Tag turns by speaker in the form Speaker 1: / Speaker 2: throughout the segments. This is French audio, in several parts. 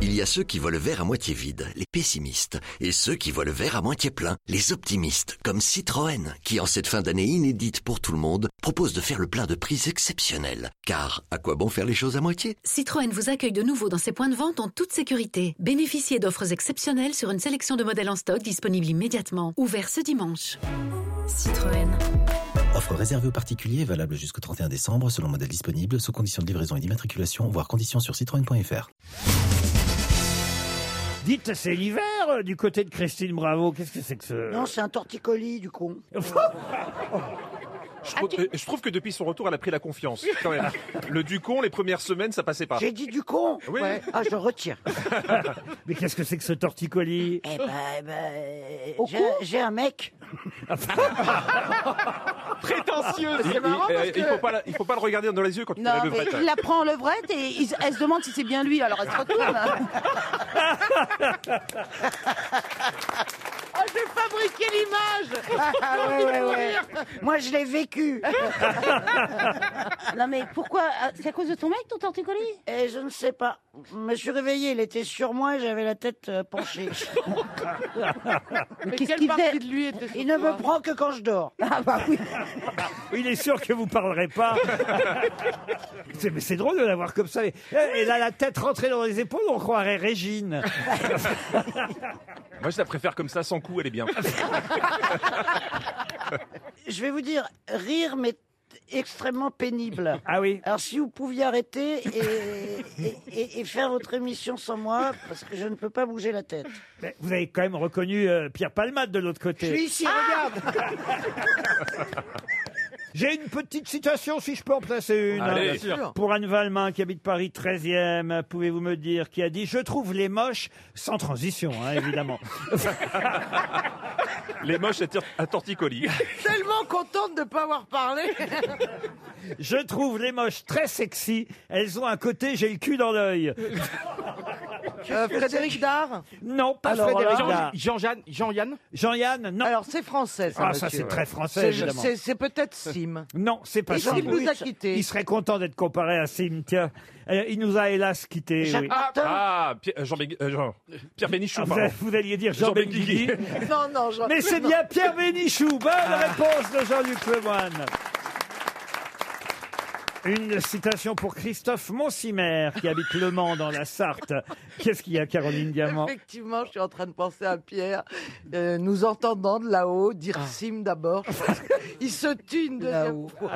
Speaker 1: Il y a ceux qui voient le verre à moitié vide, les pessimistes, et ceux qui voient le verre à moitié plein, les optimistes, comme Citroën, qui en cette fin d'année inédite pour tout le monde, propose de faire le plein de prix exceptionnel. Car à quoi bon faire les choses à moitié
Speaker 2: Citroën vous accueille de nouveau dans ses points de vente en toute sécurité. Bénéficiez d'offres exceptionnelles sur une sélection de modèles en stock disponibles immédiatement. Ouvert ce dimanche. Citroën.
Speaker 3: Offre réservée aux particuliers, valable jusqu'au 31 décembre, selon modèle disponible, sous conditions de livraison et d'immatriculation, voire conditions sur citroën.fr.
Speaker 4: Dites, c'est l'hiver euh, du côté de Christine Bravo. Qu'est-ce que c'est que ce...
Speaker 5: Non, c'est un torticolis, du con.
Speaker 6: Je, trouve, euh, je trouve que depuis son retour, elle a pris la confiance. Quand même. Le Ducon, les premières semaines, ça passait pas.
Speaker 5: J'ai dit du con
Speaker 6: Oui.
Speaker 5: Ah, je retire.
Speaker 4: Mais qu'est-ce que c'est que ce torticolis
Speaker 5: Eh ben, eh ben, j'ai- j'ai un mec.
Speaker 6: Prétentieux,
Speaker 7: c'est marrant parce
Speaker 6: Il
Speaker 7: que-
Speaker 6: faut pas, la- il faut pas le regarder dans les yeux quand tu
Speaker 7: Non,
Speaker 6: as le
Speaker 7: mais
Speaker 6: vrai.
Speaker 7: il la prend en levrette et il- elle se demande si c'est bien lui, alors elle se retourne. oh, j'ai fabriqué l'image
Speaker 5: Ah, ouais, ouais, ouais. Moi, je l'ai vécu.
Speaker 8: Non mais pourquoi Ah, C'est à cause de ton mec ton torticolis
Speaker 5: Et Eh, je ne sais pas. Je me suis réveillé, il était sur moi et j'avais la tête euh, penchée.
Speaker 7: Mais qu'est-ce qu'il fait de lui était
Speaker 5: Il ne me prend que quand je dors.
Speaker 7: Ah bah oui
Speaker 4: Il est sûr que vous parlerez pas. c'est, mais c'est drôle de l'avoir comme ça. Et- Elle a la tête rentrée dans les épaules, on croirait Régine.
Speaker 6: Moi, je la préfère comme ça, sans coup, elle est bien.
Speaker 5: Je vais vous dire, rire, mais extrêmement pénible.
Speaker 4: Ah oui
Speaker 5: Alors si vous pouviez arrêter et, et- et- et faire votre émission sans moi, parce que je ne peux pas bouger la tête.
Speaker 4: Mais Vous avez quand même reconnu euh, Pierre Palmade de l'autre côté.
Speaker 5: Je suis ici, regarde
Speaker 4: J'ai une petite citation, si je peux en placer une.
Speaker 6: Allez.
Speaker 4: Hein.
Speaker 6: Bien
Speaker 4: Pour Anne Valmin, qui habite Paris 13e, pouvez-vous me dire, qui a dit « Je trouve les moches », sans transition, hein, évidemment.
Speaker 6: Les moches attirent à torticolis.
Speaker 7: Tellement contente de ne pas avoir parlé
Speaker 4: « Je trouve les moches très sexy, elles ont un côté, j'ai le cul dans l'œil
Speaker 7: Euh, Frédéric Dard ».
Speaker 4: Non, pas
Speaker 7: Alors,
Speaker 4: Frédéric
Speaker 7: alors,
Speaker 4: Dard.
Speaker 9: Jean-Yann, Jean-Yann,
Speaker 4: Jean-Yann, non.
Speaker 7: Alors c'est français ça,
Speaker 4: ah, ça, c'est très français, évidemment.
Speaker 7: c'est peut-être Sim.
Speaker 4: Non, c'est pas
Speaker 7: Et
Speaker 4: ça.
Speaker 7: s'il nous a quittés
Speaker 4: Il serait content d'être comparé à Sim, tiens. Euh, Il nous a hélas quittés, oui.
Speaker 5: Jacques Martin
Speaker 6: Ah, Pierre, euh, Jean, Bég- euh, Jean- Pierre Bénichou,
Speaker 4: Ah, vous,
Speaker 6: pardon.
Speaker 4: vous alliez dire Jean,
Speaker 6: Jean
Speaker 4: Benguigui.
Speaker 6: Benguigui.
Speaker 7: Non, non, Jean-
Speaker 4: Mais c'est bien Pierre Bénichou. Bonne réponse de Jean-Luc Lemoine. Une citation pour Christophe Monsimer, qui habite Le Mans dans la Sarthe. Qu'est-ce qu'il y a, Caroline Diamant
Speaker 10: Effectivement, je suis en train de penser à Pierre, Euh, nous entendant de là-haut dire
Speaker 5: Ah.
Speaker 10: Sim d'abord. je pense que Il se tue une deuxième fois.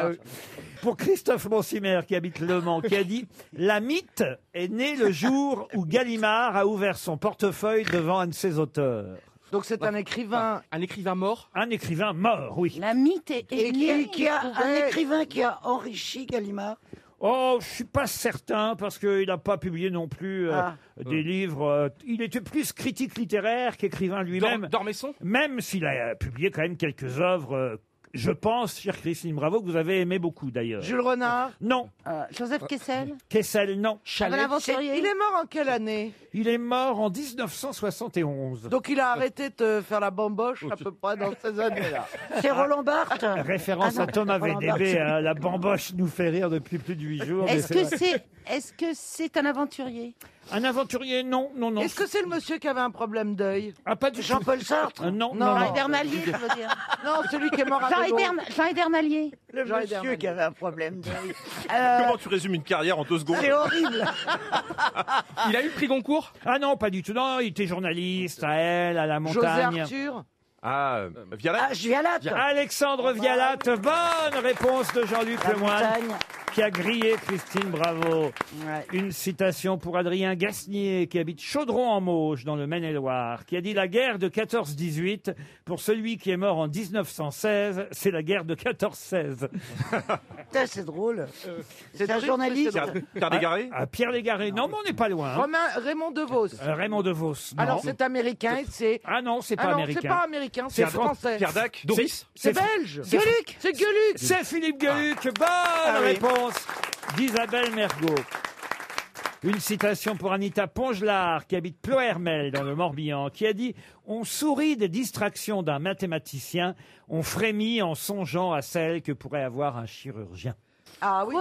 Speaker 4: Pour Christophe Monsimer, qui habite Le Mans, qui a dit « La mythe est née le jour où Gallimard a ouvert son portefeuille devant un de ses auteurs.
Speaker 10: Donc c'est un écrivain.
Speaker 9: Bah, un écrivain mort. ».
Speaker 4: Un écrivain mort, oui.
Speaker 8: La mythe est,
Speaker 5: Et qui, qui a un
Speaker 10: Ouais.
Speaker 5: écrivain qui a enrichi Gallimard.
Speaker 4: Oh, je suis pas certain parce qu'il n'a pas publié non plus euh,
Speaker 5: Ah.
Speaker 4: des livres. euh, il était plus critique littéraire qu'écrivain lui-même,
Speaker 9: Dorm- Dormesson
Speaker 4: même s'il a euh, publié quand même quelques œuvres. euh, je pense, chère Christine Bravo, que vous avez aimé beaucoup d'ailleurs.
Speaker 10: Jules Renard.
Speaker 4: Non,
Speaker 7: Euh, Joseph Kessel
Speaker 4: Kessel, non.
Speaker 10: Alain
Speaker 7: Chalet
Speaker 10: C'est- Il est mort en quelle année
Speaker 4: Il est mort en 1971.
Speaker 10: Donc il a arrêté de faire la bamboche à peu près dans ces années-là.
Speaker 5: C'est Roland Barthes
Speaker 4: Référence
Speaker 5: Ah
Speaker 4: à
Speaker 5: non,
Speaker 4: Thomas
Speaker 5: Roland
Speaker 4: VDB, hein, la bamboche nous fait rire depuis plus de huit jours. mais
Speaker 7: Est-ce
Speaker 4: c'est
Speaker 7: que
Speaker 4: vrai.
Speaker 7: c'est est-ce que c'est un aventurier
Speaker 4: Un aventurier, non, non, non.
Speaker 10: Est-ce que c'est le monsieur qui avait un problème d'œil
Speaker 4: Ah, pas du tout.
Speaker 5: Jean-Paul Sartre
Speaker 4: Euh, non, non,
Speaker 7: Jean
Speaker 4: non.
Speaker 7: Hedermalier, je veux dire.
Speaker 10: Non, celui qui est mort à
Speaker 8: Jean,
Speaker 10: De Gaulle.
Speaker 8: Edern- Jean Edermalier.
Speaker 5: Le
Speaker 10: Jean
Speaker 5: monsieur
Speaker 10: Edermalier.
Speaker 5: qui avait un problème d'œil.
Speaker 6: Comment tu résumes une carrière en deux secondes
Speaker 5: C'est horrible
Speaker 9: Il a eu le prix Goncourt
Speaker 4: Ah non, pas du tout. Non, il était journaliste à elle, à la
Speaker 10: José
Speaker 4: montagne.
Speaker 10: Arthur.
Speaker 6: Ah, euh, Viala
Speaker 5: Ah, Julialate
Speaker 4: Alexandre Vialat, bonne réponse de Jean-Luc
Speaker 5: La
Speaker 4: Lemoyne
Speaker 5: montagne.
Speaker 4: qui a grillé Christine Bravo.
Speaker 5: Ouais.
Speaker 4: Une citation pour Adrien Gasnier qui habite Chaudron-en-Mauge dans le Maine-et-Loire qui a dit la guerre de 14-18 pour celui qui est mort en 1916, c'est la guerre de 14-16.
Speaker 5: Putain, c'est drôle.
Speaker 4: Euh,
Speaker 5: C'est un
Speaker 10: triste,
Speaker 5: journaliste.
Speaker 10: mais
Speaker 6: Pierre, Pierre Dégaré
Speaker 4: Ah, Pierre Légaré, non mais on n'est pas loin. hein.
Speaker 10: Romain Raymond DeVos.
Speaker 4: Euh, Raymond DeVos, non.
Speaker 10: Alors c'est américain et c'est.
Speaker 4: Ah non, c'est pas
Speaker 10: Ah non, c'est
Speaker 4: américain.
Speaker 10: pas américain,
Speaker 4: C'est
Speaker 10: c'est
Speaker 4: Fran-
Speaker 10: français.
Speaker 6: Pierre Dac
Speaker 9: Doris
Speaker 10: C'est
Speaker 4: fr-
Speaker 10: belge.
Speaker 4: c'est fr-
Speaker 10: Gueluc. C'est Gueluc.
Speaker 4: C'est Philippe Gueluc. Bonne
Speaker 10: oui.
Speaker 4: réponse d'Isabelle Mergot. Une citation pour Anita Pongelard, qui habite Ploërmel dans le Morbihan, qui a dit « On sourit des distractions d'un mathématicien, on frémit en songeant à celles que pourrait avoir un chirurgien.
Speaker 10: Ah oui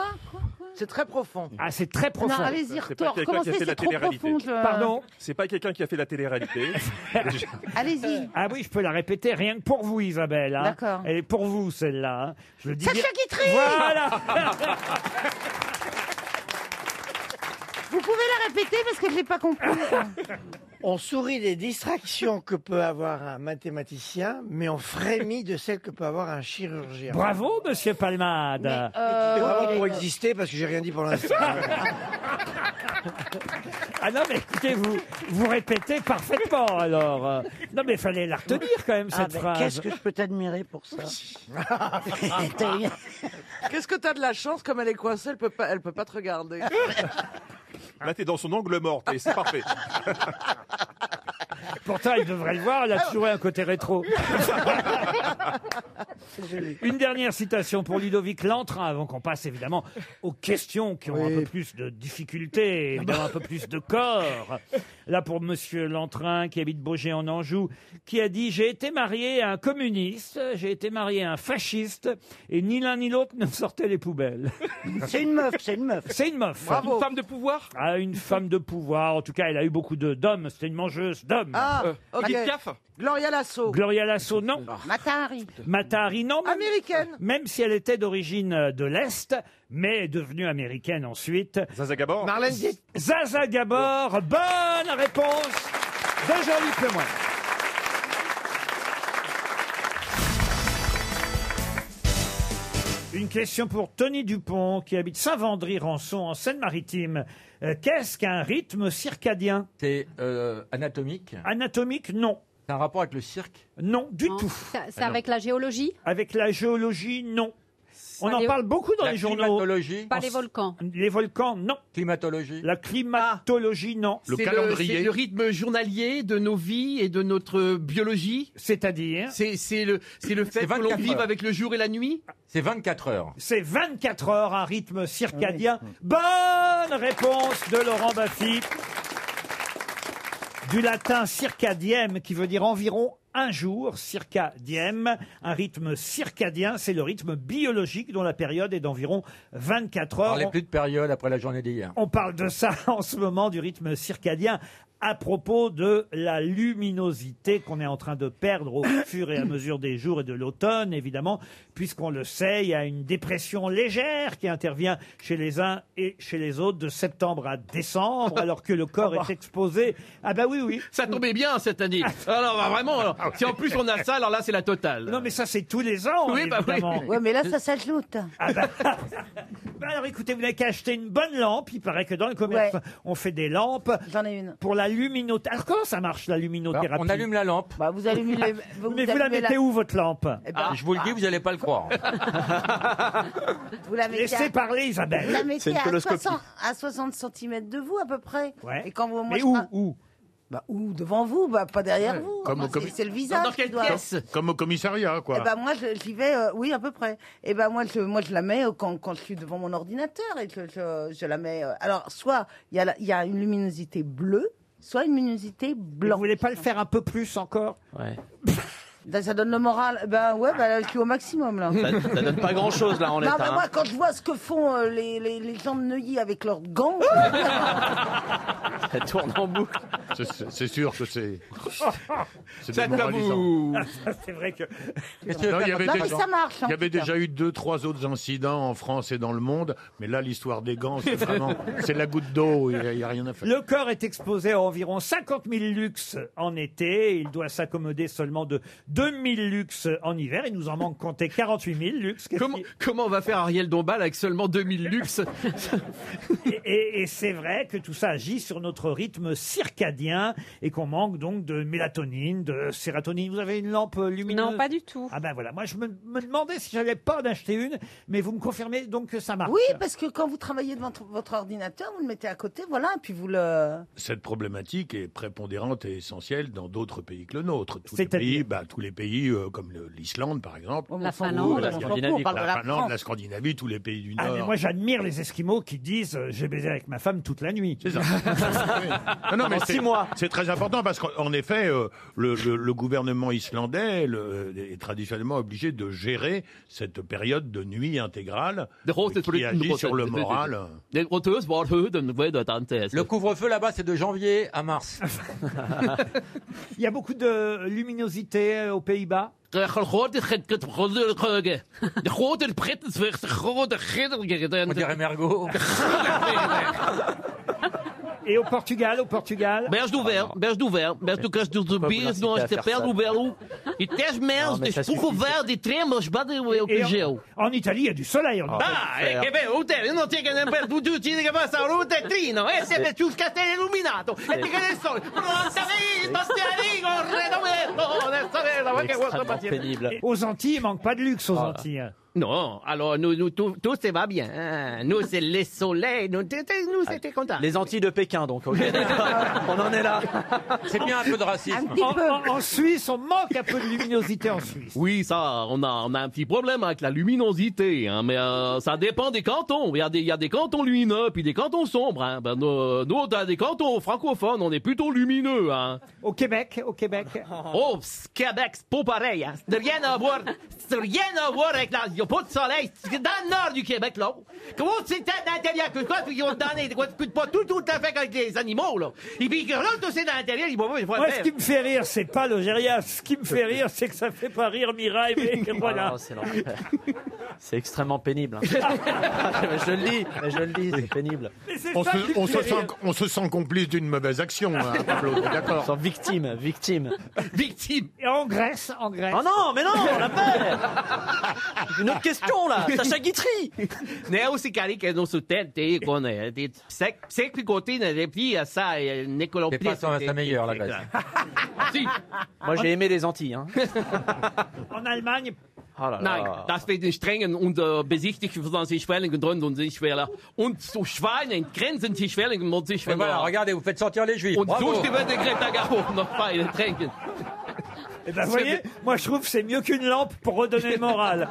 Speaker 10: C'est très profond.
Speaker 4: Ah, c'est très
Speaker 11: profond. Non, allez-y,
Speaker 6: C'est pas
Speaker 11: retors.
Speaker 6: quelqu'un qui a
Speaker 11: Commencez,
Speaker 6: fait la
Speaker 11: c'est trop
Speaker 6: télé-réalité.
Speaker 11: profond, je- Pardon
Speaker 6: C'est pas quelqu'un qui a fait la télé-réalité.
Speaker 11: Allez-y.
Speaker 4: Ah oui, je peux la répéter rien que pour vous, Isabelle. hein.
Speaker 11: D'accord.
Speaker 4: Elle est pour vous, celle-là. hein. Je le dis.
Speaker 11: Sacha
Speaker 4: bien-
Speaker 11: Guitry
Speaker 4: Voilà
Speaker 11: Vous pouvez la répéter parce que je l'ai pas compris.
Speaker 1: On sourit des distractions que peut avoir un mathématicien, mais on frémit de celles que peut avoir un chirurgien.
Speaker 4: Bravo, monsieur Palmade.
Speaker 1: C'est vraiment pour exister parce que j'ai rien dit pour l'instant.
Speaker 4: Ah non, mais écoutez, vous, vous répétez parfaitement, alors. Euh, Non, mais fallait la retenir quand même,
Speaker 5: Ah,
Speaker 4: cette
Speaker 5: ben,
Speaker 4: phrase.
Speaker 5: Qu'est-ce que je peux t'admirer pour ça
Speaker 4: Ah.
Speaker 5: T'as eu-
Speaker 10: Qu'est-ce que t'as de la chance, comme elle est coincée, elle peut pas, elle peut pas te regarder.
Speaker 6: Là, t'es dans son angle mort, t'es- c'est parfait.
Speaker 4: Pourtant, il devrait le voir, elle
Speaker 5: Ah
Speaker 4: a toujours un côté rétro. Une dernière citation pour Ludovic Lantrain, avant qu'on passe évidemment aux questions qui ont un peu plus de
Speaker 5: Ah
Speaker 4: difficultés,
Speaker 5: bah.
Speaker 4: évidemment un peu plus de corps. Là, pour Monsieur Lantrain, qui habite Beaugé en Anjou, qui a dit « J'ai été marié à un communiste, j'ai été marié à un fasciste, et ni l'un ni l'autre ne sortaient les poubelles. »
Speaker 5: C'est une meuf, c'est une meuf.
Speaker 4: C'est une meuf.
Speaker 12: Une femme de pouvoir
Speaker 4: Ah, une femme de pouvoir. En tout cas, elle a eu beaucoup de d'hommes. C'était une mangeuse d'hommes.
Speaker 10: Ah,
Speaker 12: Euh,
Speaker 10: ok.
Speaker 12: Edith Piaf
Speaker 10: Gloria Lasso.
Speaker 4: Gloria Lasso, non.
Speaker 11: Matahari.
Speaker 4: Matahari, non. Même,
Speaker 10: Américaine.
Speaker 4: même si elle était d'origine euh, de l'Est, mais est devenue américaine ensuite.
Speaker 6: Zazagabor.
Speaker 1: Marlène Dietrich.
Speaker 4: Zaza Gabor, bonne réponse de Jean-Luc Lemoyne. Une question pour Tony Dupont, qui habite Saint-Vendry-Rançon, en Seine-Maritime. Euh, Qu'est-ce qu'un rythme circadien
Speaker 13: C'est euh, anatomique.
Speaker 4: Anatomique, non.
Speaker 13: C'est un rapport avec le cirque.
Speaker 4: Non, du
Speaker 2: Non.
Speaker 4: tout.
Speaker 2: Ça- C'est avec la géologie
Speaker 4: Avec la géologie, non. On
Speaker 2: Pas
Speaker 4: en
Speaker 2: les-
Speaker 4: parle beaucoup dans
Speaker 13: La
Speaker 4: les journaux.
Speaker 13: climatologie.
Speaker 2: Pas les volcans.
Speaker 4: Les volcans, non.
Speaker 13: Climatologie.
Speaker 4: La climatologie, non.
Speaker 14: C'est c'est le rythme journalier de nos vies et de notre biologie.
Speaker 4: C'est-à-dire
Speaker 14: C'est c'est le, c'est le fait que
Speaker 13: 24
Speaker 14: l'on vive
Speaker 13: heures.
Speaker 14: avec le jour et la nuit
Speaker 13: C'est 24 heures.
Speaker 4: C'est 24 heures à rythme circadien. Bonne réponse de Laurent Baffy. Du latin circadiem, qui veut dire environ un jour, circa diem. Un rythme circadien, c'est le rythme biologique dont la période est d'environ 24 heures.
Speaker 13: On n'est plus de période après la journée d'hier.
Speaker 4: On parle de ça en ce moment, du rythme circadien, à propos de la luminosité qu'on est en train de perdre au fur et à mesure des jours et de l'automne, évidemment, puisqu'on le sait, il y a une dépression légère qui intervient chez les uns et chez les autres de septembre à décembre, alors que le corps est exposé. Ah bah oui, oui.
Speaker 14: bah. Ça tombait bien cette année.
Speaker 15: Ah.
Speaker 14: Alors bah, vraiment, alors, si en plus on a ça, alors là c'est la totale.
Speaker 4: Non mais ça c'est tous les ans,
Speaker 14: Oui, bah oui.
Speaker 4: évidemment.
Speaker 7: Ouais, mais là, ça s'ajoute.
Speaker 4: Bah alors écoutez, vous n'avez qu'à acheter une bonne lampe. Il paraît que dans le commerce,
Speaker 7: Ouais.
Speaker 4: on fait des lampes
Speaker 7: J'en ai une.
Speaker 4: pour la luminothérapie. Alors comment ça marche la luminothérapie
Speaker 13: Alors, on allume la lampe.
Speaker 7: Bah, vous allumez les. Vous,
Speaker 4: Mais vous la
Speaker 7: allumez
Speaker 4: mettez où votre lampe
Speaker 7: Eh ben,
Speaker 13: Ah, je vous le dis, vous n'allez pas le croire. hein.
Speaker 7: Vous la mettez à-
Speaker 4: Laissez parler
Speaker 7: vous la
Speaker 4: Isabelle.
Speaker 7: mettez à 60, à 60 cm de vous, à peu près.
Speaker 4: Ouais.
Speaker 7: Et quand vous. moi,
Speaker 4: Mais
Speaker 7: je
Speaker 4: où,
Speaker 7: tra-
Speaker 4: où
Speaker 7: Bah, où Devant vous, bah, pas derrière vous.
Speaker 16: Comme
Speaker 7: Enfin,
Speaker 16: au commis-
Speaker 7: c'est- C'est le visage.
Speaker 14: Dans
Speaker 7: qui
Speaker 14: quelle
Speaker 7: doit-
Speaker 14: pièce
Speaker 16: Comme au commissariat, quoi.
Speaker 7: Eh ben moi, je- j'y vais, euh, oui, à peu près. Et ben moi, je, moi, je la mets euh, quand, quand je suis devant mon ordinateur et que je, je la mets. euh, alors, soit il y, a la- il y a une luminosité bleue, soit une luminosité
Speaker 4: Vous
Speaker 7: blanche.
Speaker 4: voulez pas le faire un peu plus encore
Speaker 7: Ben, ça donne le moral. Eh Ben ouais, ben, je suis au maximum là.
Speaker 14: Ça, ça donne pas grand chose là en
Speaker 7: Non,
Speaker 14: l'état.
Speaker 7: mais
Speaker 14: hein.
Speaker 7: moi, quand je vois ce que font euh, les, les, les gens de Neuilly avec leurs gants,
Speaker 14: Ça tourne en boucle.
Speaker 16: C'est- C'est c'est sûr que c'est. C'est
Speaker 14: Ça te va,
Speaker 16: démoralisant.
Speaker 14: vous.
Speaker 4: C'est vrai que
Speaker 13: Qu'est-ce que tu veux
Speaker 16: Non, il y
Speaker 13: faire
Speaker 16: avait
Speaker 7: non, mais
Speaker 16: déjà-
Speaker 7: ça marche. hein, en
Speaker 16: Il y avait
Speaker 7: tout cas.
Speaker 16: déjà eu deux, trois autres incidents en France et dans le monde, mais là, l'histoire des gants, c'est vraiment, c'est la goutte d'eau, il n'y a, rien à faire.
Speaker 4: le corps est exposé à environ 50 000 luxe en été. Il doit s'accommoder seulement de 2 000 luxe en hiver. Il nous en manque compter 48 000 luxe. Qu'est-ce
Speaker 14: Comment, comment on va faire Ariel Dombal avec seulement 2000 luxe
Speaker 4: qui- Et, et- et c'est vrai que tout ça agit sur notre rythme circadien et qu'on manque donc de mélatonine, de sérotonine. Vous avez une lampe lumineuse
Speaker 2: Non, pas du tout.
Speaker 4: Ah ben voilà, moi je me, me demandais si j'allais pas en acheter une, mais vous me confirmez donc que ça marche.
Speaker 7: Oui, parce que quand vous travaillez devant t- votre ordinateur, vous le mettez à côté, voilà, et puis vous le.
Speaker 16: Cette problématique est prépondérante et essentielle dans d'autres pays que le nôtre. Tous les
Speaker 4: C'est-à-dire
Speaker 16: pays, bah, tous les pays euh, comme le- l'Islande, par exemple,
Speaker 7: on
Speaker 2: La
Speaker 7: s'en fout,
Speaker 2: Finlande,
Speaker 7: on
Speaker 2: la
Speaker 7: s'en fout,
Speaker 14: Scandinavie,
Speaker 7: on parle
Speaker 16: la
Speaker 7: de la
Speaker 16: Finlande,
Speaker 7: France.
Speaker 16: la Scandinavie, tous les pays du
Speaker 4: Ah, mais
Speaker 16: Nord.
Speaker 4: moi j'admire les Esquimaux qui disent euh, j'ai baisé avec ma femme toute la nuit.
Speaker 16: C'est ça.
Speaker 2: Non, non, mais
Speaker 16: Pendant
Speaker 2: c'est-
Speaker 16: six mois.
Speaker 2: C'est très important parce qu'en effet, euh, le, le- le gouvernement islandais le- est traditionnellement obligé de gérer cette période de nuit intégrale euh, qui agit sur le moral.
Speaker 15: Le couvre-feu là-bas, c'est de janvier à mars.
Speaker 4: Il y a beaucoup de luminosité euh, aux Pays-Bas.
Speaker 15: On dirait Mergot.
Speaker 4: Et au Portugal, au Portugal.
Speaker 17: Berge
Speaker 16: Ah,
Speaker 17: d'ouvert, berge d'ouvert, berge du casse du
Speaker 4: pas vous
Speaker 17: bier,
Speaker 4: inciter
Speaker 17: non,
Speaker 4: à
Speaker 17: c'était
Speaker 4: faire
Speaker 17: berge
Speaker 4: ça.
Speaker 17: d'ouvert où Et t'es merge,
Speaker 4: Non, mais
Speaker 17: des
Speaker 4: ça
Speaker 17: spoucs
Speaker 4: suffit.
Speaker 17: ouverts, des trains, moi je bats des ouais, au
Speaker 4: Et en-
Speaker 17: PGO.
Speaker 4: En Italie, il y a du soleil. en Italie.
Speaker 17: Ah, e che bello, te non ti che ne per tutti ti che passa un tetrino, e se per tu scatello illuminato, e ti che ne so, pronta vita, stia lì, corre dovetto, nel saperlo, ma che questo pazienza.
Speaker 4: Et Aux Antilles, il manque pas de luxe aux
Speaker 17: Ah.
Speaker 4: Antilles.
Speaker 17: Non, alors nous, nous tout, tout se va bien. hein. Nous, c'est le soleil, nous, t- t-
Speaker 4: Ah,
Speaker 17: nous c'était content.
Speaker 16: Les Antilles de Pékin, donc. ok. On en est là.
Speaker 15: C'est bien un peu de racisme.
Speaker 4: En, en- en Suisse, on manque un peu de luminosité en Suisse.
Speaker 17: Oui, ça, on a, on a un petit problème avec la luminosité, hein, mais euh, ça dépend des cantons. Il y, a des, il y a des cantons lumineux, puis des cantons sombres. Hein. Ben, nous, nous, on a des cantons francophones, on est plutôt lumineux. Hein.
Speaker 4: Au Québec, au Québec.
Speaker 17: Oh, pss, Québec, c'est pas pareil. Hein. C'est rien à voir. C'est rien à voir avec la... Il n'y a pas de soleil. C'est dans le nord du Québec, là. Comment c'est à l'intérieur que quoi, ils ont donné, quoi, tu pas tout, tout à fait avec les animaux, là. Et puis, que là, tout c'est dans l'intérieur, ils vont pas... ils vont
Speaker 4: Moi, ce
Speaker 17: faire.
Speaker 4: qui me fait rire, c'est pas l'Algérie. Ce qui me fait rire, c'est que ça fait pas rire Mirail. Mais voilà.
Speaker 16: Non, Ah, c'est l'enfer. C'est extrêmement pénible. hein. je le lis, mais je le lis, c'est pénible.
Speaker 2: On se, on se sent, on se sent complice d'une mauvaise action, hein, Pablo, t'es
Speaker 16: On se
Speaker 2: d'accord
Speaker 16: sent victime, victime.
Speaker 17: Victime.
Speaker 4: Et en Grèce, en Grèce.
Speaker 16: Oh non, mais non, on l'a fait Une autre question, là Sacha Guitry
Speaker 17: Ne aussi carré que nos soutènes, t'es qu'on est. hein, t'es- C'est c'est plus côté, et puis ça, et Nicolas
Speaker 15: C'est pas sa sa meilleure, la Grèce.
Speaker 16: Moi, j'ai aimé les Antilles. Hein.
Speaker 4: En Allemagne,
Speaker 16: Oh là
Speaker 17: Nein,
Speaker 16: là.
Speaker 17: das wird in strengen und äh, besichtigten sich Schwellen und und sich Schwellen und zu Schweinen grenzen sich Schwellen und sich
Speaker 15: Et voilà, regardez, vous faites sortir les juifs.
Speaker 17: Und
Speaker 15: Bravo.
Speaker 17: so steht der Greta Garbo noch bei den Tränken.
Speaker 4: Eh ben, vous voyez, moi je trouve que c'est mieux qu'une lampe pour redonner le moral.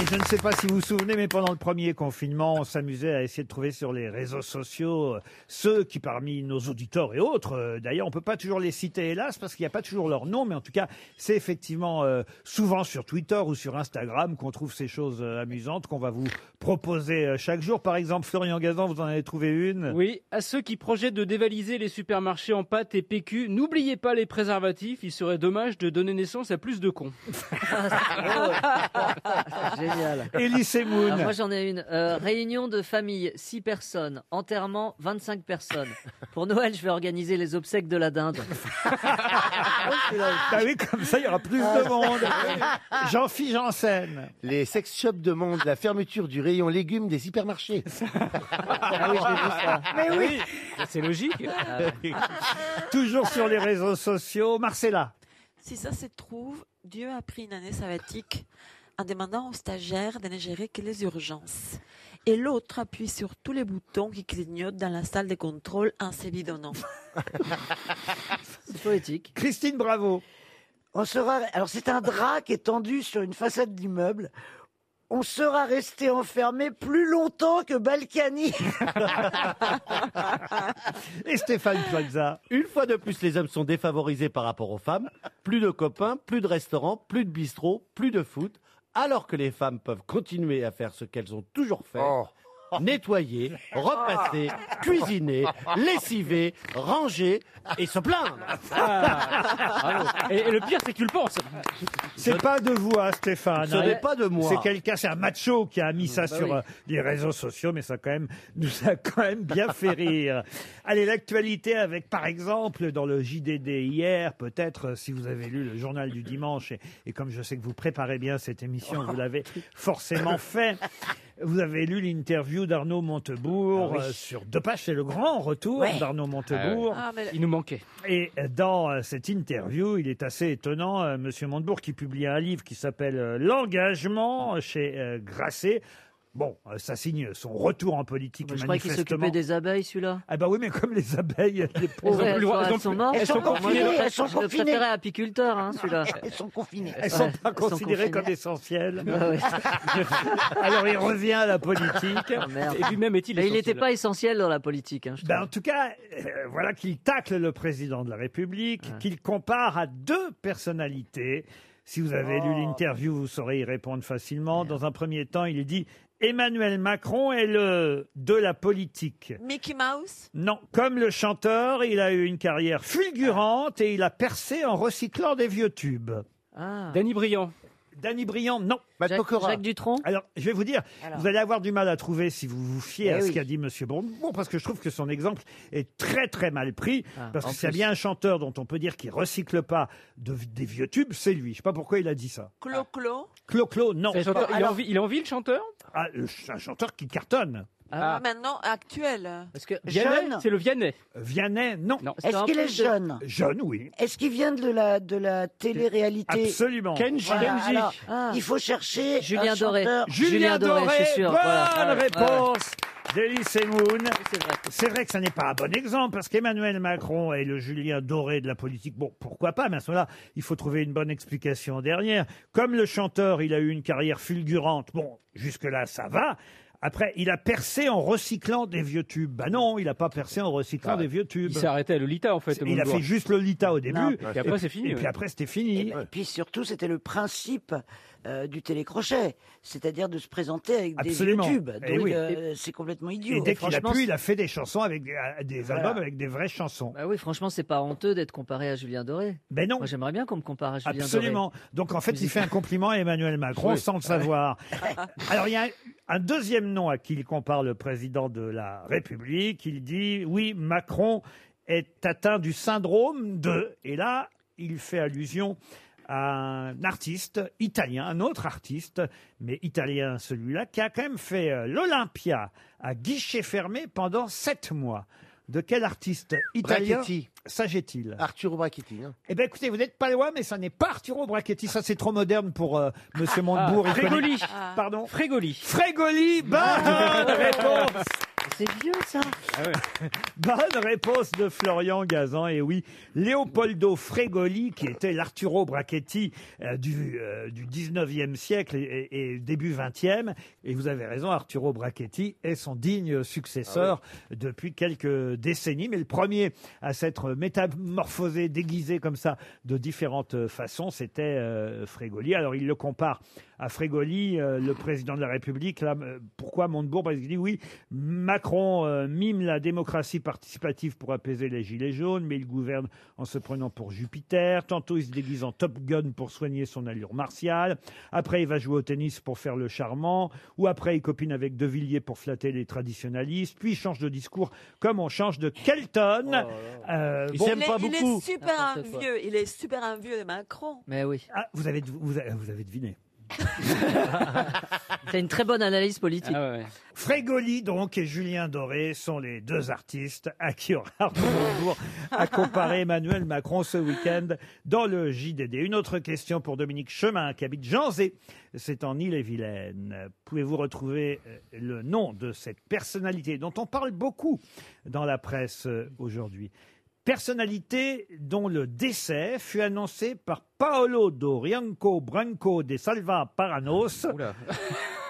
Speaker 4: Et je ne sais pas si vous vous souvenez, mais pendant le premier confinement, on s'amusait à essayer de trouver sur les réseaux sociaux euh, ceux qui, parmi nos auditeurs et autres, euh, d'ailleurs, on peut pas toujours les citer, hélas, parce qu'il n'y a pas toujours leur nom, mais en tout cas, c'est effectivement euh, souvent sur Twitter ou sur Instagram qu'on trouve ces choses euh, amusantes qu'on va vous proposer euh, chaque jour. Par exemple, Florian Gazan, vous en avez trouvé une.
Speaker 13: Oui, à ceux qui projettent de dévaliser les supermarchés en pâtes et PQ, n'oubliez pas les préservatifs, il serait dommage de donner naissance à plus de cons.
Speaker 18: Génial.
Speaker 4: Élysée Moon.
Speaker 18: Alors, moi j'en ai une. Euh, réunion de famille, 6 personnes. Enterrement, 25 personnes. Pour Noël, je vais organiser les obsèques de la dinde.
Speaker 4: Ah oui, comme ça, il y aura plus
Speaker 19: Ah.
Speaker 4: de monde. Jean-Philippe Janssen.
Speaker 1: Les sex shops demandent la fermeture du rayon légumes des hypermarchés.
Speaker 13: Ah oui, j'ai vu ça.
Speaker 4: Mais oui.
Speaker 13: C'est logique.
Speaker 4: Toujours sur les réseaux sociaux. Marcella.
Speaker 14: Si ça se trouve, Dieu a pris une année sabbatique en demandant aux stagiaires de ne gérer que les urgences. Et l'autre appuie sur tous les boutons qui clignotent dans la salle de contrôle en se bidonnant.
Speaker 5: C'est
Speaker 18: poétique.
Speaker 4: Christine Bravo.
Speaker 5: On sera... Alors, c'est un drap qui est tendu sur une façade d'immeuble. On sera resté enfermé plus longtemps que Balkany.
Speaker 4: Et Stéphane Plaza.
Speaker 1: Une fois de plus, les hommes sont défavorisés par rapport aux femmes. Plus de copains, plus de restaurants, plus de bistrots, plus de foot. Alors que les femmes peuvent continuer à faire ce qu'elles ont toujours fait. Nettoyer, repasser, cuisiner, lessiver, ranger et se plaindre.
Speaker 13: Et, et Ah. le pire, c'est que tu le penses.
Speaker 4: C'est pas de vous, hein, Stéphane.
Speaker 1: Ce
Speaker 4: hein.
Speaker 1: n'est pas de moi.
Speaker 4: C'est quelqu'un, c'est un macho qui a mis ça
Speaker 1: bah
Speaker 4: sur
Speaker 1: oui.
Speaker 4: euh, les réseaux sociaux, mais ça quand même nous a quand même bien fait rire. Allez, l'actualité avec, par exemple, dans le JDD hier, peut-être euh, si vous avez lu le journal du dimanche, et, et comme je sais que vous préparez bien cette émission, vous l'avez forcément fait. Vous avez lu l'interview d'Arnaud Montebourg
Speaker 13: Ah oui.
Speaker 4: euh, sur deux pages, c'est le grand retour
Speaker 13: Ouais.
Speaker 4: d'Arnaud Montebourg.
Speaker 13: Ah, mais le- Il nous manquait.
Speaker 4: Et dans euh, cette interview, il est assez étonnant, euh, Monsieur Montebourg, qui publie un livre qui s'appelle euh, L'engagement euh, chez euh, Grasset. Bon, euh, ça signe son retour en politique
Speaker 18: Je croyais qu'il
Speaker 4: manifestement.
Speaker 18: s'occupait des abeilles, celui-là.
Speaker 4: Ah bah oui, mais comme les abeilles, les
Speaker 18: Ouais,
Speaker 4: pauvres,
Speaker 18: elles sont- elles sont mortes.
Speaker 4: confinées.
Speaker 18: Moi, je le- Je le préférais à apiculteur, hein, celui-là.
Speaker 5: Elles sont confinées.
Speaker 4: Elles sont pas considérées comme essentielles. Alors il revient à la politique.
Speaker 18: Oh, Et lui-même est-il Mais il essentiel n'était pas essentiel dans la politique. hein,
Speaker 4: Ben, en tout cas, euh, voilà qu'il tacle le président de la République, qu'il compare à deux personnalités. Si vous avez lu l'interview, vous saurez y répondre facilement. Dans un premier temps, il dit Emmanuel Macron est le de la politique.
Speaker 14: Mickey Mouse
Speaker 4: Non, comme le chanteur, il a eu une carrière fulgurante et il a percé en recyclant des vieux tubes.
Speaker 16: Ah.
Speaker 4: Danny Briand. Danny Briand, non.
Speaker 18: Ah. Jacques- Pokora. Jacques Dutronc
Speaker 4: Alors, je vais vous dire, vous allez avoir du mal à trouver si vous vous fiez
Speaker 18: Eh
Speaker 4: à ce
Speaker 18: oui.
Speaker 4: qu'a dit Monsieur Bonbon, parce que je trouve que son exemple est très très mal pris,
Speaker 18: Ah,
Speaker 4: parce
Speaker 18: en
Speaker 4: que s'il y a
Speaker 18: plus.
Speaker 4: bien un chanteur dont on peut dire qu'il recycle pas de- des vieux tubes, c'est lui. Je sais pas pourquoi il a dit ça.
Speaker 14: Clo-Clo
Speaker 4: Clo-Clo, non.
Speaker 13: C'est un chanteur- il est en Alors- vie-
Speaker 4: il est en ville, chanteur ah, le- C'est un chanteur qui cartonne.
Speaker 14: Ah, Maintenant, actuel.
Speaker 18: Parce que
Speaker 13: Vianney, c'est le Vianney.
Speaker 4: Vianney, non.
Speaker 5: Est-ce qu'il est jeune
Speaker 4: Jeune, oui.
Speaker 5: Est-ce qu'il vient de la, de la télé-réalité
Speaker 4: Absolument. Kenji.
Speaker 5: Voilà,
Speaker 4: Kenji.
Speaker 5: alors,
Speaker 4: Ah.
Speaker 5: Il faut chercher
Speaker 4: Julien
Speaker 5: un
Speaker 4: Doré.
Speaker 5: chanteur-
Speaker 4: Julien, Doré,
Speaker 18: c'est sûr,
Speaker 4: bonne
Speaker 18: voilà, voilà,
Speaker 4: réponse d'Elise Moon. C'est vrai que ça n'est pas un bon exemple, parce qu'Emmanuel Macron est le Julien Doré de la politique. Bon, pourquoi pas, mais à ce moment-là, il faut trouver une bonne explication derrière. Comme le chanteur, il a eu une carrière fulgurante. Bon, jusque-là, ça va. Après, il a percé en recyclant des vieux tubes. Bah non, il n'a pas percé en recyclant des vieux tubes.
Speaker 13: Ah, Il s'est arrêté à Lolita, en fait. au
Speaker 4: Il a
Speaker 13: Moulin
Speaker 4: fait
Speaker 13: Rouge.
Speaker 4: juste Lolita au début.
Speaker 13: Non. Et après, c'est fini,
Speaker 4: Et puis
Speaker 13: ouais.
Speaker 4: après, c'était fini.
Speaker 5: Et puis surtout, c'était le principe euh, du télécrochet, c'est-à-dire de se présenter avec
Speaker 4: Absolument.
Speaker 5: des vieux tubes.
Speaker 4: Eh
Speaker 5: Donc,
Speaker 4: oui.
Speaker 5: euh, c'est complètement idiot.
Speaker 4: Et dès qu'il a
Speaker 5: Franchement,
Speaker 4: pu, il a fait des chansons avec des, euh, des albums avec des vraies chansons.
Speaker 18: Bah oui, franchement, c'est pas honteux d'être comparé à Julien Doré.
Speaker 4: Ben non.
Speaker 18: Moi, j'aimerais bien qu'on me compare à Julien
Speaker 4: Absolument.
Speaker 18: Doré.
Speaker 4: Donc en fait, il fait un compliment à Emmanuel Macron
Speaker 18: Oui.
Speaker 4: sans le savoir. Alors il y a un, un deuxième nom à qui il compare le président de la République. Il dit oui, Macron est atteint du syndrome de. Et là, il fait allusion à un artiste italien, un autre artiste, mais italien celui-là, qui a quand même fait euh, l'Olympia à guichet fermé pendant sept mois. De quel artiste italien
Speaker 10: Brachetti.
Speaker 4: s'agit-il
Speaker 10: Arturo Brachetti. hein.
Speaker 4: eh bien, écoutez, vous n'êtes pas loin, mais ça n'est pas Arturo Brachetti. Ça, c'est trop moderne pour euh, Monsieur Montebourg.
Speaker 13: Ah,
Speaker 4: Il connaît-
Speaker 13: Frégoli.
Speaker 4: Pardon
Speaker 13: Frégoli.
Speaker 4: Frégoli, bonne réponse
Speaker 5: C'est vieux, ça.
Speaker 4: Ah Bonne réponse de Florian Gazan. Et oui, Leopoldo Frégoli, qui était l'Arturo Brachetti euh, du, euh, du 19e siècle et, et- et début 20e. Et vous avez raison, Arturo Brachetti est son digne successeur
Speaker 13: Ah
Speaker 4: depuis quelques décennies. Mais le premier à s'être métamorphosé, déguisé comme ça de différentes façons, c'était euh, Frégoli. Alors il le compare à Frégoli, euh, le président de la République. Là, euh, pourquoi Montebourg Parce qu'il dit oui, Macron euh, mime la démocratie participative pour apaiser les gilets jaunes, mais il gouverne en se prenant pour Jupiter. Tantôt il se déguise en Top Gun pour soigner son allure martiale. Après il va jouer au tennis pour faire le charmant, ou après il copine avec De Villiers pour flatter les traditionalistes. Puis il change de discours comme on change de Kelton. Euh,
Speaker 14: Il,
Speaker 4: bon-
Speaker 14: est, il est super envieux. Il est super envieux de Macron.
Speaker 18: Mais oui.
Speaker 4: Ah, vous avez, vous avez- vous avez deviné.
Speaker 18: C'est une très bonne analyse politique.
Speaker 4: Frégoli, donc, et Julien Doré sont les deux artistes à qui aura Arnaud à comparer Emmanuel Macron ce week-end dans le JDD. Une autre question pour Dominique Chemin, qui habite Janzé. C'est en Ille-et-Vilaine. Pouvez-vous retrouver euh, le nom de cette personnalité dont on parle beaucoup dans la presse euh, aujourd'hui Personnalité dont le décès fut annoncé par Paolo Dorianco Branco de Salva Paranos.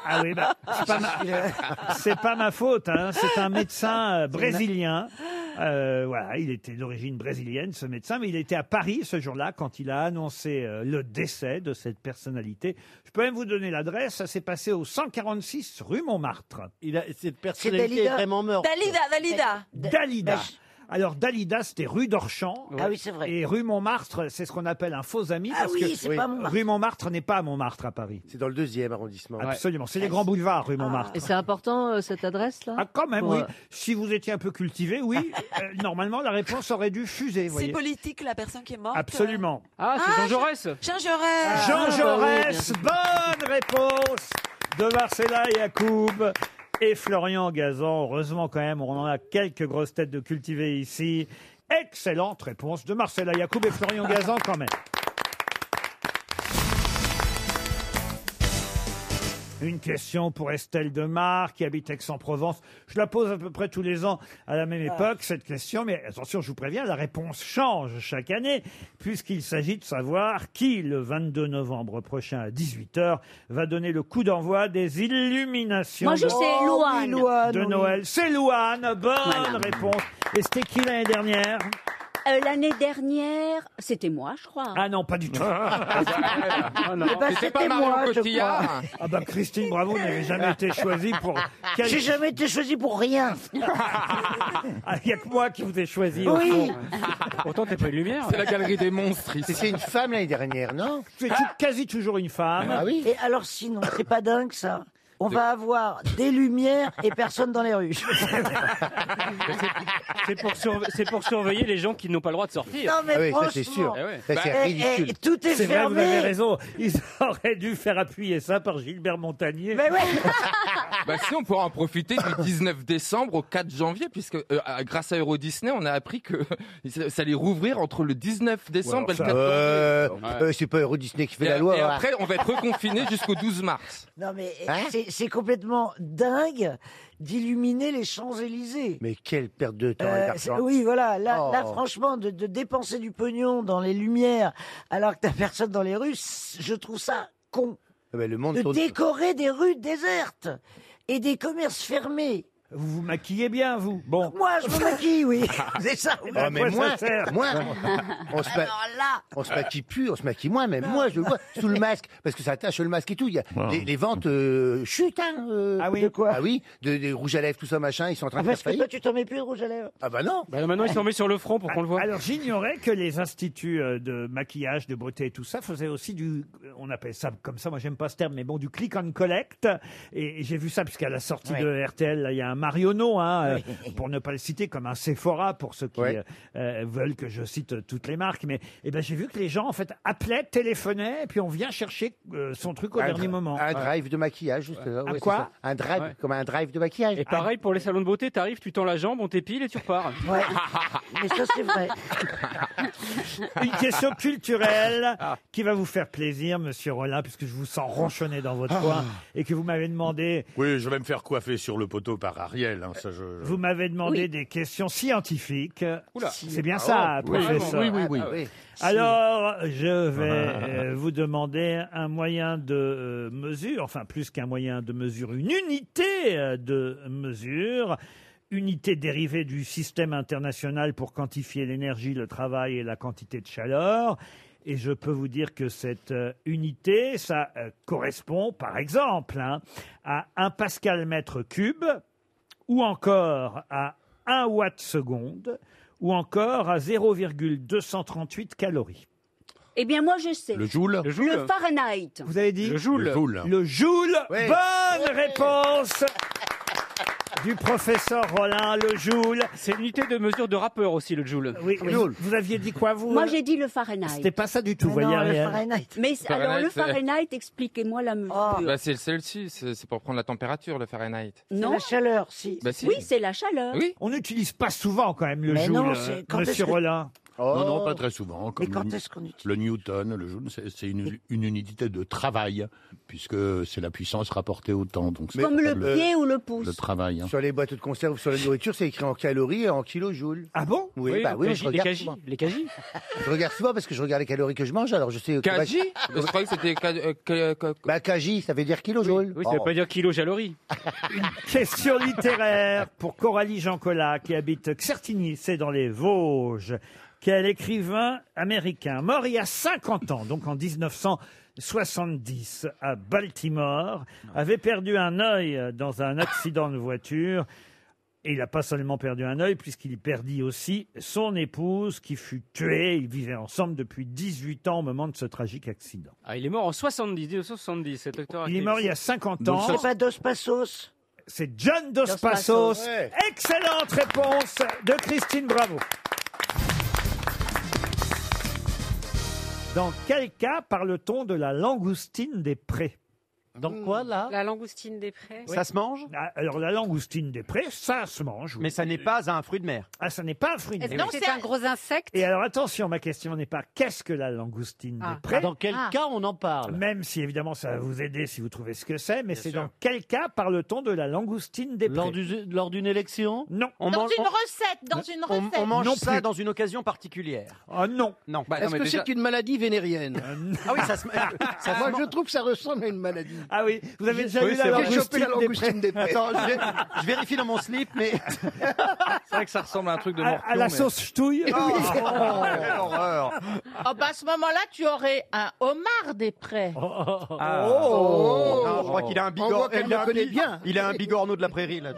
Speaker 4: Ah oui, bah, c'est pas ma, c'est pas ma faute. hein. C'est un médecin euh, brésilien. Euh, voilà, il était d'origine brésilienne, ce médecin, mais il était à Paris ce jour-là quand il a annoncé euh, le décès de cette personnalité. Je peux même vous donner l'adresse. Ça s'est passé au 146 rue Montmartre.
Speaker 1: Il a, cette personnalité est vraiment morte.
Speaker 14: Dalida, Dalida.
Speaker 4: Dalida. Alors Dalida, c'était rue d'Orchamps.
Speaker 5: Bah, Ah oui, c'est vrai.
Speaker 4: Et rue Montmartre, c'est ce qu'on appelle un faux ami
Speaker 5: Ah
Speaker 4: parce
Speaker 5: oui,
Speaker 4: que
Speaker 5: c'est pas Montmartre.
Speaker 4: rue Montmartre n'est pas à Montmartre à Paris.
Speaker 10: C'est dans le deuxième arrondissement.
Speaker 4: Absolument,
Speaker 5: Ah,
Speaker 4: c'est les grands boulevards rue Montmartre.
Speaker 18: Et c'est important, euh, cette adresse-là
Speaker 4: Ah, quand même,
Speaker 18: Pour,
Speaker 4: oui.
Speaker 18: euh,
Speaker 4: Si vous étiez un peu cultivé, oui. euh, normalement, la réponse aurait dû fuser, vous
Speaker 14: C'est
Speaker 4: voyez.
Speaker 14: politique, la personne qui est morte.
Speaker 4: Absolument.
Speaker 13: Ah,
Speaker 14: c'est Jean
Speaker 13: Jaurès
Speaker 14: Jean Jaurès
Speaker 4: Ah,
Speaker 14: Ah, bah
Speaker 4: Jean Jaurès, bonne réponse de Marcella Yacoub. Et Florian Gazan, heureusement quand même, on en a quelques grosses têtes de cultivés ici. Excellente réponse de Marcella Yacoub et Florian Gazan quand même. Une question pour Estelle Demar, qui habite Aix-en-Provence. Je la pose à peu près tous les ans à la
Speaker 20: Ah.
Speaker 4: même époque, cette question, mais attention, je vous préviens, la réponse change chaque année, puisqu'il s'agit de savoir qui, le 22 novembre prochain à 18h, va donner le coup d'envoi des illuminations
Speaker 20: Moi, je
Speaker 4: de-
Speaker 20: sais, Oh, oui, Louane. Louane,
Speaker 4: de
Speaker 20: oui.
Speaker 4: Noël. C'est Louane, bonne
Speaker 20: Voilà.
Speaker 4: réponse. Et c'était qui l'année dernière
Speaker 20: Euh, L'année dernière, c'était moi, je crois.
Speaker 4: Ah non, pas du tout.
Speaker 20: Ah non. Eh ben, C'était pas c'était Marion moi, je Cotillard. crois.
Speaker 4: Ah bah Christine Bravo n'avait jamais été choisie pour.
Speaker 5: J'ai jamais été choisi pour rien.
Speaker 4: Ah, Il n'y a que moi qui vous ai choisi. au
Speaker 1: Oui.
Speaker 4: fond.
Speaker 1: Pourtant, t'es pas une lumière.
Speaker 4: C'est la galerie
Speaker 1: des monstres ici. C'est une femme l'année dernière, non
Speaker 4: C'est tout- quasi toujours une femme.
Speaker 1: Ah oui.
Speaker 5: Et alors sinon, c'est pas dingue ça. On va avoir des lumières et personne dans les rues.
Speaker 13: C'est pour, surve- c'est pour surveiller les gens qui n'ont pas le droit de sortir.
Speaker 5: Non, mais Ah oui, ça, c'est franchement. sûr.
Speaker 13: Eh ouais.
Speaker 5: Ça, c'est Bah, ridicule. eh, eh, tout est
Speaker 4: C'est vrai, vous
Speaker 5: fermé.
Speaker 4: avez raison. Ils auraient dû faire appuyer ça par Gilbert Montagnier. Mais
Speaker 21: Bah si, on pourra en profiter du 19 décembre au 4 janvier, puisque euh, à- grâce à Euro Disney, on a appris que ça ça allait rouvrir entre le 19 décembre et le 14
Speaker 19: Euh,
Speaker 21: janvier.
Speaker 19: euh, c'est pas Euro Disney qui fait
Speaker 21: Et,
Speaker 19: la loi.
Speaker 21: et
Speaker 19: voilà.
Speaker 21: après, on va être reconfiné jusqu'au 12 mars.
Speaker 5: Non mais
Speaker 4: Hein
Speaker 5: c'est- c'est complètement dingue d'illuminer les Champs-Élysées.
Speaker 19: Mais quelle perte de temps
Speaker 5: Euh,
Speaker 19: et
Speaker 5: c'est-
Speaker 19: d'argent.
Speaker 5: oui, voilà. Là,
Speaker 19: Oh.
Speaker 5: là franchement, de, de dépenser du pognon dans les lumières alors que t'as personne dans les rues, c- je trouve ça con.
Speaker 19: Ah ben, le monde
Speaker 5: de
Speaker 19: tourne-
Speaker 5: décorer des rues désertes et des commerces fermés.
Speaker 4: Vous vous maquillez bien, vous. Bon.
Speaker 5: Moi, je me maquille, oui. C'est ça.
Speaker 19: Oh,
Speaker 5: oui. À
Speaker 19: mais
Speaker 5: quoi ça
Speaker 19: moi,
Speaker 5: sert
Speaker 19: moi, on se ma-
Speaker 5: Alors là.
Speaker 19: on se maquille plus, on se maquille moins, mais moi je le vois sous le masque, parce que ça attache le masque et tout. Il y a les, les ventes euh, chutent, hein. ah oui. De quoi Ah oui, de, des rouges à lèvres, tout ça, machin, ils sont en train
Speaker 5: Ah,
Speaker 19: de faire
Speaker 5: parce que toi, tu
Speaker 19: faillite.
Speaker 5: t'en mets plus de rouge à lèvres.
Speaker 19: Ah bah non.
Speaker 13: maintenant, il s'en met sur le front pour qu'on le voit.
Speaker 4: Alors j'ignorais que les instituts euh, de maquillage, de beauté et tout ça faisaient aussi du, on appelle ça comme ça, moi j'aime pas ce terme, mais bon, du click and collect. Et, et j'ai vu ça puisqu'à la sortie
Speaker 19: Ouais.
Speaker 4: de RTL, là, il y a un Marionneau, hein, euh, pour ne pas le citer, comme un Sephora pour ceux qui euh, euh, veulent que je cite toutes les marques. Mais eh ben j'ai vu que les gens en fait appelaient, téléphonaient, et puis on vient chercher euh, son truc au
Speaker 19: Un
Speaker 4: dernier
Speaker 19: dr-
Speaker 4: moment.
Speaker 19: Un drive de maquillage, juste là,
Speaker 4: Un
Speaker 19: ouais, c'est
Speaker 4: quoi
Speaker 19: ça. Un drive,
Speaker 13: Ouais.
Speaker 19: comme un drive de maquillage.
Speaker 13: Et pareil pour les salons de beauté, t'arrives, tu tends la jambe, on t'épile et tu repars.
Speaker 5: Ouais. Mais ça, c'est vrai.
Speaker 4: Une question culturelle qui va vous faire plaisir, monsieur Rollin, puisque je vous sens ronchonner dans votre
Speaker 16: Ah.
Speaker 4: coin et que vous m'avez demandé
Speaker 16: Oui, je vais me faire coiffer sur le poteau par Ariel. hein, ça, je- je-
Speaker 4: Vous m'avez demandé
Speaker 16: Oui.
Speaker 4: des questions scientifiques.
Speaker 16: Oula.
Speaker 4: C'est bien ça,
Speaker 16: Ah ouais, oui,
Speaker 4: professeur.
Speaker 16: vraiment, oui, oui, oui. Ah ouais.
Speaker 4: Alors, je vais euh, vous demander un moyen de euh, mesure, enfin plus qu'un moyen de mesure, une unité euh, de mesure. Unité dérivée du système international pour quantifier l'énergie, le travail et la quantité de chaleur. Et je peux vous dire que cette euh, unité, ça euh, correspond, par exemple, hein, à un pascal mètre cube, ou encore à 1 watt seconde, ou encore à 0,238 calories.
Speaker 20: Eh bien, moi, je sais.
Speaker 4: joule Le
Speaker 20: Le Fahrenheit.
Speaker 4: Vous avez dit Le joule. Le joule.
Speaker 20: Ouais.
Speaker 4: Bonne réponse du professeur Rollin, le joule.
Speaker 13: C'est l'unité de mesure de rappeur aussi, le joule.
Speaker 4: Oui, oui. Vous aviez dit quoi, vous
Speaker 13: euh,
Speaker 20: Moi, j'ai dit le Fahrenheit.
Speaker 4: C'était pas ça du tout, voyez, Ariel.
Speaker 20: Mais c- alors,
Speaker 21: Fahrenheit,
Speaker 20: le
Speaker 21: c'est-
Speaker 20: Fahrenheit, expliquez-moi la mesure.
Speaker 19: Ah.
Speaker 21: Bah, c'est celle-ci, c'est c'est pour prendre la température, le Fahrenheit.
Speaker 20: Non.
Speaker 5: La chaleur, si.
Speaker 21: Bah, si.
Speaker 20: Oui, c'est la chaleur.
Speaker 4: On n'utilise pas souvent quand même le
Speaker 21: Mais
Speaker 4: joule,
Speaker 21: non,
Speaker 4: euh,
Speaker 21: c'est- quand est-ce
Speaker 4: monsieur
Speaker 21: que-
Speaker 4: Rollin.
Speaker 16: Non, non, pas très souvent. Comme
Speaker 4: Mais quand
Speaker 16: le-
Speaker 4: est-ce qu'on utilise
Speaker 16: Le Newton, le joule, c'est c'est une, une unité de travail, puisque c'est la puissance rapportée au temps. Donc c'est
Speaker 20: Comme le pied ou le pouce.
Speaker 16: Le travail. hein.
Speaker 19: Sur les boîtes de conserve, sur la nourriture, c'est écrit en calories et en kilojoules.
Speaker 4: Ah bon
Speaker 19: Oui,
Speaker 13: Oui,
Speaker 19: bah oui,
Speaker 13: les-
Speaker 19: mais je regarde
Speaker 13: les
Speaker 19: souvent.
Speaker 13: Les kajis
Speaker 19: Je regarde souvent parce que je regarde les calories que je mange, alors je sais.
Speaker 21: Kajis Je croyais que c'était. ka- euh, ka- ka-
Speaker 19: Bah, kajis, ça veut dire kilojoule.
Speaker 13: Oui, ça veut
Speaker 19: Oh.
Speaker 13: pas dire kilo jalorie.
Speaker 4: Question littéraire pour Coralie Jeancola, qui habite Certigny, c'est dans les Vosges. Quel écrivain américain, mort il y a 50 ans, donc en 1970, à Baltimore, avait perdu un œil dans un accident de voiture. Et il n'a pas seulement perdu un œil, puisqu'il perdit aussi son épouse qui fut tuée. Ils vivaient ensemble depuis 18 ans au moment de ce tragique accident.
Speaker 13: Ah, il est mort en 70, 1970, cet acteur.
Speaker 4: Il est
Speaker 13: actif.
Speaker 4: mort il y a 50 ans.
Speaker 5: C'est pas Dos Passos
Speaker 4: C'est John Dos,
Speaker 13: Dos
Speaker 4: Passos.
Speaker 13: Passos.
Speaker 5: Ouais.
Speaker 4: Excellente réponse de Christine Bravo. Dans quel cas parle-t-on de la langoustine des prés
Speaker 22: Dans quoi, là
Speaker 2: La langoustine des prés.
Speaker 4: Oui. Ah, Alors la langoustine des prés, ça se mange. Mais
Speaker 1: ça n'est pas un fruit de mer.
Speaker 4: Ah, ça n'est pas un fruit de
Speaker 2: Est-ce
Speaker 4: mer.
Speaker 2: que c'est un gros insecte
Speaker 4: Et alors attention, ma question n'est pas qu'est-ce que la langoustine
Speaker 2: Ah.
Speaker 4: des prés
Speaker 2: Dans quel Ah. cas
Speaker 4: on en parle Même si évidemment ça va vous aider si vous trouvez ce que c'est, mais c'est
Speaker 22: sûr.
Speaker 4: dans quel cas parle-t-on de la langoustine des prés
Speaker 22: Lors du-
Speaker 4: Lors d'une élection Non.
Speaker 1: On
Speaker 8: Dans une recette, dans une
Speaker 1: On,
Speaker 8: recette.
Speaker 1: on mange
Speaker 4: Non
Speaker 1: ça
Speaker 4: plus.
Speaker 1: dans une occasion particulière.
Speaker 4: Ah non.
Speaker 1: Bah,
Speaker 4: Euh,
Speaker 1: Non.
Speaker 10: Est-ce que c'est une maladie vénérienne
Speaker 1: Ah oui, ça se. ça se
Speaker 10: Moi,
Speaker 1: mange-
Speaker 10: je trouve que ça ressemble à une maladie.
Speaker 4: Ah oui, vous avez déjà eu la
Speaker 10: chopé la langoustine des prés.
Speaker 1: Attends, je, vais- je vérifie dans mon slip, mais. c'est vrai que ça ressemble à un truc de
Speaker 10: À- à
Speaker 1: morpion.
Speaker 10: la
Speaker 1: mais-
Speaker 10: sauce
Speaker 4: ch'touille
Speaker 10: Oh,
Speaker 1: quelle horreur
Speaker 8: Oh, bah, à ce moment-là, tu aurais un homard des prés.
Speaker 4: oh,
Speaker 1: Ah.
Speaker 10: Oh.
Speaker 1: Non, je crois qu'il a un
Speaker 10: On voit
Speaker 1: bigorneau.
Speaker 10: qu'elle
Speaker 1: il, a
Speaker 10: le
Speaker 1: un
Speaker 10: connaît
Speaker 1: bi-
Speaker 10: bien.
Speaker 1: il a un bigorneau de la prairie, là.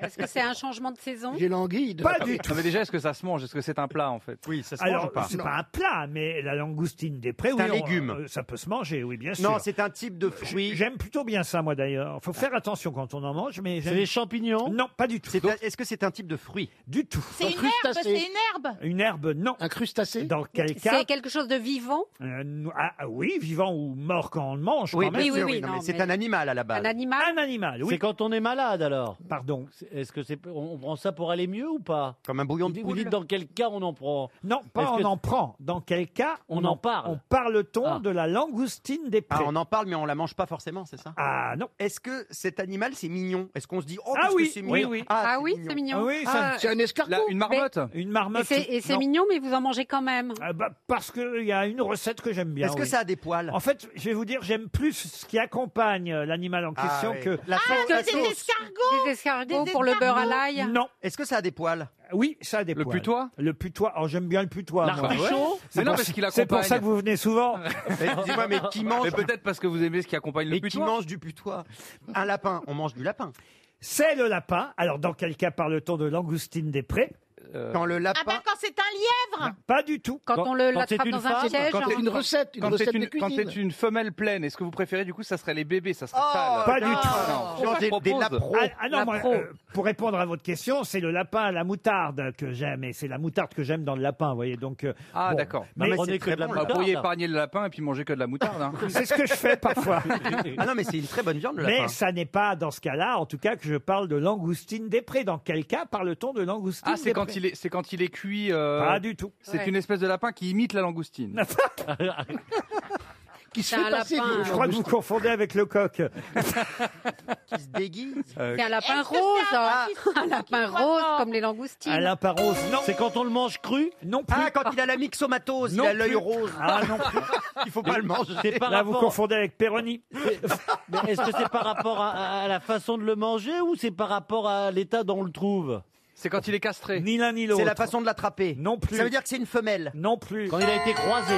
Speaker 2: Est-ce que c'est un changement de saison
Speaker 10: J'ai l'anguille.
Speaker 4: Pas du tout.
Speaker 1: Ah, mais déjà, est-ce que ça se mange Est-ce que c'est un plat, en fait Oui, ça
Speaker 4: Alors, c'est pas un plat, mais la langoustine des prés,
Speaker 1: C'est
Speaker 4: oui,
Speaker 1: un
Speaker 4: on-
Speaker 1: légume.
Speaker 4: euh, ça peut se manger, oui, bien sûr.
Speaker 1: Non, c'est un type de fruit.
Speaker 4: J'aime plutôt bien ça, moi d'ailleurs. Faut faire attention quand on en mange, mais
Speaker 1: C'est
Speaker 4: j'aime-
Speaker 1: des
Speaker 22: champignons
Speaker 4: Non, pas du tout.
Speaker 1: Est-ce que c'est un type de fruit
Speaker 4: Du tout.
Speaker 8: C'est une herbe, c'est une herbe.
Speaker 4: Une herbe, non. Un crustacé Dans quel cas
Speaker 2: C'est quelque chose de vivant
Speaker 4: Euh, ah, ah, Oui, vivant ou mort quand on le mange.
Speaker 2: Oui,
Speaker 4: quand même.
Speaker 2: bien Oui, sûr, oui, oui, oui, non, non, mais c'est mais- un
Speaker 22: animal à la base.
Speaker 2: Un animal
Speaker 4: Un animal, oui.
Speaker 22: C'est quand on est malade alors.
Speaker 4: Pardon.
Speaker 22: Est-ce que c'est on on prend ça pour aller mieux ou pas
Speaker 1: Comme un bouillon
Speaker 22: de Vous dites dans quel cas on en prend
Speaker 4: Non, pas on en prend. Dans quel cas
Speaker 22: on en parle Ah.
Speaker 4: On parle-t-on de la langoustine des prés
Speaker 1: Ah, on en parle, mais on la mange pas forcément, c'est ça
Speaker 4: Ah non.
Speaker 1: Est-ce que cet animal, c'est mignon Est-ce qu'on se dit, oh,
Speaker 2: Ah
Speaker 1: qu'est-ce
Speaker 2: oui,
Speaker 1: que c'est
Speaker 2: oui,
Speaker 1: mignon
Speaker 2: oui. Ah oui, c'est mignon.
Speaker 1: Ah oui, ça-
Speaker 2: Ah, c'est un escargot.
Speaker 1: La- une marmotte
Speaker 4: Une
Speaker 2: Et
Speaker 4: marmotte.
Speaker 2: c'est- Et c'est
Speaker 4: non.
Speaker 2: mignon, mais vous en mangez quand même.
Speaker 4: Ah bah, parce qu'il y a une recette que j'aime bien.
Speaker 1: Est-ce que
Speaker 4: oui.
Speaker 1: ça a des poils
Speaker 4: En fait, je vais vous dire, j'aime plus ce qui accompagne euh, l'animal en
Speaker 1: Ah,
Speaker 4: question
Speaker 1: oui.
Speaker 4: que
Speaker 1: La
Speaker 2: Ah, sauce- la
Speaker 8: des
Speaker 2: sauce.
Speaker 8: escargots
Speaker 2: Des escargots pour le beurre à l'ail.
Speaker 4: Non. Euh,
Speaker 1: Est-ce que ça a des poils
Speaker 4: Oui, ça a des
Speaker 1: Le
Speaker 4: poils.
Speaker 1: putois
Speaker 4: Le putois. Oh, j'aime bien le putois. moi.
Speaker 1: L'artichaut
Speaker 4: C'est
Speaker 1: Mais non,
Speaker 4: pour-
Speaker 1: parce qu'il
Speaker 4: C'est pour
Speaker 1: accompagne.
Speaker 4: ça que vous venez souvent.
Speaker 1: Dis-moi, mais qui mange
Speaker 22: peut-être
Speaker 1: parce que vous aimez ce qui accompagne le
Speaker 22: putois.
Speaker 1: qui mange du putois Un lapin, on mange du lapin.
Speaker 4: C'est le lapin. Alors, dans quel cas parle-t-on de langoustine des prés
Speaker 23: Euh,
Speaker 1: Quand le
Speaker 8: Ah
Speaker 23: bah,
Speaker 8: ben quand c'est un lièvre
Speaker 4: Pas du tout.
Speaker 2: Quand, on le l'attrape dans un piège.
Speaker 23: c'est
Speaker 2: hein.
Speaker 23: quand c'est une, quand c'est une femelle pleine, est-ce que vous préférez du coup ça serait les bébés, ça serait sale.
Speaker 4: Pas du tout.
Speaker 23: Non, je propose.
Speaker 4: Ah, ah non, moi, euh, pour répondre à votre question, c'est le lapin à la moutarde que j'aime et c'est la moutarde que j'aime dans le lapin, vous voyez. Donc, euh,
Speaker 23: Ah
Speaker 4: bon.
Speaker 23: d'accord.
Speaker 4: Mais,
Speaker 23: Non, c'est très bon. Vous pourriez épargner le lapin et puis manger que de la moutarde. hein.
Speaker 4: C'est ce que je fais parfois.
Speaker 1: Ah non, mais c'est une très bonne viande, le
Speaker 4: Mais
Speaker 1: lapin.
Speaker 4: ça n'est pas dans ce cas-là, en tout cas, que je parle de langoustine des prés. Dans quel cas parle-t-on de langoustine
Speaker 23: Ah, c'est
Speaker 4: des
Speaker 23: quand
Speaker 4: prés
Speaker 23: il est, c'est quand il est cuit. euh,
Speaker 4: Pas du tout.
Speaker 23: C'est
Speaker 4: Ouais.
Speaker 23: une espèce de lapin qui imite la langoustine.
Speaker 4: Qui
Speaker 23: se C'est fait un passer lapin, pour une
Speaker 4: Je crois que vous
Speaker 23: langoustine.
Speaker 4: confondez avec le coq.
Speaker 1: Qui se déguise.
Speaker 23: Euh,
Speaker 2: C'est un lapin rose. hein. Un lapin rose, comme les langoustines.
Speaker 4: Un lapin rose, non.
Speaker 22: C'est quand on le mange cru
Speaker 4: Non
Speaker 1: Ah, quand il a la mixomatose, il a l'œil rose.
Speaker 4: Ah non plus.
Speaker 1: Il faut pas le manger.
Speaker 22: C'est par
Speaker 4: Là, vous
Speaker 22: rapport-
Speaker 4: confondez avec Péroni.
Speaker 22: Mais est-ce que c'est par rapport à, à- à la façon de le manger ou c'est par rapport à l'état dont on le trouve
Speaker 1: C'est quand il est castré.
Speaker 4: Ni l'un ni Ah. l'autre.
Speaker 1: C'est la façon de l'attraper.
Speaker 4: Non plus.
Speaker 1: Ça veut dire que c'est une femelle.
Speaker 4: Non plus.
Speaker 22: Quand il a été croisé.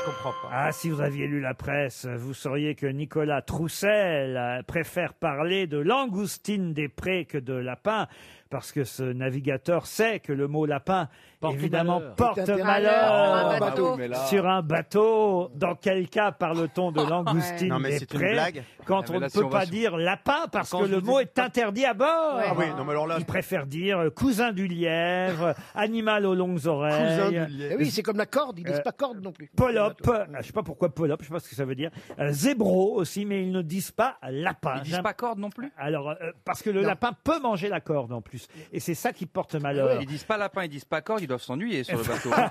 Speaker 22: Je comprends pas.
Speaker 4: Ah, si vous aviez lu la presse, vous sauriez que Nicolas Troussel euh, préfère parler de langoustine des prés que de lapin, parce que ce navigateur sait que le mot lapin, évidemment,
Speaker 22: malheur.
Speaker 4: porte
Speaker 22: C'est un
Speaker 4: malheur,
Speaker 22: malheur sur un bateau. Ah oui, mais là-
Speaker 4: sur un bateau. Dans quel cas parle-t-on de langoustine
Speaker 1: Non, mais
Speaker 4: des
Speaker 1: c'est une
Speaker 4: prés
Speaker 1: blague.
Speaker 4: quand
Speaker 1: Ah, mais
Speaker 4: on
Speaker 1: là,
Speaker 4: ne
Speaker 1: si
Speaker 4: peut
Speaker 1: on va
Speaker 4: pas
Speaker 1: sur-
Speaker 4: dire lapin Ah, parce
Speaker 1: Quand
Speaker 4: que
Speaker 1: je
Speaker 4: le
Speaker 1: vous
Speaker 4: mot est interdit à bord
Speaker 1: Ah oui, non, mais alors là-
Speaker 4: Il préfère dire euh, cousin du lièvre, animal aux longues oreilles. Euh,
Speaker 10: Eh oui, c'est comme la corde, il ne laisse pas corde non plus.
Speaker 4: Polop, euh, je sais pas pourquoi Polop, je sais pas ce que ça veut dire. Euh, zébro aussi, mais ils ne disent pas lapin.
Speaker 23: Ils disent pas corde non plus.
Speaker 4: Alors, euh, parce que le lapin peut manger la corde en plus. Et c'est ça qui porte malheur.
Speaker 23: Ils disent pas lapin, ils disent pas corde, ils doivent s'ennuyer sur le bateau.
Speaker 4: Bah,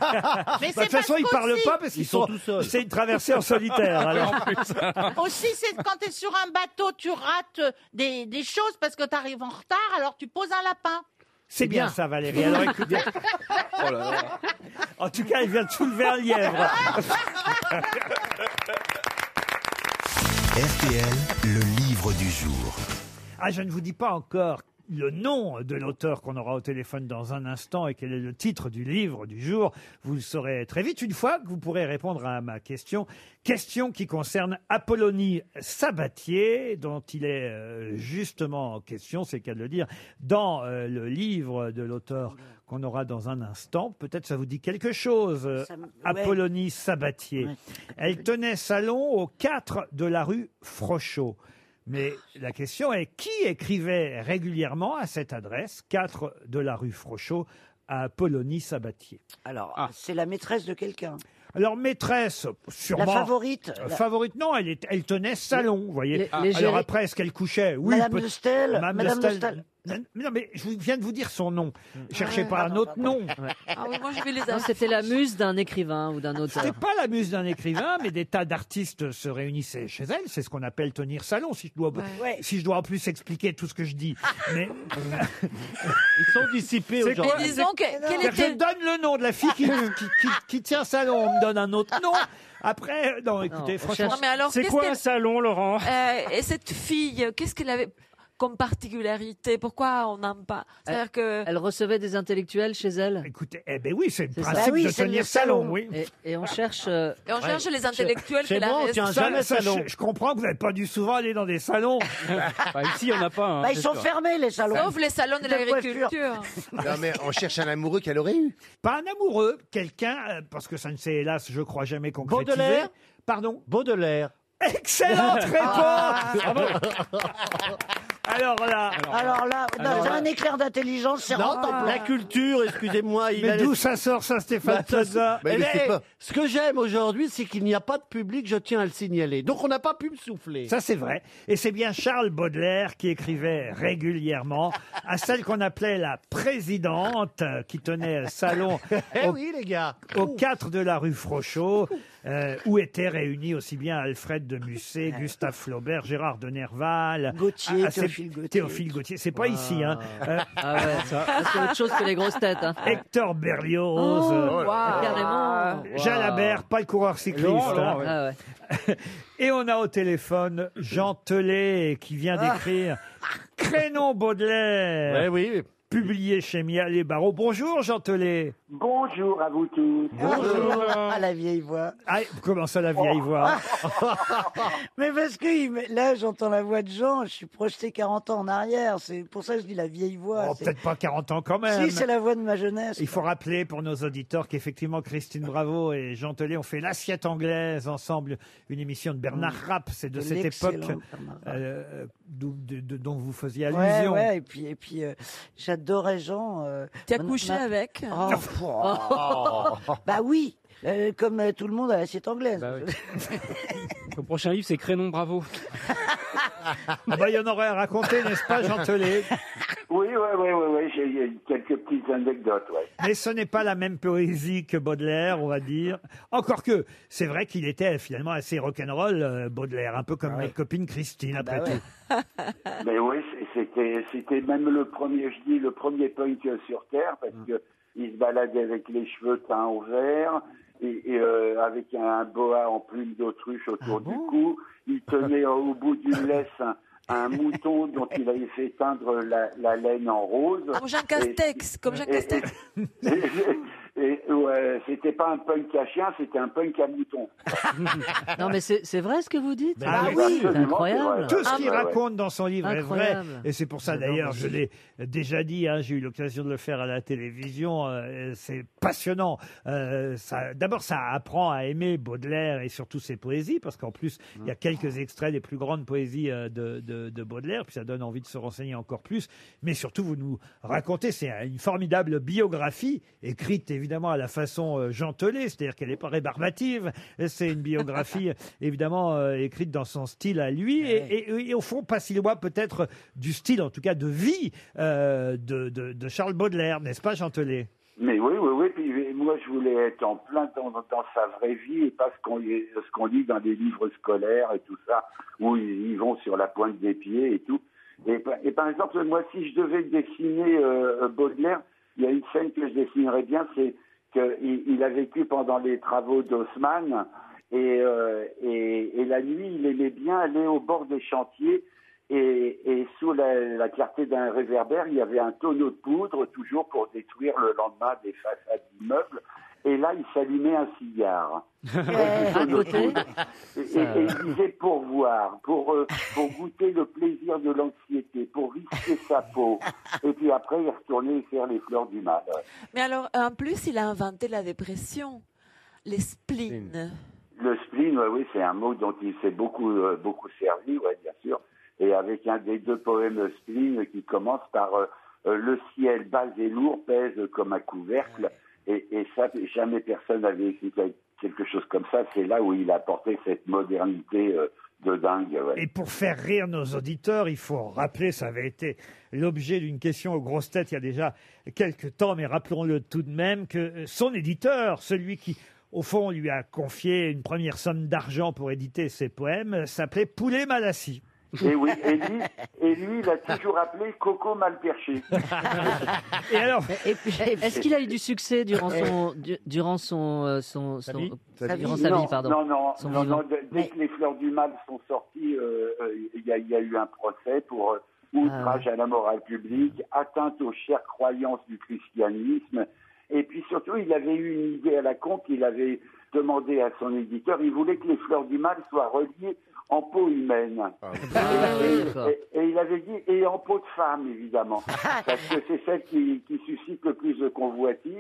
Speaker 4: de toute façon, ils parlent pas parce qu'ils sont, C'est une traversée en solitaire. alors.
Speaker 8: Ah, Aussi, c'est quand tu es sur un bateau, tu rates euh, des, des choses parce que tu arrives en retard, alors tu poses un lapin.
Speaker 4: C'est bien ça, Valérie. Alors, écoutez, Oh en tout cas, il vient de soulever un lièvre.
Speaker 19: RTL, le livre du jour.
Speaker 4: Ah, je ne vous dis pas encore le nom de l'auteur qu'on aura au téléphone dans un instant et quel est le titre du livre du jour. Vous le saurez très vite une fois que vous pourrez répondre à ma question. Question qui concerne Apollonie Sabatier, dont il est euh, justement en question, c'est le cas de le dire, dans euh, le livre de l'auteur qu'on aura dans un instant. Peut-être ça vous dit quelque chose, euh,
Speaker 5: Ça me- ouais.
Speaker 4: Apollonie Sabatier. Elle tenait salon au 4 de la rue Frochot. Mais la question est qui écrivait régulièrement à cette adresse, 4 de la rue Frochot, à Polonie Sabatier
Speaker 5: Alors, c'est la maîtresse de quelqu'un.
Speaker 4: Leur maîtresse, sûrement.
Speaker 5: favorite,
Speaker 4: Euh,
Speaker 5: hein. la-
Speaker 4: Favorite, non, elle, est- elle tenait salon, vous voyez. Ah.
Speaker 5: Les- les
Speaker 4: Alors
Speaker 5: gérés-
Speaker 4: après, est-ce qu'elle couchait Oui.
Speaker 5: Madame
Speaker 4: peut-
Speaker 5: de Staël,
Speaker 4: Madame
Speaker 5: Madame Hmm.
Speaker 4: de
Speaker 5: de
Speaker 4: Staël. Non, mais je vous- viens de vous dire son nom.
Speaker 5: Ah,
Speaker 4: Cherchez pas un autre nom.
Speaker 18: Ah,
Speaker 4: Ah
Speaker 18: Non, C'était la muse d'un écrivain ou d'un auteur.
Speaker 4: C'était pas la muse d'un écrivain, mais des tas d'artistes se réunissaient chez elle. C'est ce qu'on appelle tenir salon, si je dois,
Speaker 18: Ouais.
Speaker 4: si je dois en plus expliquer tout ce que je dis. Mais
Speaker 1: ils sont dissipés
Speaker 4: C'est quoi
Speaker 1: aujourd'hui.
Speaker 4: C'est- C'est-à-dire, Je donne le nom de la fille qui, qui- qui- qui tient salon. On me donne un autre nom. Après, euh, non, écoutez, franchement,
Speaker 14: Non, mais alors, qu'est-ce qu'elle-
Speaker 13: salon, Laurent
Speaker 14: Euh, et cette fille, qu'est-ce qu'elle avait comme particularité Pourquoi on n'aime pas C'est-à-dire que
Speaker 18: Elle recevait des intellectuels chez elle
Speaker 4: Écoutez, eh ben oui, c'est le
Speaker 18: ça.
Speaker 4: principe
Speaker 18: Bah oui,
Speaker 4: de
Speaker 18: c'est le
Speaker 4: tenir
Speaker 18: salon.
Speaker 4: salon, oui.
Speaker 18: Et, et on cherche. euh,
Speaker 14: Et on cherche les intellectuels
Speaker 18: Chez
Speaker 14: que la
Speaker 18: moi, on
Speaker 14: reste-
Speaker 18: tient
Speaker 4: Ça,
Speaker 18: jamais
Speaker 4: ça,
Speaker 18: salon.
Speaker 4: Je, je comprends que vous n'avez pas dû souvent aller dans des salons.
Speaker 13: bah, ici, on n'a pas.
Speaker 24: hein, Bah, ils c'est sont sûr. fermés,
Speaker 5: les
Speaker 24: salons. Sauf
Speaker 14: les salons de l'agriculture.
Speaker 24: Non, mais on cherche un amoureux qu'elle aurait eu.
Speaker 4: Pas un amoureux, quelqu'un, euh, parce que ça ne s'est hélas, je crois, jamais concrétisé.
Speaker 24: Baudelaire
Speaker 4: Pardon
Speaker 24: Baudelaire.
Speaker 4: Excellente réponse
Speaker 5: Ah.
Speaker 4: Alors là,
Speaker 5: Alors là, non,
Speaker 24: Alors
Speaker 5: c'est
Speaker 24: là.
Speaker 5: un éclair d'intelligence, c'est
Speaker 24: Non,
Speaker 5: rentré.
Speaker 24: la
Speaker 1: culture, excusez-moi.
Speaker 4: Mais d'où ça sort ça, Stéphane
Speaker 22: Bah,
Speaker 4: Plaza
Speaker 24: Mais
Speaker 1: Eh,
Speaker 22: ben,
Speaker 24: c'est pas-
Speaker 1: Ce que j'aime aujourd'hui, c'est qu'il n'y a pas de public, je tiens à le signaler. Donc on n'a pas pu me souffler.
Speaker 4: Ça, c'est vrai. Et c'est bien Charles Baudelaire qui écrivait régulièrement à celle qu'on appelait la présidente, euh, qui tenait salon
Speaker 1: Eh
Speaker 4: au,
Speaker 1: oui, les gars.
Speaker 4: au 4 de la rue Frochot, euh, où étaient réunis aussi bien Alfred de Musset, Gustave Flaubert, Gérard de Nerval.
Speaker 5: Gautier,
Speaker 4: Ah, ah, c'est-
Speaker 5: Théophile Gautier.
Speaker 4: Théophile Gautier, c'est pas ici. Hein. Euh,
Speaker 18: Ah ouais, ça, c'est autre chose que les grosses têtes. Hein.
Speaker 4: Hector Berlioz,
Speaker 18: Oh,
Speaker 4: euh,
Speaker 18: waouh. Carrément. Waouh.
Speaker 4: Jalabert, pas le coureur cycliste.
Speaker 18: Non, non,
Speaker 4: hein.
Speaker 18: ouais.
Speaker 5: Ah,
Speaker 4: Et on a au téléphone Jean Telet qui vient d'écrire Crénon Baudelaire. Publié chez Mia Les Barreaux. Bonjour Jean Telet.
Speaker 25: Bonjour à vous tous.
Speaker 5: Bonjour. Ah, la vieille voix. Oh. Ah,
Speaker 4: Ah, comment ça la vieille voix
Speaker 5: Mais parce que il me- là, j'entends la voix de Jean, je suis projeté 40 ans en arrière. C'est pour ça que je dis la vieille voix.
Speaker 4: Oh,
Speaker 5: c'est-
Speaker 4: Peut-être pas 40 ans quand même.
Speaker 5: Si, c'est la voix de ma jeunesse.
Speaker 4: Il faut rappeler pour nos auditeurs qu'effectivement Christine Bravo et Jean Telet ont fait l'assiette anglaise ensemble, une émission de Bernard Rapp. C'est de
Speaker 5: Mm. De
Speaker 4: cette époque
Speaker 5: l'excellent Bernard Rapp.
Speaker 4: euh, d'où- de- de- dont vous faisiez
Speaker 5: Ouais,
Speaker 4: allusion.
Speaker 5: ouais, et puis, et puis euh, j'adorais Jean. euh,
Speaker 14: T'as
Speaker 5: ma-
Speaker 14: couché
Speaker 5: ma-
Speaker 14: avec
Speaker 5: Oh,
Speaker 4: Oh.
Speaker 5: pouah. Bah oui, euh, comme euh, tout le monde à l'assiette anglaise.
Speaker 4: Bah
Speaker 13: Son prochain livre, c'est Crénon Bravo.
Speaker 4: Ah bah, il y en aurait à raconter, n'est-ce pas, Jean Telet
Speaker 25: Oui, oui, oui, oui, oui, j'ai j'ai quelques petites anecdotes, ouais.
Speaker 4: Mais ce n'est pas la même poésie que Baudelaire, on va dire. Encore que, c'est vrai qu'il était finalement assez rock'n'roll, euh, Baudelaire, un peu
Speaker 5: Ah
Speaker 4: comme notre copine Christine,
Speaker 5: bah
Speaker 4: après tout.
Speaker 25: Mais oui, c- c'était, c'était même le premier, je dis, le premier punk euh, sur Terre, parce
Speaker 4: Mm.
Speaker 25: que il se baladait avec les cheveux teints au vert, et, et, euh, avec un boa en plume d'autruche autour
Speaker 4: Ah
Speaker 25: du cou. Il tenait au bout d'une laisse un, un mouton dont il avait fait teindre la, la laine en rose.
Speaker 14: Comme Jean
Speaker 25: Et-
Speaker 14: Castex, comme Jean
Speaker 25: et- et-
Speaker 14: Castex.
Speaker 25: et- et- ouais, c'était pas un punk à chien, c'était un punk à mouton.
Speaker 18: Non, mais c'est c'est vrai ce que vous dites
Speaker 4: Ah
Speaker 18: C'est incroyable.
Speaker 4: Tout ce
Speaker 18: Ah,
Speaker 4: qu'il
Speaker 18: ouais.
Speaker 4: raconte dans son livre est vrai.
Speaker 18: Incroyable.
Speaker 4: Et c'est pour ça
Speaker 18: J'adore
Speaker 4: d'ailleurs,
Speaker 18: ce
Speaker 4: je l'ai
Speaker 18: livre.
Speaker 4: déjà dit, hein, j'ai eu l'occasion de le faire à la télévision, euh, c'est passionnant. Euh, ça- D'abord, ça apprend à aimer Baudelaire et surtout ses poésies, parce qu'en plus, il y a quelques extraits des plus grandes poésies euh, de, de- de Baudelaire, puis ça donne envie de se renseigner encore plus. Mais surtout, vous nous racontez, c'est une formidable biographie, écrite évidemment à la façon euh, Jean Telet, c'est-à-dire qu'elle n'est pas rébarbative, c'est une biographie évidemment euh, écrite dans son style à lui et, et- et au fond pas si loin peut-être du style en tout cas de vie euh, de, de- de Charles Baudelaire, n'est-ce pas Chantelet
Speaker 25: Mais oui, oui, oui. Puis moi, je voulais être en plein dans, dans sa vraie vie et pas ce qu'on ce qu'on lit dans des livres scolaires et tout ça, où ils, ils vont sur la pointe des pieds et tout. Et, par- et par exemple, moi, si je devais dessiner euh, Baudelaire, il y a une scène que je dessinerais bien, c'est qu'il il a vécu pendant les travaux d'Haussmann et, euh, et, et la nuit, il aimait bien aller au bord des chantiers et, et sous la, la clarté d'un réverbère, il y avait un tonneau de poudre, toujours pour détruire le lendemain des façades d'immeubles. Et là, il s'allumait un cigare. Avec du tonneau de poudre. Et, et- et il disait pour voir, pour, euh, pour goûter le plaisir de l'anxiété, pour risquer sa peau. Et puis après, il retournait faire les fleurs du mal.
Speaker 14: Mais alors, en plus, il a inventé la dépression, les spleens.
Speaker 25: Le spleen, ouais, oui, c'est un mot dont il s'est beaucoup, euh, beaucoup servi, ouais, bien sûr. Et avec un des deux poèmes spleen qui commence par euh, euh, Le ciel bas et lourd pèse comme un couvercle. Et, et ça, jamais personne n'avait écrit quel- quelque chose comme ça, c'est là où il a apporté cette modernité euh, de dingue. ouais.
Speaker 4: Et pour faire rire nos auditeurs, il faut rappeler, ça avait été l'objet d'une question aux grosses têtes il y a déjà quelques temps, mais rappelons-le tout de même, que euh, son éditeur, celui qui, au fond, lui a confié une première somme d'argent pour éditer ses poèmes, euh, s'appelait Poulet Malassis.
Speaker 25: Et Eh oui, et lui, et lui, il a toujours appelé Coco Malperché.
Speaker 4: Et alors
Speaker 18: Est-ce qu'il a eu du succès durant son du- durant son euh, son, son- durant sa vie,
Speaker 25: non,
Speaker 18: pardon
Speaker 25: non, non,
Speaker 18: son
Speaker 25: non,
Speaker 18: vivant.
Speaker 25: non, dès dès que les fleurs du mal sont sorties, euh, euh, il y, a- il y a eu un procès pour euh, outrage à la morale publique, atteinte aux chères croyances du christianisme, et puis surtout, il avait eu une idée à la con qu'il avait demandé à son éditeur, il voulait que les fleurs du mal soient reliées en peau humaine. et, et il avait dit, et en peau de femme, évidemment, parce que c'est celle qui, qui suscite le plus de convoitise.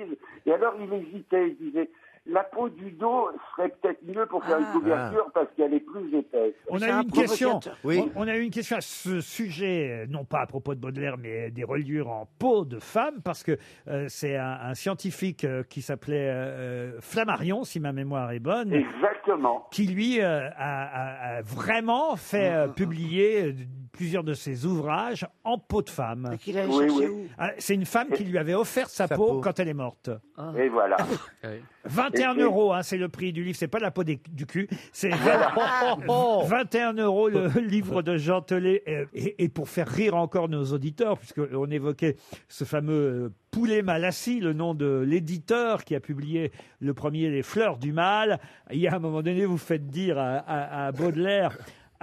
Speaker 25: Et alors, il hésitait, il disait, la peau du dos serait peut-être mieux pour faire une couverture parce qu'elle est plus épaisse.
Speaker 4: On a eu une question. On, on a eu une question à ce sujet, euh, non pas à propos de Baudelaire, mais des reliures en peau de femme, parce que euh, c'est un, un scientifique euh, qui s'appelait euh, euh, Flammarion, si ma mémoire est bonne.
Speaker 25: Exactement.
Speaker 4: Qui lui euh, a, a- a vraiment fait euh, publier euh, plusieurs de ses ouvrages en peau de femme.
Speaker 5: qu'il allait Oui, chercher oui. où
Speaker 4: Ah, C'est une femme qui lui avait offert sa, peau, quand elle est morte. Ah.
Speaker 25: Et voilà.
Speaker 7: Ah.
Speaker 4: 21
Speaker 25: Et- et-
Speaker 4: euros, hein, c'est le prix du livre. C'est pas la peau des- du cul. C'est
Speaker 25: Voilà.
Speaker 4: 21 euros le livre de Jean Telet. Et, et- et pour faire rire encore nos auditeurs, puisque on évoquait ce fameux euh, Poulet Malassis, le nom de l'éditeur qui a publié le premier Les Fleurs du Mal. Il y a un moment donné, vous faites dire à, à- à Baudelaire.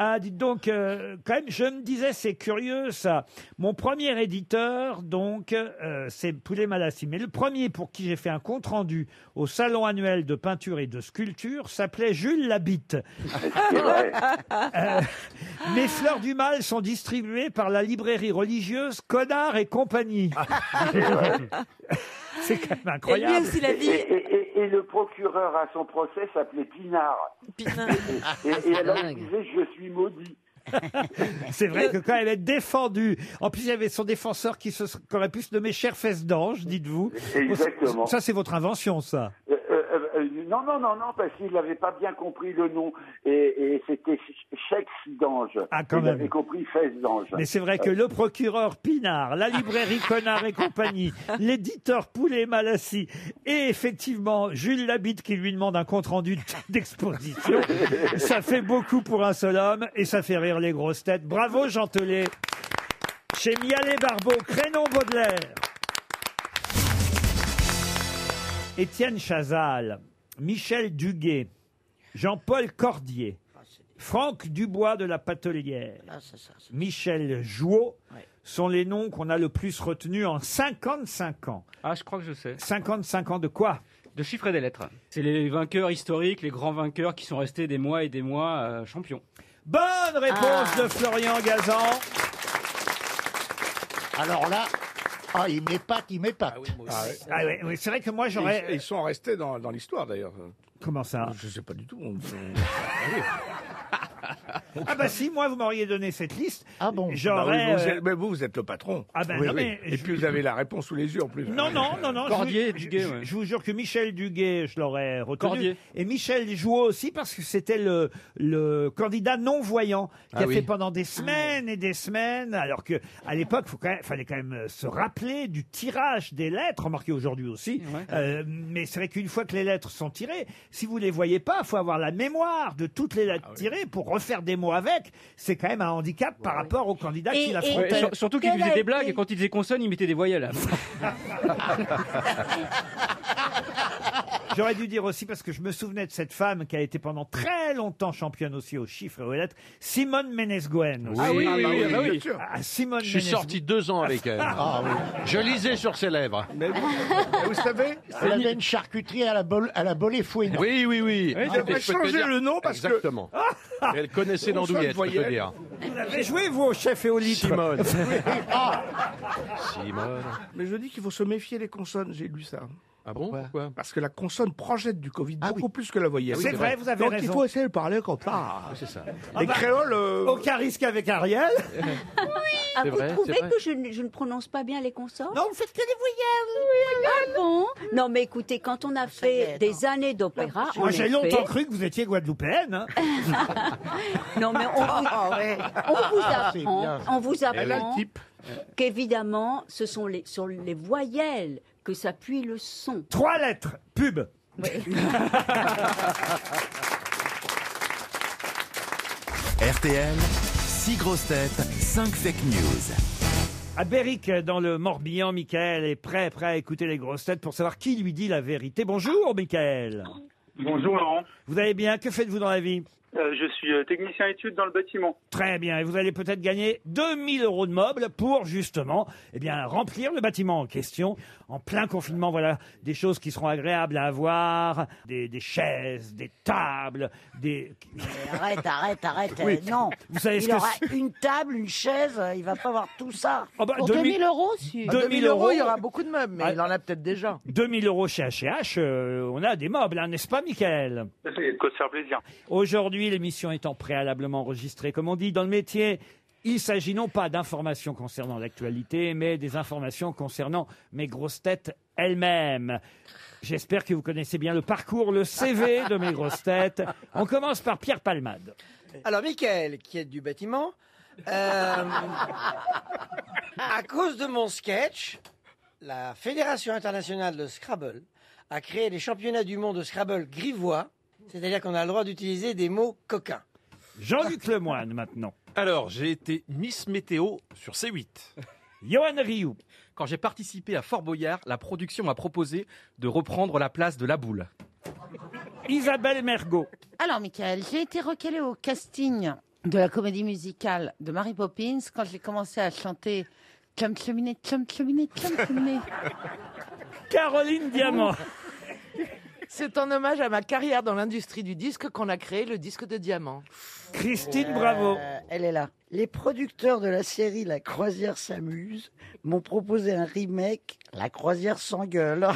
Speaker 4: Ah, dites donc, euh, quand même, je me disais, c'est curieux ça. Mon premier éditeur, donc, euh, c'est Poulet Malassis. Mais le premier pour qui j'ai fait un compte-rendu au Salon annuel de peinture et de sculpture s'appelait Jules Labitte. Euh, mes fleurs du mal sont distribuées par la librairie religieuse Connard et compagnie. c'est quand même incroyable.
Speaker 25: Et, et- et- et le procureur à son procès s'appelait Pinard. Et, et- et alors il disait Je suis maudit.
Speaker 4: C'est vrai que quand elle est défendue, en plus il y avait son défenseur qui, se, qui aurait pu se nommer Cher Fesse d'Ange, dites-vous.
Speaker 25: Exactement.
Speaker 4: Ça, c'est votre invention, ça.
Speaker 25: Euh, euh, euh, non, non, non, non, parce qu'il n'avait pas bien compris le nom. Et, et c'était Ch- Chex d'ange.
Speaker 4: Ah, quand
Speaker 25: il
Speaker 4: même.
Speaker 25: avait compris Fesse d'ange.
Speaker 4: Mais c'est vrai que
Speaker 25: Euh,
Speaker 4: le procureur Pinard, la librairie Connard et compagnie, l'éditeur Poulet Malassis et effectivement Jules Labitte qui lui demande un compte-rendu d'exposition, ça fait beaucoup pour un seul homme et ça fait rire les grosses têtes. Bravo Jean Telet. Chez Mialet Barbeau, Crénon Baudelaire. Étienne Chazal, Michel Duguay, Jean-Paul Cordier, Franck Dubois de la Patelière, Michel Jouot sont les noms qu'on a le plus retenus en 55 ans.
Speaker 13: Ah, je crois que je sais.
Speaker 4: 55 ans de quoi
Speaker 13: De chiffres et des lettres. C'est les vainqueurs historiques, les grands vainqueurs qui sont restés des mois et des mois euh, champions.
Speaker 4: Bonne réponse de Florian Gazan.
Speaker 19: Alors là, ah, il m'épate, il m'épate.
Speaker 4: Ah ouais. Ah ouais, ouais, c'est vrai que moi, j'aurais-
Speaker 3: Ils, ils sont restés dans, dans l'histoire d'ailleurs.
Speaker 4: Comment ça
Speaker 3: Je sais pas du tout. on- on-
Speaker 4: Ah bah si, moi, vous m'auriez donné cette liste. Ah bon
Speaker 3: Bah oui,
Speaker 4: J'aurais...
Speaker 3: vous
Speaker 4: euh,
Speaker 3: êtes- mais vous, vous êtes le patron.
Speaker 4: Ah ben non, mais
Speaker 3: Et puis vous avez la réponse sous les yeux en plus.
Speaker 4: Non, non, non, non. je vous- je, je- je vous jure que Michel Duguay, je l'aurais reconnu.
Speaker 3: Cordier.
Speaker 4: Et Michel Jouot aussi, parce que c'était le, le candidat non-voyant qui
Speaker 3: Ah
Speaker 4: a
Speaker 3: oui.
Speaker 4: fait pendant des semaines et des semaines, alors que à l'époque, faut quand même- fallait quand même euh, se rappeler du tirage des lettres, remarquez aujourd'hui aussi. Euh, mais c'est vrai qu'une fois que les lettres sont tirées, si vous les voyez pas, faut avoir la mémoire de toutes les
Speaker 3: Ah
Speaker 4: lettres tirées pour refaire des mots avec. C'est quand même un handicap par rapport au candidat qui
Speaker 13: Ouais,
Speaker 4: l'affrontait.
Speaker 13: sur- surtout qu'il faisait des blagues et quand il faisait consonne, il mettait des voyelles.
Speaker 4: J'aurais dû dire aussi, parce que je me souvenais de cette femme qui a été pendans très longtemps championne aussi aux chiffres et aux lettres, Simone Ménez-Gouën. aussi.
Speaker 22: Ah oui, oui, oui, ah bah oui.
Speaker 4: Ah, Simone
Speaker 22: Je suis
Speaker 4: Ménez-
Speaker 22: sorti deux ans avec elle.
Speaker 4: Ah
Speaker 22: Je lisais sur ses lèvres.
Speaker 19: Ah Vous savez, elle avait une charcuterie à la, bol, à la bolée fouine.
Speaker 22: Oui, oui, oui.
Speaker 19: Oui,
Speaker 22: Ah,
Speaker 19: j'aimerais
Speaker 22: mais je peux te
Speaker 19: changer
Speaker 22: dire-
Speaker 19: le nom parce que-
Speaker 22: Exactement.
Speaker 4: Ah.
Speaker 22: Elle connaissait
Speaker 19: On se
Speaker 22: l'andouillette, je
Speaker 19: voyait.
Speaker 22: peux dire.
Speaker 4: Vous
Speaker 3: Ah.
Speaker 4: avez joué, vous, au chef et au litre
Speaker 22: Simone.
Speaker 19: Ah,
Speaker 22: Simone.
Speaker 3: Mais je dis qu'il faut se méfier des consonnes, j'ai lu ça.
Speaker 22: Ah bon Pourquoi
Speaker 3: Parce que la consonne projette du
Speaker 4: Ah
Speaker 3: Covid beaucoup plus que la voyelle.
Speaker 4: C'est vrai, vous avez
Speaker 3: Donc
Speaker 4: raison. Ah. bah,
Speaker 3: il faut essayer de parler comme ça.
Speaker 22: C'est ça.
Speaker 3: Les créoles... euh,
Speaker 4: Aucun risque avec Ariel.
Speaker 3: Oui
Speaker 20: Ah,
Speaker 22: C'est
Speaker 20: vous
Speaker 22: vrai,
Speaker 20: trouvez
Speaker 22: c'est vrai.
Speaker 20: que je, ne- je ne prononce pas bien les consorts Non,
Speaker 7: vous
Speaker 20: faites que des voyages. Ah bon Non, mais écoutez, quand on a fait des années d'opéra, en
Speaker 4: Moi, j'ai
Speaker 20: effet-
Speaker 4: longtemps cru que vous étiez guadeloupéenne. hein.
Speaker 20: Non, mais on vous, on vous
Speaker 4: Ah, c'est
Speaker 20: apprend,
Speaker 4: bien.
Speaker 20: on vous
Speaker 4: Elle a le
Speaker 20: apprend
Speaker 4: type.
Speaker 20: qu'évidemment, ce sont les, sur les voyelles que s'appuie le son.
Speaker 4: Trois lettres. Pub.
Speaker 26: RTL, 6 grosses têtes, 5 fake news.
Speaker 4: À Berric, dans le Morbihan, Michael est prêt, prêt à écouter les grosses têtes pour savoir qui lui dit la vérité. Bonjour, Michael.
Speaker 27: Bonjour, Laurent.
Speaker 4: Vous allez bien Que faites-vous dans la vie
Speaker 27: Euh, je suis euh, technicien études dans le bâtiment.
Speaker 4: Très bien. Et vous allez peut-être gagner 2000 euros de meubles pour justement, eh bien, remplir le bâtiment en question. En plein confinement, voilà des choses qui seront agréables à avoir, des, des chaises, des tables, des.
Speaker 5: Arrête, arrête, arrête.
Speaker 4: Oui.
Speaker 5: euh, non.
Speaker 4: Vous savez ce
Speaker 5: il
Speaker 4: que
Speaker 5: aura
Speaker 4: c'est
Speaker 5: une table, une chaise, euh, il va pas avoir tout ça.
Speaker 4: Oh bah, Pour 2000 2000 euros,
Speaker 5: Ah,
Speaker 4: si. 2000 euros, il y aura
Speaker 5: beaucoup de meubles, mais il en a peut-être déjà.
Speaker 4: 2000 euros chez H&H, euh, on a des meubles, hein, n'est-ce pas, Michael
Speaker 27: Et de quoi se faire plaisir.
Speaker 4: Aujourd'hui, l'émission étant préalablement enregistrée, comme on dit dans le métier, il s'agit non pas d'informations concernant l'actualité, mais des informations concernant mes grosses têtes elles-mêmes. J'espère que vous connaissez bien le parcours, le CV de mes grosses têtes. On commence par Pierre Palmade.
Speaker 10: Alors, Michael, qui est du bâtiment, euh, à cause de mon sketch, la Fédération internationale de Scrabble a créé les championnats du monde de Scrabble grivois, c'est-à-dire qu'on a le droit d'utiliser des mots coquins.
Speaker 4: Jean-Luc Lemoine maintenant.
Speaker 23: Alors, j'ai été Miss Météo sur C8.
Speaker 4: Johan Rioux.
Speaker 23: Quand j'ai participé à Fort Boyard, la production m'a proposé de reprendre la place de la boule.
Speaker 4: Isabelle Mergot.
Speaker 7: Alors, Michael, j'ai été recalée au casting de la comédie musicale de Mary Poppins quand j'ai commencé à chanter Chum cheminée, chum cheminée, chum Oh. cheminée.
Speaker 4: Caroline Diamant.
Speaker 15: C'est en hommage à ma carrière dans l'industrie du disque qu'on a créé le disque de diamant.
Speaker 4: Christine
Speaker 15: Bravo.
Speaker 5: Euh, Elle est là. Les producteurs de la série La Croisière s'amuse m'ont proposé un remake, La Croisière s'engueule.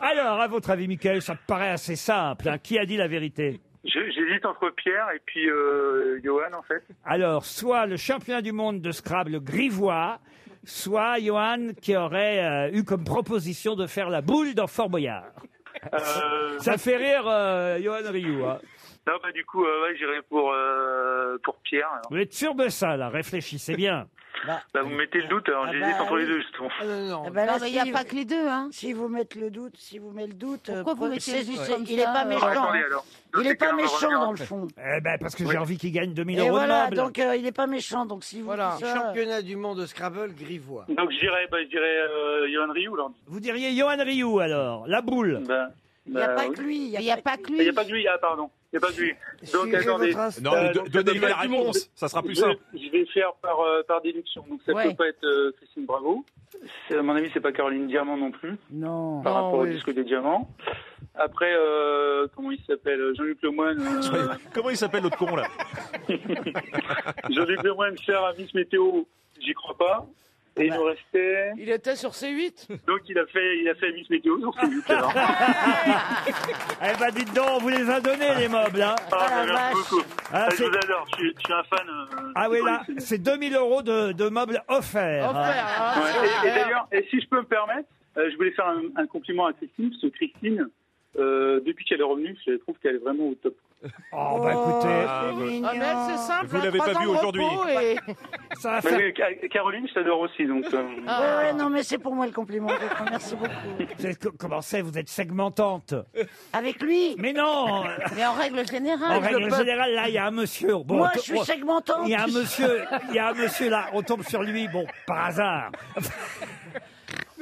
Speaker 4: Alors, à votre avis, Michael, ça me paraît assez simple. hein. Qui a dit la vérité
Speaker 27: Je- J'hésite entre Pierre et puis euh, Johan, en fait.
Speaker 4: Alors, soit le championnat du monde de Scrabble grivois, soit Johan qui aurait euh, eu comme proposition de faire la boule dans Fort Boyard.
Speaker 27: Euh,
Speaker 4: Ça fait rire euh, Johan Rioux. hein.
Speaker 27: Non, bah, du coup, euh, ouais, j'irai pour, euh, pour Pierre. alors.
Speaker 4: Vous êtes sûr de ça, là Réfléchissez bien.
Speaker 27: Bah, vous me mettez le doute, alors
Speaker 5: Ah
Speaker 27: j'hésite
Speaker 5: bah,
Speaker 27: entre les
Speaker 5: oui.
Speaker 27: deux, justement.
Speaker 5: Ah bah là,
Speaker 7: non, mais il n'y a
Speaker 5: si-
Speaker 7: pas que les deux. Hein.
Speaker 5: Si vous mettez le doute, si vous mettez le doute,
Speaker 7: Pourquoi
Speaker 5: euh,
Speaker 7: vous mettez le
Speaker 5: c'est-
Speaker 7: doute
Speaker 5: c'est-
Speaker 7: comme
Speaker 5: il n'est
Speaker 7: ça,
Speaker 5: pas
Speaker 7: euh
Speaker 5: méchant.
Speaker 7: Attendez,
Speaker 5: hein.
Speaker 7: alors.
Speaker 5: Il n'est pas
Speaker 4: Quelqu'un va
Speaker 5: méchant
Speaker 4: revenir
Speaker 5: dans
Speaker 4: en
Speaker 5: le
Speaker 4: fait.
Speaker 5: fond.
Speaker 4: Eh ben, parce que j'ai envie qu'il gagne 2000
Speaker 5: Et
Speaker 4: euros
Speaker 5: voilà,
Speaker 4: de meubles.
Speaker 5: donc euh, il n'est pas méchant. Donc si vous
Speaker 10: Voilà.
Speaker 5: dites ça,
Speaker 10: Championnat du monde de Scrabble grivois.
Speaker 27: Donc, je dirais, bah, je dirais euh, Johan Rioux, là.
Speaker 4: Vous diriez Johan Rioux, alors La boule
Speaker 27: Il n'y a pas que lui.
Speaker 7: Il n'y a pas que
Speaker 27: Euh, Il n'y
Speaker 7: lui.
Speaker 27: a pas que lui. Ah, pardon. Il n'y a pas que lui. Donc,
Speaker 7: Suivez
Speaker 27: attendez.
Speaker 7: votre instinct.
Speaker 23: Non, mais do-
Speaker 27: donc,
Speaker 23: donnez-lui
Speaker 27: ça
Speaker 23: la
Speaker 27: doit être
Speaker 23: réponse,
Speaker 27: Simon.
Speaker 23: ça sera plus
Speaker 27: Je-
Speaker 23: simple.
Speaker 27: Je vais faire par, euh, par déduction. Donc, ça ne
Speaker 7: Ouais.
Speaker 27: peut pas être euh, Christine Bravo. C'est- À mon avis, c'est pas Caroline Diamant non plus.
Speaker 5: Non.
Speaker 27: Par
Speaker 15: Ah,
Speaker 7: Non,
Speaker 27: rapport
Speaker 7: oui.
Speaker 27: au disque des diamants. Après, euh, comment il s'appelle Jean-Luc Lemoine. euh,
Speaker 23: Comment il s'appelle l'autre con là
Speaker 27: Jean-Luc Lemoine, cher à Miss Météo, j'y crois pas. Et il nous restait.
Speaker 15: Il était sur C8.
Speaker 27: Donc il a fait, il a fait Miss Météo sur ce week
Speaker 15: Ah,
Speaker 27: alors.
Speaker 4: Eh ben, dites donc, on vous les a donnés, les meubles. hein.
Speaker 27: Ah, bah, merci beaucoup.
Speaker 4: Ah,
Speaker 27: Ah, je
Speaker 4: c'est-
Speaker 27: vous adore, je suis, je suis un fan. euh,
Speaker 4: Ah oui,
Speaker 27: de
Speaker 4: là,
Speaker 27: Colin.
Speaker 4: c'est 2000 euros de, de meubles offerts.
Speaker 23: ah,
Speaker 27: Ouais, et- Et, d'ailleurs, et si je peux me permettre, euh, je voulais faire un, un compliment à Christine, parce que Christine, euh, depuis qu'elle est revenue, je trouve qu'elle est vraiment au top.
Speaker 4: Oh, bah écoutez.
Speaker 15: Ah, mais elle, c'est simple.
Speaker 27: Vous
Speaker 15: hein,
Speaker 27: l'avez
Speaker 15: trois
Speaker 27: pas
Speaker 15: ans
Speaker 27: vu
Speaker 15: de
Speaker 27: aujourd'hui.
Speaker 15: repos et-
Speaker 4: Ça va
Speaker 27: Mais
Speaker 4: faire-
Speaker 27: oui, Ca- Caroline, je t'adore aussi, donc. euh,
Speaker 5: Ouais, ouais, non, mais c'est pour moi le compliment. donc, Merci beaucoup.
Speaker 4: Vous êtes- comment c'est Vous êtes segmentante.
Speaker 5: Avec lui
Speaker 4: Mais non
Speaker 7: Mais en règle générale.
Speaker 4: En règle générale, là, il y a un monsieur.
Speaker 5: Moi,
Speaker 4: on-
Speaker 5: je suis
Speaker 4: on-
Speaker 5: segmentante.
Speaker 4: Il y a un monsieur, il y a un monsieur là, on tombe sur lui, bon, par hasard.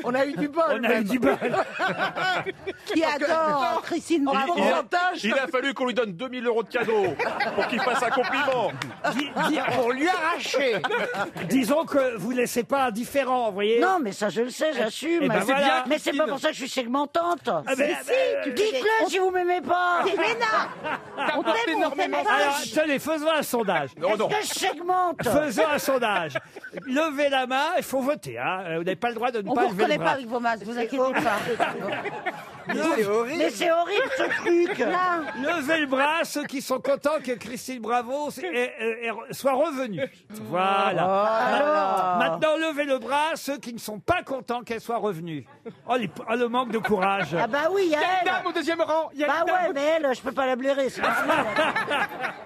Speaker 15: On a eu du bol.
Speaker 4: On a eu
Speaker 15: même.
Speaker 4: du bol.
Speaker 7: Qui adore Christine Bravo.
Speaker 23: il, a, il a fallu qu'on lui donne 2000 euros de cadeau pour qu'il fasse un compliment.
Speaker 4: Dis- dis-
Speaker 15: Pour lui arracher.
Speaker 4: Disons que vous laissez pas indifférent, vous voyez
Speaker 5: Non, mais ça, je le sais, j'assume.
Speaker 4: Eh ben, c'est bien,
Speaker 5: mais c'est Ah pas pour ça que je suis segmentante.
Speaker 4: ben, Si, ben, si, tu
Speaker 5: euh, Dites-le si vous m'aimez pas.
Speaker 7: C'est Léna. On t'aime, on t'aime pas.
Speaker 4: Alors, tenez, faisons un sondage.
Speaker 23: Non, non.
Speaker 5: Que je segmente.
Speaker 4: Faisons un sondage. Levez la main, il faut voter. hein. Euh, Vous n'avez pas le droit de ne
Speaker 7: On
Speaker 4: pas
Speaker 7: vous
Speaker 4: lever
Speaker 7: parlez pas avec vos masques, vous inquiétez pas.
Speaker 4: c'est horrible.
Speaker 5: Mais c'est horrible, ce truc. Non.
Speaker 4: Levez le bras, ceux qui sont contents que Christine Bravo s- ait- ait- ait- soit revenue. Voilà.
Speaker 5: alors.
Speaker 4: Maintenant, levez le bras, ceux qui ne sont pas contents qu'elle soit revenue. Oh, les- oh, le manque de courage.
Speaker 5: Ah bah oui, il y a
Speaker 4: Il y a une
Speaker 5: elle.
Speaker 4: dame au deuxième rang. il y a
Speaker 5: bah
Speaker 4: une dame
Speaker 5: ouais, mais elle, je peux pas la blairer. c'est pas possible.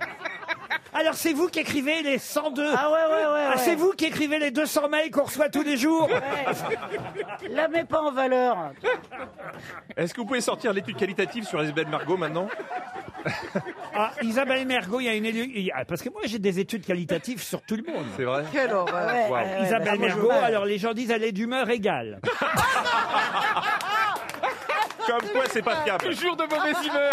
Speaker 4: Alors c'est vous qui écrivez les 102
Speaker 5: Ah ouais, ouais, ouais,
Speaker 4: Ah,
Speaker 5: ouais.
Speaker 4: C'est vous qui écrivez les 200 mails qu'on reçoit tous les jours
Speaker 5: la mets pas en valeur.
Speaker 6: Est-ce que vous pouvez sortir l'étude qualitative sur Isabelle Margot maintenant
Speaker 4: Ah, Isabelle Mergot, il y a une élu... il y a- Parce que moi, j'ai des études qualitatives sur tout le monde.
Speaker 6: C'est vrai
Speaker 4: Quelle
Speaker 6: horreur. Ouais, ouais, ouais, bah,
Speaker 4: Isabelle
Speaker 6: moi, je
Speaker 4: Mergot,
Speaker 6: vois.
Speaker 4: alors les gens disent elle est d'humeur égale.
Speaker 6: Comme quoi, c'est pas fiable.
Speaker 12: Toujours de mauvaise humeur.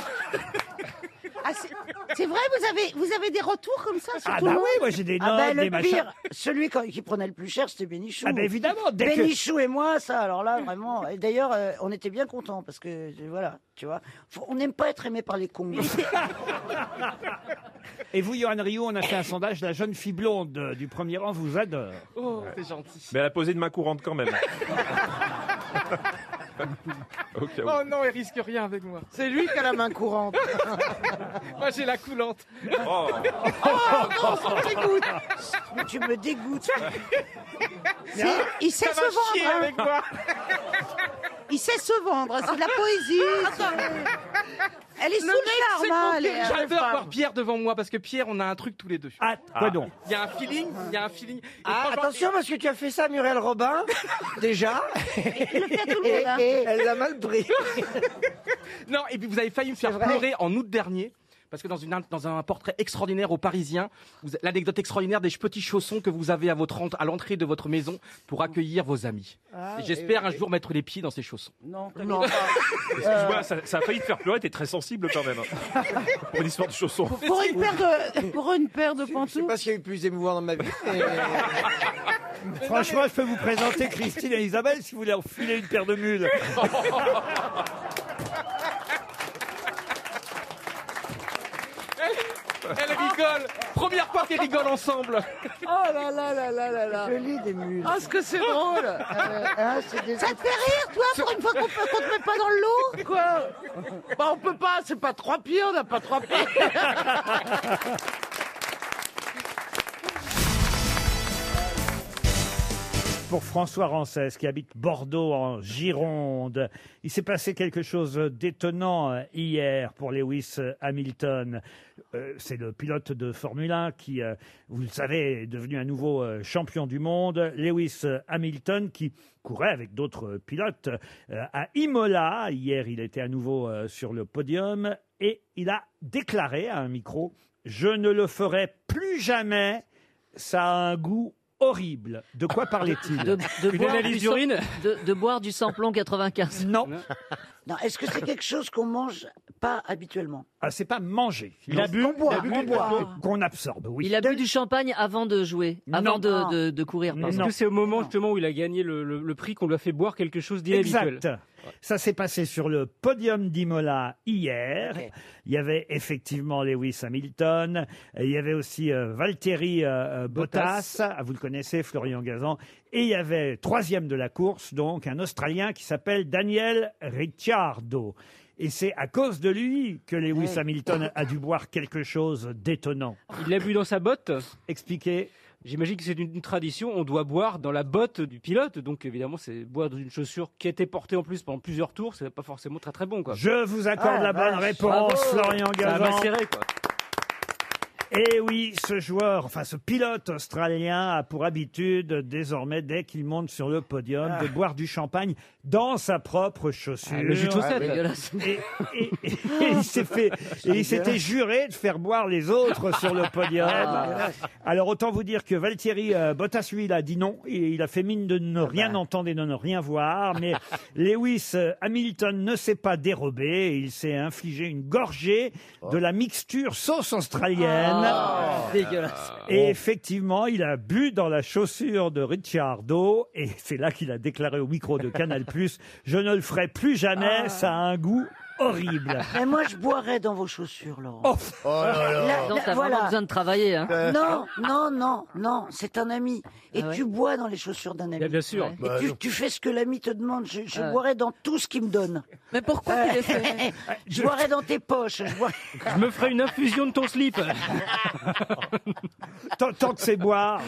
Speaker 7: Ah, c'est- c'est vrai, vous avez, vous avez des retours comme ça sur
Speaker 5: Ah
Speaker 7: tout
Speaker 5: bah
Speaker 7: le monde
Speaker 5: oui,
Speaker 4: moi j'ai des
Speaker 5: Ah
Speaker 4: notes,
Speaker 5: bah, le
Speaker 4: des machins.
Speaker 5: pire, celui quand- qui prenait le plus cher, c'était Bénichou.
Speaker 4: Ah bah, évidemment, dès que-
Speaker 5: Bénichou et moi, ça, alors là, vraiment. Et d'ailleurs, euh, on était bien contents parce que, euh, voilà, tu vois, Faut- on n'aime pas être aimé par les cons.
Speaker 4: Et vous, Johan Rioux, on a fait un sondage. La jeune fille blonde euh, du premier rang vous adore.
Speaker 12: Oh, c'est gentil.
Speaker 6: Mais elle a posé de main courante quand même. Au cas où.
Speaker 12: Oh non, elle risque rien avec moi.
Speaker 15: C'est lui qui a la main courante.
Speaker 12: Moi, j'ai la coulante.
Speaker 6: Oh.
Speaker 5: non, ça me dégoûte.
Speaker 23: Oh.
Speaker 5: Mais tu me dégoûtes.
Speaker 7: Ah,
Speaker 8: C'est- Il sait se vendre. hein. Il sait se
Speaker 7: hein.
Speaker 8: vendre, Oh, c'est de la poésie. c'est- Elle est sous le charme. hein,
Speaker 12: euh,
Speaker 8: elle est-
Speaker 12: J'ai peur voir Pierre devant moi parce que Pierre, on a un truc tous les deux.
Speaker 4: Ah,
Speaker 12: quoi
Speaker 4: donc
Speaker 12: Il y a un feeling, il y a un feeling. Et
Speaker 10: Ah,
Speaker 12: franchement,
Speaker 10: attention parce que tu as fait ça à Muriel Robin, déjà.
Speaker 12: monde, hein.
Speaker 10: Et- et elle l'a mal pris.
Speaker 12: Non, et puis vous avez failli me faire pleurer en août dernier. Parce que dans, une, dans un portrait extraordinaire au Parisien, vous- l'anecdote extraordinaire des petits chaussons que vous avez à, votre, ent- à l'entrée de votre maison pour accueillir vos amis.
Speaker 8: Ah,
Speaker 12: et j'espère
Speaker 8: oui,
Speaker 12: un jour mettre les pieds dans ces chaussons.
Speaker 8: Non,
Speaker 6: Excuse-moi, ça, ça a failli te faire pleurer, t'es très sensible quand même. hein. Pour une histoire de chaussons.
Speaker 7: Pour une paire de, pour une paire de pantoufles. Je sais
Speaker 10: pas s'il y a eu plus émouvant dans ma vie. mais-
Speaker 4: Franchement, je peux vous présenter Christine et Isabelle si vous voulez enfiler une paire de mules.
Speaker 12: Elle, elle rigole Première fois qu'elle rigole ensemble
Speaker 15: Oh là là là là là là.
Speaker 5: Je lis des mules. Euh, hein,
Speaker 15: Ah, ce que c'est drôle.
Speaker 5: Ça
Speaker 8: te fait rire, toi, pour une fois qu'on peut- qu'on te met pas dans le lot
Speaker 15: Quoi Bah, on peut pas, c'est pas trois pieds, on n'a pas trois pieds.
Speaker 4: Pour François Rancès, qui habite Bordeaux en Gironde, il s'est passé quelque chose d'étonnant euh, hier pour Lewis Hamilton. Euh, C'est le pilote de Formule 1 qui, euh, vous le savez, est devenu un nouveau euh, champion du monde. Lewis euh, Hamilton qui courait avec d'autres pilotes euh, à Imola. Hier, il était à nouveau euh, sur le podium et il a déclaré à un micro « Je ne le ferai plus jamais, ça a un goût horrible. De quoi parlait-il
Speaker 18: Ah. De, de boire du sang- de, de boire du samplon 95.
Speaker 4: Non.
Speaker 5: Non, est-ce que c'est quelque chose qu'on mange pas habituellement
Speaker 4: Ah, c'est pas manger.
Speaker 5: Il a bu,
Speaker 4: Qu'on boit,
Speaker 5: il a bu,
Speaker 4: qu'on
Speaker 5: il a
Speaker 4: boit.
Speaker 5: bu.
Speaker 4: Qu'on absorbe, oui.
Speaker 18: Il a bu du champagne avant de jouer, avant de, de- de courir.
Speaker 4: Non.
Speaker 18: pardon.
Speaker 4: Est-ce que
Speaker 18: c'est
Speaker 13: au moment justement où il a gagné le, le- le prix qu'on lui a fait boire quelque chose d'inhabituel.
Speaker 4: Exact. Ça s'est passé sur le podium d'Imola hier. Il y avait effectivement Lewis Hamilton. Il y avait aussi euh, Valtteri euh, euh, Bottas. Ah, Vous le connaissez, Florian Gazan. Et il y avait troisième de la course, donc un Australien qui s'appelle Daniel Ricciardo. Et c'est à cause de lui que Lewis Hamilton a dû boire quelque chose d'étonnant.
Speaker 13: Il l'a bu dans sa botte.
Speaker 4: Expliquez.
Speaker 13: J'imagine que c'est une une tradition, on doit boire dans la botte du pilote, donc évidemment c'est boire dans une chaussure qui a été portée en plus pendant plusieurs tours, c'est pas forcément très très bon quoi.
Speaker 4: Je vous accorde Ah, la bonne vache. réponse, Florian
Speaker 13: Ça a
Speaker 4: Gazan.
Speaker 13: macéré, quoi.
Speaker 4: Et Eh oui, ce joueur, enfin ce pilote australien a pour habitude désormais, dès qu'il monte sur le podium, de boire du champagne dans sa propre chaussure.
Speaker 13: Ah, le jus de chaussette. Ah, dégueulasse.
Speaker 4: Et, et- et- et il s'est
Speaker 5: Ah.
Speaker 4: fait, et il s'était juré de faire boire les autres sur le podium.
Speaker 13: Ah, dégueulasse.
Speaker 4: Alors autant vous dire que Valtieri euh, Bottas, lui, il a dit non, et il a fait mine de ne rien entendre et de ne rien voir, mais Lewis euh, Hamilton ne s'est pas dérobé, et il s'est infligé une gorgée de la mixture sauce australienne.
Speaker 18: Ah, dégueulasse.
Speaker 4: Et effectivement, il a bu dans la chaussure de Ricciardo, et c'est là qu'il a déclaré au micro de Canal+, « Je ne le ferai plus jamais, ça a un goût horrible.
Speaker 5: Mais moi, je boirais dans vos chaussures, Laurent.
Speaker 13: Oh.
Speaker 4: Oh
Speaker 18: Là,
Speaker 5: Là,
Speaker 18: non,
Speaker 5: là, voilà.
Speaker 18: t'as
Speaker 5: Euh.
Speaker 18: vraiment besoin de travailler. Hein. Ah
Speaker 5: Non, non, non, non, c'est un ami. Et tu bois dans les chaussures d'un ami.
Speaker 18: Bien, bien sûr. Ouais.
Speaker 5: Et
Speaker 18: Bah, non. Ah.
Speaker 5: tu, tu fais ce que l'ami te demande. Je, je
Speaker 18: Ouais.
Speaker 5: boirai dans tout ce qu'il me donne. Mais pourquoi
Speaker 18: tu le fais
Speaker 5: Je boirai dans tes poches. Je boirai...
Speaker 13: Je me ferai une infusion de ton slip.
Speaker 4: Tant, tant que c'est boire.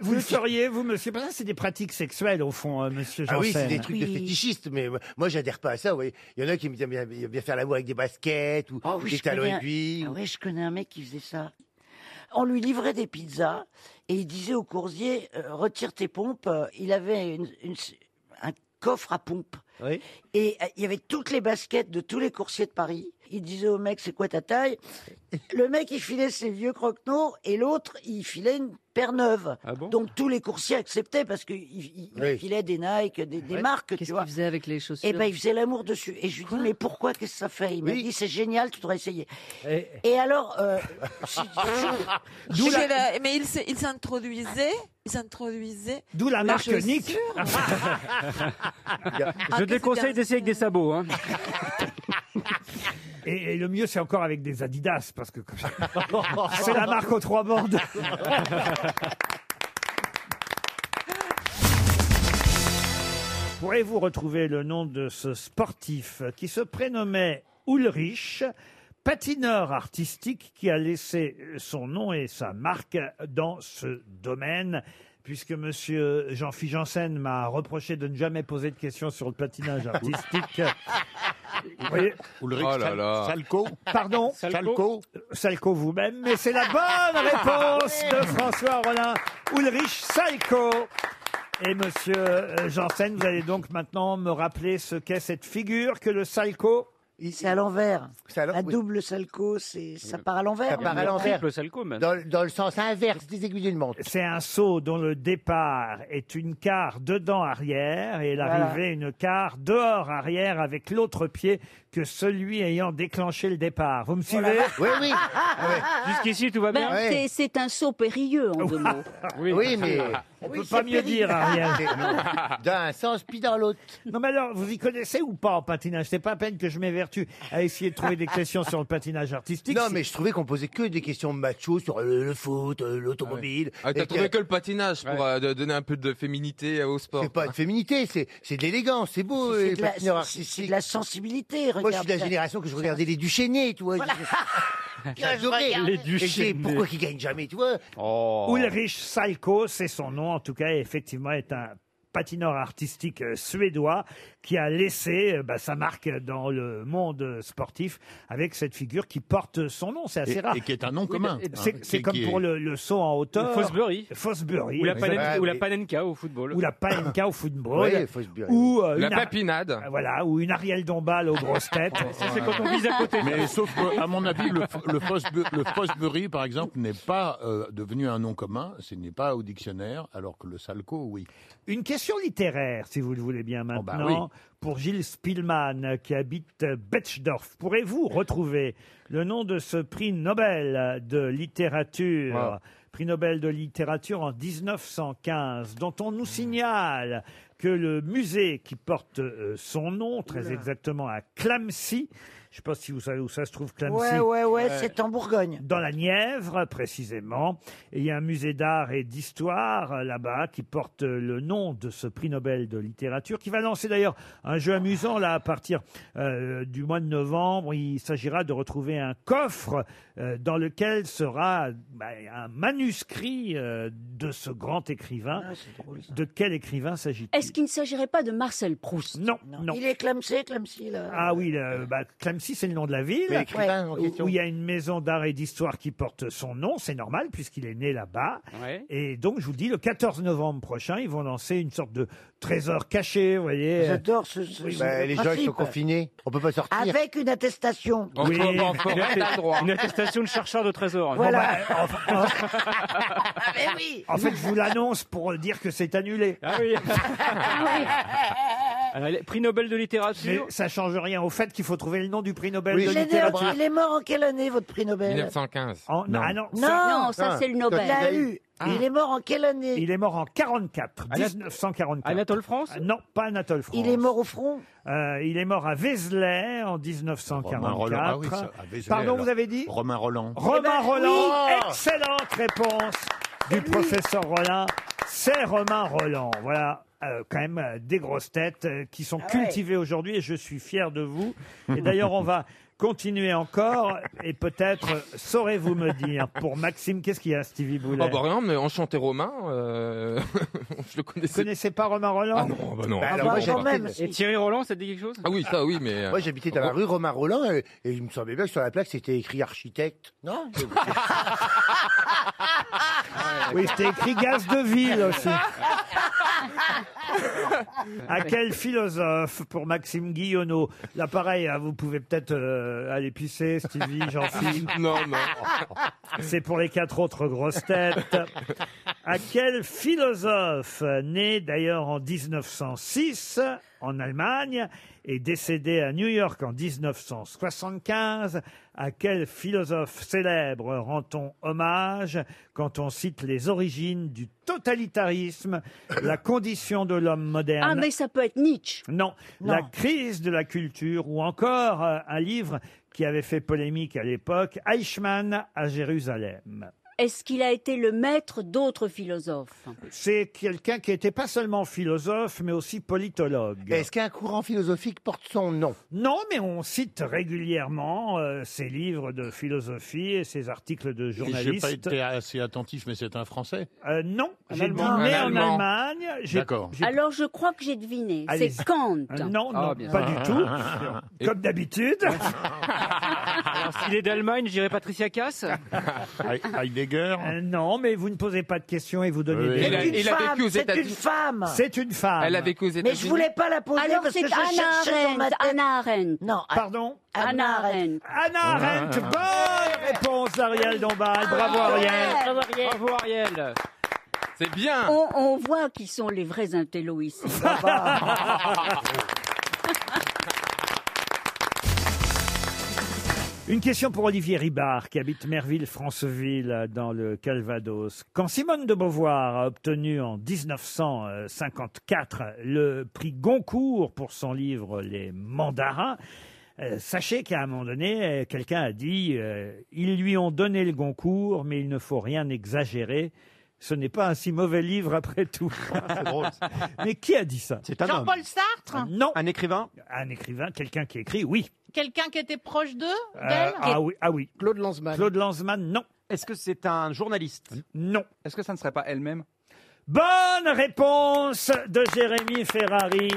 Speaker 4: vous le feriez, vous, monsieur Parce que C'est des pratiques sexuelles, au fond, euh, monsieur Janssen.
Speaker 19: Ah oui, c'est des trucs de fétichistes, mais moi j'adhère pas à ça. vous voyez. Il y en a qui me disent bien, bien faire l'amour avec des baskets ou
Speaker 5: Ah Oh oui,
Speaker 19: des
Speaker 5: je
Speaker 19: talons
Speaker 5: connais un-
Speaker 19: aiguilles.
Speaker 5: Ah ouais, je connais un mec qui faisait ça. On lui livrait des pizzas et il disait au coursier euh, retire tes pompes. Euh, Il avait une- une- un coffre à pompes. Et euh, il y avait toutes les baskets de tous les coursiers de Paris. Il disait au mec c'est quoi ta taille Le mec il filait ses vieux croquenots et l'autre il filait une paire neuve. Donc tous les coursiers acceptaient parce qu'il il, il
Speaker 19: Ah Oui.
Speaker 5: filait des Nike, des, des
Speaker 19: Ouais.
Speaker 5: marques.
Speaker 18: Qu'est-ce qu'il faisait avec les chaussures
Speaker 5: Et ben il faisait l'amour dessus. Et je lui dis mais pourquoi qu'est-ce que ça fait Il m'a
Speaker 18: Oui.
Speaker 5: dit c'est génial, tu devrais essayer.
Speaker 4: Et,
Speaker 5: alors, euh, si-
Speaker 4: D'où la-
Speaker 14: Chez la- Mais il s'est- il s'introduisait, il s'introduisait.
Speaker 4: D'où la
Speaker 14: les
Speaker 4: marque
Speaker 14: chaussures.
Speaker 4: Nick.
Speaker 5: Ah,
Speaker 13: Je déconseille d'essayer avec des sabots. Hein.
Speaker 4: Et, et le mieux, c'est encore avec des Adidas, parce que comme ça- c'est la marque aux trois bandes. Pourrez-vous retrouver le nom de ce sportif qui se prénommait Ulrich, patineur artistique qui a laissé son nom et sa marque dans ce domaine Puisque monsieur Jean-Philippe Janssen m'a reproché de ne jamais poser de questions sur le patinage artistique. Vous voyez
Speaker 16: Ulrich Oh là Sal- là. Salco
Speaker 4: Pardon
Speaker 16: Salco
Speaker 4: Salco vous-même, mais c'est la bonne réponse de François Rollin. Ulrich Salco. Et monsieur euh, Janssen, vous allez donc maintenant me rappeler ce qu'est cette figure que le Salco.
Speaker 5: C'est à l'envers.
Speaker 19: La
Speaker 5: double salco, c'est ça part à l'envers.
Speaker 19: Ça part à l'envers.
Speaker 13: Triple salco, même.
Speaker 19: Dans, dans le sens inverse des aiguilles d'une montre.
Speaker 4: C'est un saut dont le départ est une quart dedans arrière et l'arrivée une quart dehors arrière avec l'autre pied que celui ayant déclenché le départ. Vous me suivez Ah, Jusqu'ici, tout va bien
Speaker 20: Ben, c'est- C'est un saut périlleux, en deux mots.
Speaker 19: Oui, mais
Speaker 4: On
Speaker 19: Oui,
Speaker 4: peut
Speaker 19: c'est
Speaker 4: pas mieux
Speaker 19: terrible.
Speaker 4: dire, Ariel.
Speaker 19: C'est- D'un sens puis dans l'autre.
Speaker 4: Non, mais alors, vous y connaissez ou pas en patinage C'est pas à peine que je m'évertue à essayer de trouver des questions sur le patinage artistique.
Speaker 19: Non,
Speaker 4: Si-
Speaker 19: mais je trouvais qu'on posait que des questions macho sur le, le foot, euh, l'automobile.
Speaker 16: Ah,
Speaker 19: Et
Speaker 16: T'as trouvé
Speaker 19: que-
Speaker 16: que le patinage pour euh, de- donner un peu de féminité euh, au sport.
Speaker 19: C'est pas de féminité, c'est c'est de l'élégance, c'est beau,
Speaker 5: C'est
Speaker 19: les
Speaker 5: de la-
Speaker 19: patineurs
Speaker 5: c'est-
Speaker 19: artistiques.
Speaker 5: C'est de la sensibilité.
Speaker 19: Moi, je suis de la génération que je regardais les Duchesnais, tu vois. J'adorais.
Speaker 5: regardais. Les
Speaker 19: Et je disais,
Speaker 4: Duchesnais.
Speaker 19: Pourquoi qu'ils gagnent jamais, tu vois
Speaker 16: Oh.
Speaker 19: Oh.
Speaker 4: Ulrich Salko, c'est son nom, en tout cas, et effectivement, est un patineur artistique euh, suédois qui a laissé euh, bah, sa marque dans le monde sportif avec cette figure qui porte son nom. C'est assez
Speaker 16: Et-
Speaker 4: rare.
Speaker 16: et qui est un nom commun,
Speaker 4: C'est-
Speaker 16: hein,
Speaker 4: C'est c'est
Speaker 16: qui-
Speaker 4: comme
Speaker 16: qui
Speaker 4: pour
Speaker 16: est-
Speaker 4: le, le saut en hauteur.
Speaker 13: Le Fosbury.
Speaker 4: Fosbury.
Speaker 13: Ou la,
Speaker 4: exactement.
Speaker 13: Panen- ou la Panenka au football.
Speaker 4: Ou la Panenka au football.
Speaker 13: Ouais, Fosbury.
Speaker 4: ou euh,
Speaker 13: La
Speaker 4: une Ar-
Speaker 13: papinade.
Speaker 4: Voilà, ou une Ariel Dombal aux grosses têtes.
Speaker 13: c'est quand on vise à côté.
Speaker 16: Mais sauf que, à mon avis, le, f- le, Fosbu- le Fosbury, par exemple, n'est pas euh, devenu un nom commun, ce n'est pas au dictionnaire, alors que le Salco, oui. Oh, bah
Speaker 4: Une question littéraire, si vous le voulez bien maintenant, pour Gilles Spielmann, qui habite Betchdorf. Pourrez-vous retrouver le nom de ce prix Nobel de littérature Prix Nobel de littérature en 1915, dont on nous signale que le musée qui porte euh, son nom, très exactement à Clamcy, je ne sais pas si vous savez où ça se trouve, Clamcy.
Speaker 5: Ouais, ouais, ouais, c'est en Bourgogne.
Speaker 4: Dans la Nièvre, précisément. Et il y a un musée d'art et d'histoire euh, là-bas qui porte euh, le nom de ce prix Nobel de littérature, qui va lancer d'ailleurs un jeu amusant là à partir euh, du mois de novembre. Il s'agira de retrouver un coffre euh, dans lequel sera bah, un manuscrit euh, de ce grand écrivain.
Speaker 5: Ah,
Speaker 4: de quel écrivain s'agit-il
Speaker 20: Est-ce qu'il ne s'agirait pas de Marcel Proust
Speaker 4: Non, non.
Speaker 5: Il est clamsé, clamsé là.
Speaker 4: Ah oui, le- bah, Clamcy, c'est le nom de la ville.
Speaker 5: Mais l'écrivain
Speaker 4: Ouais.
Speaker 5: en
Speaker 4: Où
Speaker 5: question.
Speaker 4: où il y a une maison d'art et d'histoire qui porte son nom, c'est normal puisqu'il est né là-bas.
Speaker 13: Ouais.
Speaker 4: Et donc, je vous le dis, le 14 novembre prochain, ils vont lancer une sorte de trésor caché, vous voyez.
Speaker 5: J'adore ce- ce-
Speaker 4: Oui,
Speaker 5: ce
Speaker 4: bah,
Speaker 19: Les gens, ils sont
Speaker 5: principe.
Speaker 19: confinés, on peut pas sortir.
Speaker 5: Avec une attestation.
Speaker 4: Oui.
Speaker 13: Une atte- Une attestation de chercheur de trésor.
Speaker 4: Voilà.
Speaker 13: Bon, bah,
Speaker 5: Ah, ben
Speaker 4: En fait, je vous l'annonce pour dire que c'est annulé.
Speaker 13: Ah oui. Alors, il est prix Nobel de littérature.
Speaker 4: Mais ça change rien au fait qu'il faut trouver le nom du prix Nobel
Speaker 5: Il
Speaker 4: de
Speaker 5: est né-
Speaker 4: littérature.
Speaker 5: il est mort en quelle année, votre prix Nobel
Speaker 13: 1915.
Speaker 4: non. Ah non,
Speaker 5: Non,
Speaker 4: ça-
Speaker 5: ça, c'est le Nobel. Il a eu.
Speaker 19: Ah.
Speaker 16: Ah.
Speaker 5: Il est mort en quelle année
Speaker 4: Il est mort en 44,
Speaker 5: Anat-
Speaker 4: 1944. Anatole France Non, pas Anatole France.
Speaker 5: Il est mort au front
Speaker 4: Euh, il est mort à Vézelay en 1944.
Speaker 16: Romain Roland. Ah oui, ça, à Vézelay,
Speaker 4: Pardon,
Speaker 16: alors.
Speaker 4: vous avez dit
Speaker 16: Romain Roland.
Speaker 4: Romain
Speaker 16: Eh ben,
Speaker 4: Roland, Oh.
Speaker 16: oui.
Speaker 4: excellente réponse du professeur Rollin. C'est Romain Roland. Voilà. euh, quand même euh, des grosses têtes euh, qui sont cultivées aujourd'hui et je suis fier de vous. Et d'ailleurs, on va continuer encore et peut-être euh, saurez-vous me dire pour Maxime, qu'est-ce qu'il y a Stevie Boulet
Speaker 17: Ah bah rien, mais enchanté Romain, euh, je le
Speaker 4: Vous
Speaker 17: connaissais.
Speaker 4: connaissez pas Romain Roland
Speaker 17: Ah non, bah non.
Speaker 19: Bah,
Speaker 17: Ah
Speaker 19: alors,
Speaker 17: bah,
Speaker 19: moi,
Speaker 17: j'ai pas.
Speaker 19: j'habitais-
Speaker 13: Et Thierry Roland, ça te dit quelque chose
Speaker 17: Ah oui, ça oui, mais. euh,
Speaker 19: Moi, j'habitais
Speaker 16: Ah
Speaker 19: dans la rue Romain Roland et, et il me semblait bien que sur la plaque, c'était écrit architecte. Non
Speaker 4: Oui, c'était écrit gaz de ville aussi. À quel philosophe pour Maxime Guillonneau Là, pareil, hein, vous pouvez peut-être euh, aller pisser, Stevie, Jean-Philippe.
Speaker 17: Non, non.
Speaker 4: C'est pour les quatre autres grosses têtes. À quel philosophe, né d'ailleurs en 1906 en Allemagne et décédé à New York en 1975, à quel philosophe célèbre rend-on hommage quand on cite les origines du totalitarisme, la condition de l'homme moderne
Speaker 20: Ah, mais ça peut être Nietzsche.
Speaker 4: non.
Speaker 20: Non.
Speaker 4: La crise de la culture ou encore euh, un livre qui avait fait polémique à l'époque, Eichmann à Jérusalem.
Speaker 20: Est-ce qu'il a été le maître d'autres philosophes
Speaker 4: C'est quelqu'un qui n'était pas seulement philosophe, mais aussi politologue. Est-ce
Speaker 19: qu'un courant philosophique porte son nom
Speaker 4: Non, mais on cite régulièrement euh, ses livres de philosophie et ses articles de
Speaker 16: J'ai
Speaker 4: journaliste.
Speaker 16: pas été assez attentif, mais c'est un Français.
Speaker 4: Euh, non,
Speaker 16: Un
Speaker 4: j'ai dit né
Speaker 16: Allemand. Un
Speaker 4: en
Speaker 16: Allemand.
Speaker 4: Allemagne. j'ai-
Speaker 16: D'accord.
Speaker 4: j'ai-
Speaker 20: Alors je crois que j'ai deviné.
Speaker 4: Allez-y.
Speaker 20: C'est Kant.
Speaker 4: Euh, Non,
Speaker 13: Ah,
Speaker 4: non,
Speaker 13: bien
Speaker 4: pas
Speaker 13: sûr.
Speaker 4: du tout. Comme d'habitude.
Speaker 13: Alors, s'il est d'Allemagne, j'irai Patricia Cass.
Speaker 17: Ah,
Speaker 16: Heidegger.
Speaker 4: Euh, non, mais vous ne posez pas de questions et vous donnez
Speaker 17: Oui,
Speaker 4: des.
Speaker 17: il a- il a vécu aux
Speaker 4: C'est
Speaker 17: États-Unis.
Speaker 4: une femme. C'est une femme.
Speaker 17: Elle a vécu aux États-Unis.
Speaker 20: Alors c'est Anna Arendt. Anna Arendt.
Speaker 5: Non.
Speaker 4: Pardon
Speaker 20: Anna Arendt.
Speaker 4: Anna
Speaker 17: Ah,
Speaker 4: Arendt, bonne réponse d'Ariel
Speaker 20: Ah,
Speaker 4: Dombal. Bravo Ariel.
Speaker 20: Bravo, Ariel.
Speaker 13: Bravo Ariel.
Speaker 17: C'est bien.
Speaker 20: On, on voit qui sont les vrais intellos ici.
Speaker 4: Ah, bah. Une question pour Olivier Ribard, qui habite Merville-Franceville, dans le Calvados. Quand Simone de Beauvoir a obtenu en 1954 le prix Goncourt pour son livre Les Mandarins, euh, sachez qu'à un moment donné, euh, quelqu'un a dit euh, Ils lui ont donné le Goncourt, mais il ne faut rien exagérer. Ce n'est pas un si mauvais livre après tout. mais qui a dit ça C'est
Speaker 8: Jean-Paul Sartre
Speaker 4: Non. Un écrivain Un écrivain, quelqu'un qui écrit, oui.
Speaker 8: Quelqu'un qui était proche d'eux
Speaker 4: Euh, ah oui, ah oui. Claude Lanzmann. Claude Lanzmann, non.
Speaker 12: Est-ce que c'est un journaliste
Speaker 4: Non.
Speaker 12: Est-ce que ça ne serait pas elle-même
Speaker 4: Bonne réponse de Jérémy Ferrari.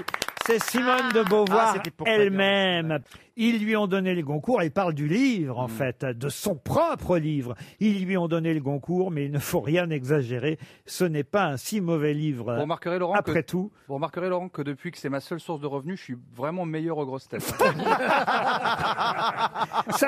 Speaker 4: C'est Simone de
Speaker 12: Ah,
Speaker 4: Beauvoir
Speaker 12: c'était pour
Speaker 4: elle-même. Ils lui ont donné le Goncourt. Elle parle du livre,
Speaker 12: Hmm.
Speaker 4: en fait, de son propre livre. Ils lui ont donné le Goncourt, mais il ne faut rien exagérer. Ce n'est pas un si mauvais livre.
Speaker 12: Vous remarquerez, Laurent,
Speaker 4: Après
Speaker 12: que,
Speaker 4: tout.
Speaker 12: Vous remarquerez, Laurent, que depuis que c'est ma seule source de revenus, je suis vraiment meilleur aux grosses têtes.
Speaker 4: Ça,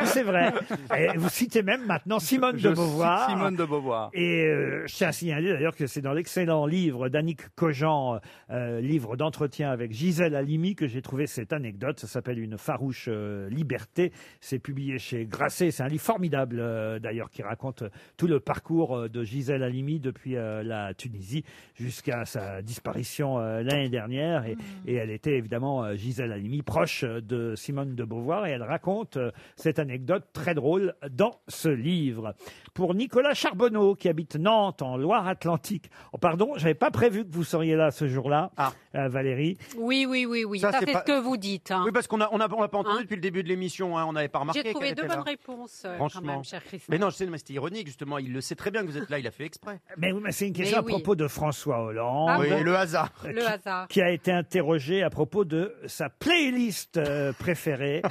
Speaker 4: c'est vrai. Et Eh, vous citez même maintenant Simone
Speaker 12: Je
Speaker 4: de Beauvoir.
Speaker 12: cite Simone de Beauvoir.
Speaker 4: Et euh, je tiens à signaler d'ailleurs que c'est dans l'excellent livre d'Annick Cogent, euh, livre d'entretien avec Gisèle Halimi, que j'ai trouvé cette anecdote. Ça s'appelle Une farouche euh, liberté. C'est publié chez Grasset. C'est un livre formidable euh, d'ailleurs qui raconte euh, tout le parcours euh, de Gisèle Halimi depuis euh, la Tunisie jusqu'à sa disparition euh, l'année dernière. Et, et elle était évidemment euh, Gisèle Halimi, proche euh, de Simone de Beauvoir. Et elle raconte euh, cette anecdote très drôle dans ce livre. Pour Nicolas Charbonneau, qui habite Nantes, en Loire-Atlantique. Oh, pardon, j'avais pas prévu que vous seriez là ce jour-là, euh, Valérie.
Speaker 2: Oui, oui, oui, oui. Ça, c'est ce que vous dites. hein.
Speaker 1: Oui, parce qu'on a, on a, on l'a pas entendu depuis le début de l'émission. hein, On n'avait pas remarqué.
Speaker 2: J'ai trouvé
Speaker 1: qu'elle
Speaker 2: deux
Speaker 1: était
Speaker 2: bonnes
Speaker 1: là.
Speaker 2: réponses, euh,
Speaker 1: Franchement.
Speaker 2: quand même, cher Christophe.
Speaker 1: Mais non, je sais, mais c'était ironique justement. Il le sait très bien que vous êtes là. Il a fait exprès.
Speaker 4: Mais, oui, mais c'est une question
Speaker 2: oui.
Speaker 4: à propos de François Hollande.
Speaker 1: Ah Oui, bon le hasard.
Speaker 2: Le
Speaker 4: Qui-
Speaker 2: hasard.
Speaker 4: Qui a été interrogé à propos de sa playlist euh, préférée.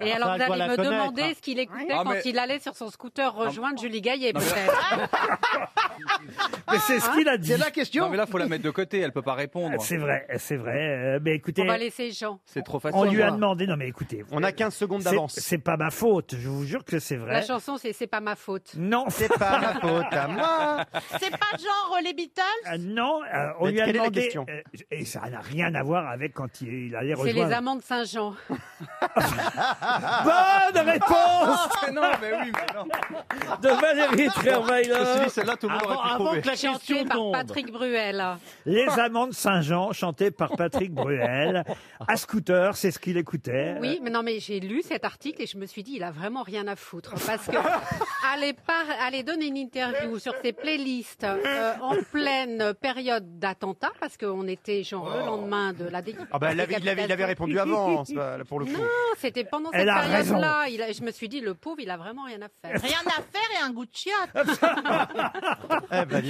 Speaker 2: Et alors,
Speaker 4: Ça,
Speaker 2: vous
Speaker 4: je dois
Speaker 2: allez
Speaker 4: la
Speaker 2: me
Speaker 4: connaître,
Speaker 2: demander
Speaker 4: hein.
Speaker 2: ce qu'il écoutait
Speaker 4: Ah,
Speaker 2: quand
Speaker 4: mais-
Speaker 2: il allait sur son scooter rejoindre Julie Gaillet, peut-être.
Speaker 4: Mais c'est ce qu'il a dit.
Speaker 23: Non, mais là, faut la mettre de côté, elle peut pas répondre.
Speaker 4: C'est vrai, c'est vrai. Euh, mais écoutez,
Speaker 2: On va laisser Jean.
Speaker 23: C'est trop facile.
Speaker 4: on lui a demandé. Non mais écoutez,
Speaker 23: On a 15 secondes
Speaker 4: c'est-
Speaker 23: d'avance.
Speaker 4: C'est pas ma faute. Je vous jure que c'est vrai.
Speaker 2: La chanson, c'est C'est pas ma faute.
Speaker 4: Non. C'est pas ma faute à moi.
Speaker 7: C'est pas
Speaker 2: euh,
Speaker 7: genre les Beatles
Speaker 4: Non, euh, on
Speaker 2: Mais
Speaker 4: lui a
Speaker 2: quelle est la
Speaker 4: demandé.
Speaker 2: question
Speaker 4: euh, et ça n'a rien à voir avec quand il, il allait
Speaker 2: C'est les
Speaker 4: rejoindre.
Speaker 2: amants de Saint-Jean.
Speaker 4: Bonne réponse
Speaker 23: Non, mais oui, mais non.
Speaker 4: de Valérie
Speaker 8: hein.
Speaker 4: Trierweiler.
Speaker 23: Ceci dit, celle-là, tout le monde aurait pu trouver.
Speaker 2: Chanté par Patrick Bruel.
Speaker 4: Les Amants de Saint-Jean, chanté par Patrick Bruel. À scooter, c'est ce qu'il écoutait.
Speaker 2: Oui, mais non, mais j'ai lu cet article et je me suis dit, il a vraiment rien à foutre. Parce que aller, par, aller donner une interview sur ses playlists euh, en pleine période d'attentat, parce qu'on était genre le lendemain de la dé-
Speaker 1: Ah bah, il avait, il avait- il avait répondu avant, hein, c'est pas- pour le coup.
Speaker 2: Non, c'était pendant
Speaker 1: Elle
Speaker 2: cette
Speaker 1: a
Speaker 2: période-là. Il a- Je me suis dit, le pauvre, il a vraiment rien à faire.
Speaker 7: Rien à faire et un goût de chiottes.
Speaker 23: Eh
Speaker 4: Ah
Speaker 23: ben,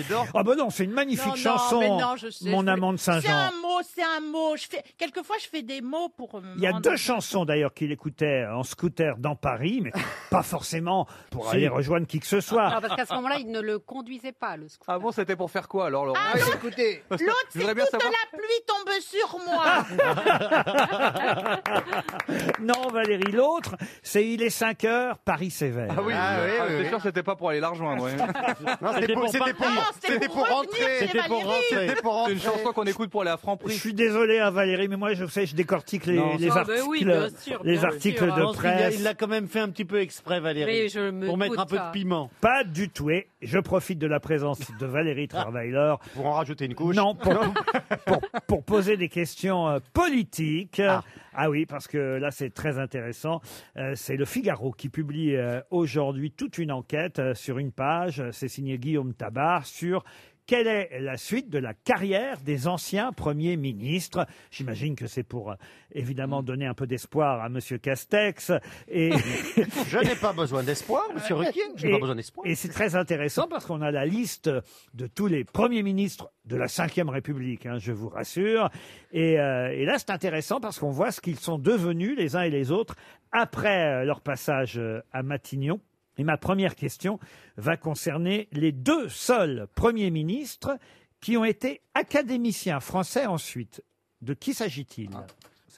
Speaker 4: bah non, c'est une magnifique
Speaker 7: Non, non,
Speaker 4: chanson.
Speaker 7: mais non, je sais,
Speaker 4: Mon
Speaker 7: je
Speaker 4: amant de
Speaker 7: voulais- C'est
Speaker 4: Saint-Jean.
Speaker 7: un mot, c'est un mot. Je fais... Quelquefois, je fais des mots pour. me
Speaker 4: Il y a
Speaker 7: rendre-
Speaker 4: deux chansons d'ailleurs qu'il écoutait en scooter dans Paris, mais pas forcément pour
Speaker 13: Si.
Speaker 4: aller rejoindre qui que ce soit.
Speaker 2: Non, parce qu'à ce moment-là, il ne le conduisait pas, le
Speaker 23: Ah bon, c'était pour faire quoi alors, Laurent
Speaker 7: Ah, l'autre- L'autre, c'est toute la pluie tombe sur moi.
Speaker 4: non, Valérie, l'autre, c'est Il est 5 heures, Paris sévère.
Speaker 23: Ah oui, ah, c'est sûr, c'était pas pour aller la rejoindre. ouais. Non,
Speaker 4: C'était
Speaker 23: c'était pour,
Speaker 4: pour
Speaker 23: c'était pour,
Speaker 4: partir. Non,
Speaker 7: c'était
Speaker 23: c'était
Speaker 7: pour
Speaker 23: pour
Speaker 7: revenir
Speaker 23: rentrer.
Speaker 7: chez C'était pour Valérie. rentrer.
Speaker 23: C'était pour rentrer. C'est une chanson qu'on écoute pour aller à
Speaker 4: Je
Speaker 23: Franprix.
Speaker 4: suis désolé, hein, Valérie, mais moi, je sais, je décortique les,
Speaker 23: Non,
Speaker 4: les
Speaker 23: ça- Ah,
Speaker 22: ben
Speaker 4: articles,
Speaker 23: bah oui, bien sûr,
Speaker 4: les
Speaker 23: bien
Speaker 4: articles
Speaker 23: sûr.
Speaker 4: de
Speaker 23: Non,
Speaker 25: Il a- Il
Speaker 4: presse.
Speaker 25: l'a quand même fait un petit peu exprès, Valérie.
Speaker 2: Mais je me
Speaker 25: pour mettre
Speaker 2: doute,
Speaker 25: un peu
Speaker 2: ça.
Speaker 25: de piment.
Speaker 4: Pas du tout. Et je profite de la présence de Valérie Travailer.
Speaker 1: Pour en rajouter une couche.
Speaker 4: Non, pour, pour- pour poser des questions euh, politiques. Ah. oui, parce que là, c'est très intéressant. Euh, c'est le Figaro qui publie euh, aujourd'hui toute une enquête euh, sur une page. C'est signé Guillaume Tabar sur. Quelle est la suite de la carrière des anciens premiers ministres J'imagine que c'est pour euh, évidemment donner un peu d'espoir à Monsieur Castex. Et
Speaker 1: Je n'ai pas besoin d'espoir, monsieur Ruquier. Je n'ai
Speaker 4: et-
Speaker 1: pas besoin d'espoir.
Speaker 4: Et c'est très intéressant parce qu'on a la liste de tous les premiers ministres de la Ve République, hein, je vous rassure. Et, euh, et là, c'est intéressant parce qu'on voit ce qu'ils sont devenus les uns et les autres après euh, leur passage euh, à Matignon. Et ma première question va concerner les deux seuls premiers ministres qui ont été académiciens français ensuite. De qui s'agit-il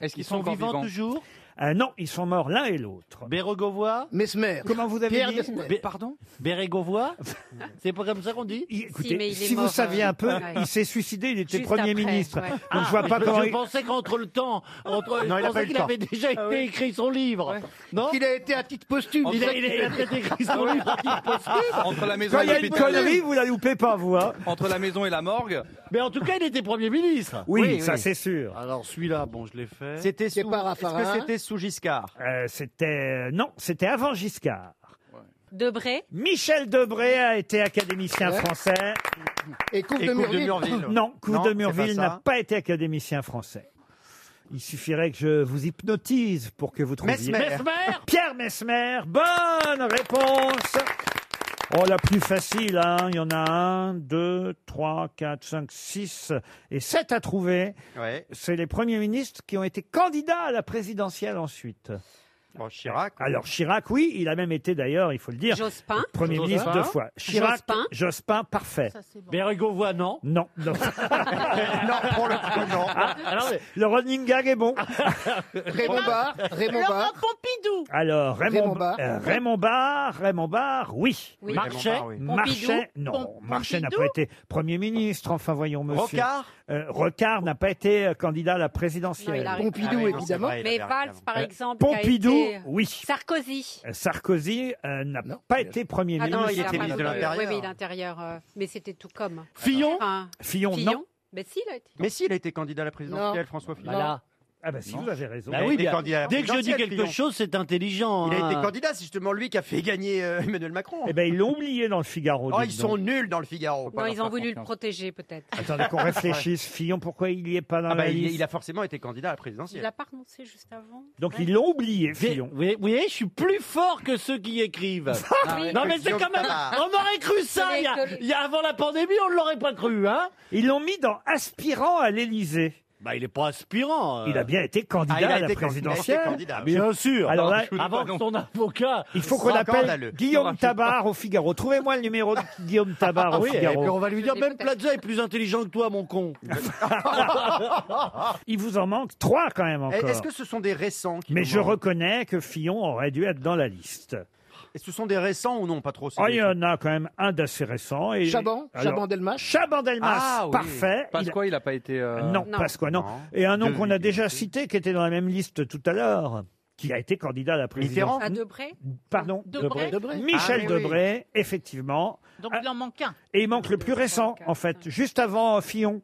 Speaker 23: Est-ce qu'ils
Speaker 25: Ah. Ils sont vivants toujours
Speaker 4: Euh, Non, ils sont morts l'un et l'autre.
Speaker 25: Bérégovois
Speaker 4: Mesmer. Comment vous avez
Speaker 25: Pierre
Speaker 4: dit
Speaker 25: Mesmer. Bé-
Speaker 23: Pardon
Speaker 25: Bérégovois C'est pas comme ça qu'on dit
Speaker 4: Écoutez, si vous saviez
Speaker 23: euh,
Speaker 22: hein.
Speaker 4: un peu, il s'est suicidé, il était Premier ministre. Donc
Speaker 22: Ah,
Speaker 4: je vois pas
Speaker 25: je,
Speaker 4: comment.
Speaker 25: je
Speaker 4: il-
Speaker 25: pensais qu'entre le temps, entre,
Speaker 4: Non,
Speaker 25: je
Speaker 4: il a pas eu
Speaker 25: pensais
Speaker 4: le
Speaker 25: qu'il
Speaker 4: temps.
Speaker 25: avait déjà été
Speaker 4: Ah oui.
Speaker 25: écrit son livre. Non
Speaker 1: Il a été à titre posthume.
Speaker 25: il a, il a- il a peut-être écrit son livre à titre posthume.
Speaker 23: Entre la maison
Speaker 4: Quand
Speaker 23: et
Speaker 4: il y a une
Speaker 23: l'hôpital.
Speaker 4: connerie, vous la loupez pas, vous. hein.
Speaker 23: Entre la maison et la morgue.
Speaker 25: Mais en tout cas, il était Premier ministre.
Speaker 4: Oui, ça c'est sûr.
Speaker 25: Alors celui-là, bon, je l'ai fait.
Speaker 1: C'était sous... Est-ce que c'était sous Giscard
Speaker 4: Euh, c'était non, c'était avant Giscard.
Speaker 2: Debré
Speaker 4: Michel Debré a été académicien
Speaker 2: Ouais.
Speaker 4: français.
Speaker 19: Et Couve
Speaker 4: Et
Speaker 19: de
Speaker 4: Couve
Speaker 19: Murville.
Speaker 4: Non, Couve
Speaker 19: Non,
Speaker 4: de
Speaker 19: c'est pas
Speaker 4: Murville
Speaker 19: ça.
Speaker 4: n'a pas été académicien français. Il suffirait que je vous hypnotise pour que vous trouviez.
Speaker 25: Mesmer. Mesmer
Speaker 4: Pierre Mesmer, bonne réponse Oh, la plus facile, hein. Il y en a un, deux, trois, quatre, cinq, six et sept à trouver.
Speaker 1: Ouais.
Speaker 4: C'est les premiers ministres qui ont été candidats à la présidentielle ensuite.
Speaker 25: Oh,
Speaker 1: Bon, Chirac.
Speaker 4: Alors Chirac, oui, il a même été d'ailleurs, il faut le dire,
Speaker 2: Jospin.
Speaker 4: premier
Speaker 25: Jospin.
Speaker 4: ministre deux fois. Chirac,
Speaker 25: Jospin.
Speaker 4: Jospin, parfait.
Speaker 25: Bérégovois, non
Speaker 4: Non, non. Ah,
Speaker 25: Non, pour le coup, non.
Speaker 4: Le running gag est bon.
Speaker 19: Raymond Barre. Raymond
Speaker 7: Laurent
Speaker 19: Barre.
Speaker 7: Pompidou.
Speaker 4: Alors, Raymond,
Speaker 19: Raymond
Speaker 4: Raymond
Speaker 19: Barre.
Speaker 4: Barre, Raymond Barre, Raymond Barre, oui.
Speaker 19: Oui. Marchais. Raymond Barre, oui.
Speaker 4: Marchais,
Speaker 19: Pompidou.
Speaker 4: non.
Speaker 19: Pom-
Speaker 4: Marchais n'a
Speaker 19: Pompidou.
Speaker 4: pas été Premier ministre, enfin voyons, monsieur.
Speaker 1: Rocard
Speaker 4: Euh, Rocard n'a pas été euh, candidat à la présidentielle. Ah
Speaker 2: Mais Valls, par exemple. qui a
Speaker 4: Euh, Pompidou,
Speaker 2: été- euh,
Speaker 4: oui.
Speaker 2: Sarkozy.
Speaker 4: Euh, Sarkozy euh, n'a pas été Premier
Speaker 2: Ah
Speaker 4: ministre.
Speaker 2: non, a pas non plus- Oui, oui, l'intérieur. euh, mais c'était tout comme.
Speaker 4: Fillon
Speaker 2: Enfin,
Speaker 4: Fillon, non.
Speaker 2: Mais si, il a été.
Speaker 1: Mais si, il a été candidat à la présidentielle,
Speaker 25: Non.
Speaker 1: François Fillon.
Speaker 25: Voilà.
Speaker 4: Ah bah si,
Speaker 1: Non.
Speaker 4: vous avez raison.
Speaker 25: Bah
Speaker 1: Il a
Speaker 25: oui,
Speaker 1: été
Speaker 25: bien.
Speaker 1: candidat à la
Speaker 25: Dès que je dis
Speaker 1: présidentielle,
Speaker 25: quelque
Speaker 1: Fillon.
Speaker 25: chose, c'est intelligent.
Speaker 1: Il a été
Speaker 25: hein.
Speaker 1: candidat, c'est justement lui qui a fait gagner euh, Emmanuel Macron.
Speaker 4: euh, Eh ben, ils l'ont oublié dans le Figaro.
Speaker 1: Oh,
Speaker 4: dites
Speaker 1: ils sont
Speaker 4: donc.
Speaker 1: nuls dans le Figaro.
Speaker 2: Non, ils ont voulu le protéger, peut-être.
Speaker 4: Attendez qu'on réfléchisse. Fillon, pourquoi il n'y est pas dans
Speaker 1: Ah bah,
Speaker 4: la
Speaker 1: il,
Speaker 4: liste
Speaker 1: il a forcément été candidat à la
Speaker 2: Il
Speaker 1: présidentielle.
Speaker 2: l'a pas renoncé juste avant.
Speaker 4: Donc ils l'ont oublié, Fillon.
Speaker 25: Vous voyez- vous voyez, je suis plus fort que ceux qui écrivent.
Speaker 4: Ah oui.
Speaker 25: non mais c'est quand même, on aurait cru ça. il y a- il y a- avant la pandémie, on l'aurait pas cru, hein
Speaker 4: Ils l'ont mis dans aspirant à l'Élysée.
Speaker 25: Bah, il n'est pas aspirant. euh.
Speaker 4: Il a bien été
Speaker 25: Ah,
Speaker 1: Ah,
Speaker 4: candidat à la présidentielle.
Speaker 25: Bien sûr.
Speaker 4: Alors là,
Speaker 25: avant son avocat.
Speaker 4: Il faut qu'on appelle Guillaume Tabar au Figaro. Trouvez-moi le numéro de Guillaume Tabar au
Speaker 25: oui, et
Speaker 4: Figaro.
Speaker 25: puis on va lui dire même Plaza est plus intelligent que toi, mon con.
Speaker 4: Il vous en manque trois quand même encore.
Speaker 1: Eh, Est-ce que ce sont des récents qui
Speaker 4: Mais
Speaker 1: nous
Speaker 4: je
Speaker 1: manquent
Speaker 4: reconnais que Fillon aurait dû être dans la liste.
Speaker 1: Et ce sont des récents ou non Pas trop. c'est
Speaker 4: Ah,
Speaker 1: des-
Speaker 4: il y en a quand même un d'assez récent. Et...
Speaker 1: Chaban
Speaker 4: Oh, Alors,
Speaker 1: Chaban
Speaker 19: Delmas
Speaker 4: Chaban Delmas,
Speaker 12: Ah oui.
Speaker 4: parfait. Il-
Speaker 12: Pasqua, il n'a pas été. euh,
Speaker 4: Non, parce quoi, non. Et un nom qu'on a déjà cité, qui était dans la même liste tout à l'heure, qui a été candidat à la présidence.
Speaker 1: Ah,
Speaker 2: À Debré
Speaker 4: Pardon
Speaker 2: Debré Debré.
Speaker 4: Michel
Speaker 2: Ah, oui, oui.
Speaker 4: Debré, effectivement.
Speaker 2: Donc il en manque un.
Speaker 4: Et il manque le plus récent, en fait, juste avant Fillon.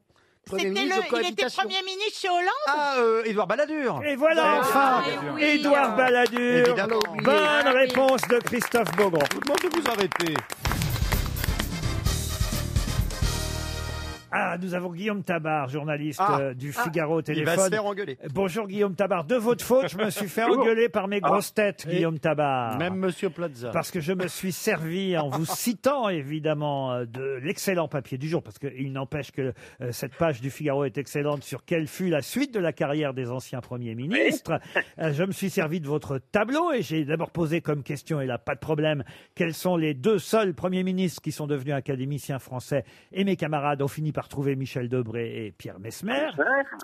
Speaker 8: C'était le, il était Premier ministre chez Hollande
Speaker 1: Ah, euh, Édouard Balladur. Ah,
Speaker 4: Et voilà enfin Édouard Balladur.
Speaker 1: Évidemment. Ah
Speaker 4: Bonne réponse de Christophe Beaugrand.
Speaker 1: Je vous demande de vous arrêter.
Speaker 4: Ah, nous avons Guillaume Tabar, journaliste
Speaker 1: Ah.
Speaker 4: euh, du
Speaker 1: Ah.
Speaker 4: Figaro au
Speaker 1: Il va
Speaker 4: téléphone.
Speaker 1: se faire engueuler.
Speaker 4: Bonjour Guillaume Tabar. De votre faute, je me suis fait engueuler par
Speaker 1: Ah.
Speaker 4: mes grosses têtes, Guillaume Tabar.
Speaker 25: Même Monsieur Plaza.
Speaker 4: Parce que je me suis servi, en vous citant évidemment euh, de l'excellent papier du jour, parce qu'il n'empêche que euh, cette page du Figaro est excellente sur quelle fut la suite de la carrière des anciens premiers ministres. Euh, Je me suis servi de votre tableau et j'ai d'abord posé comme question, et là pas de problème, quels sont les deux seuls premiers ministres qui sont devenus académiciens français et mes camarades ont fini par trouver Michel Debré et Pierre Mesmer.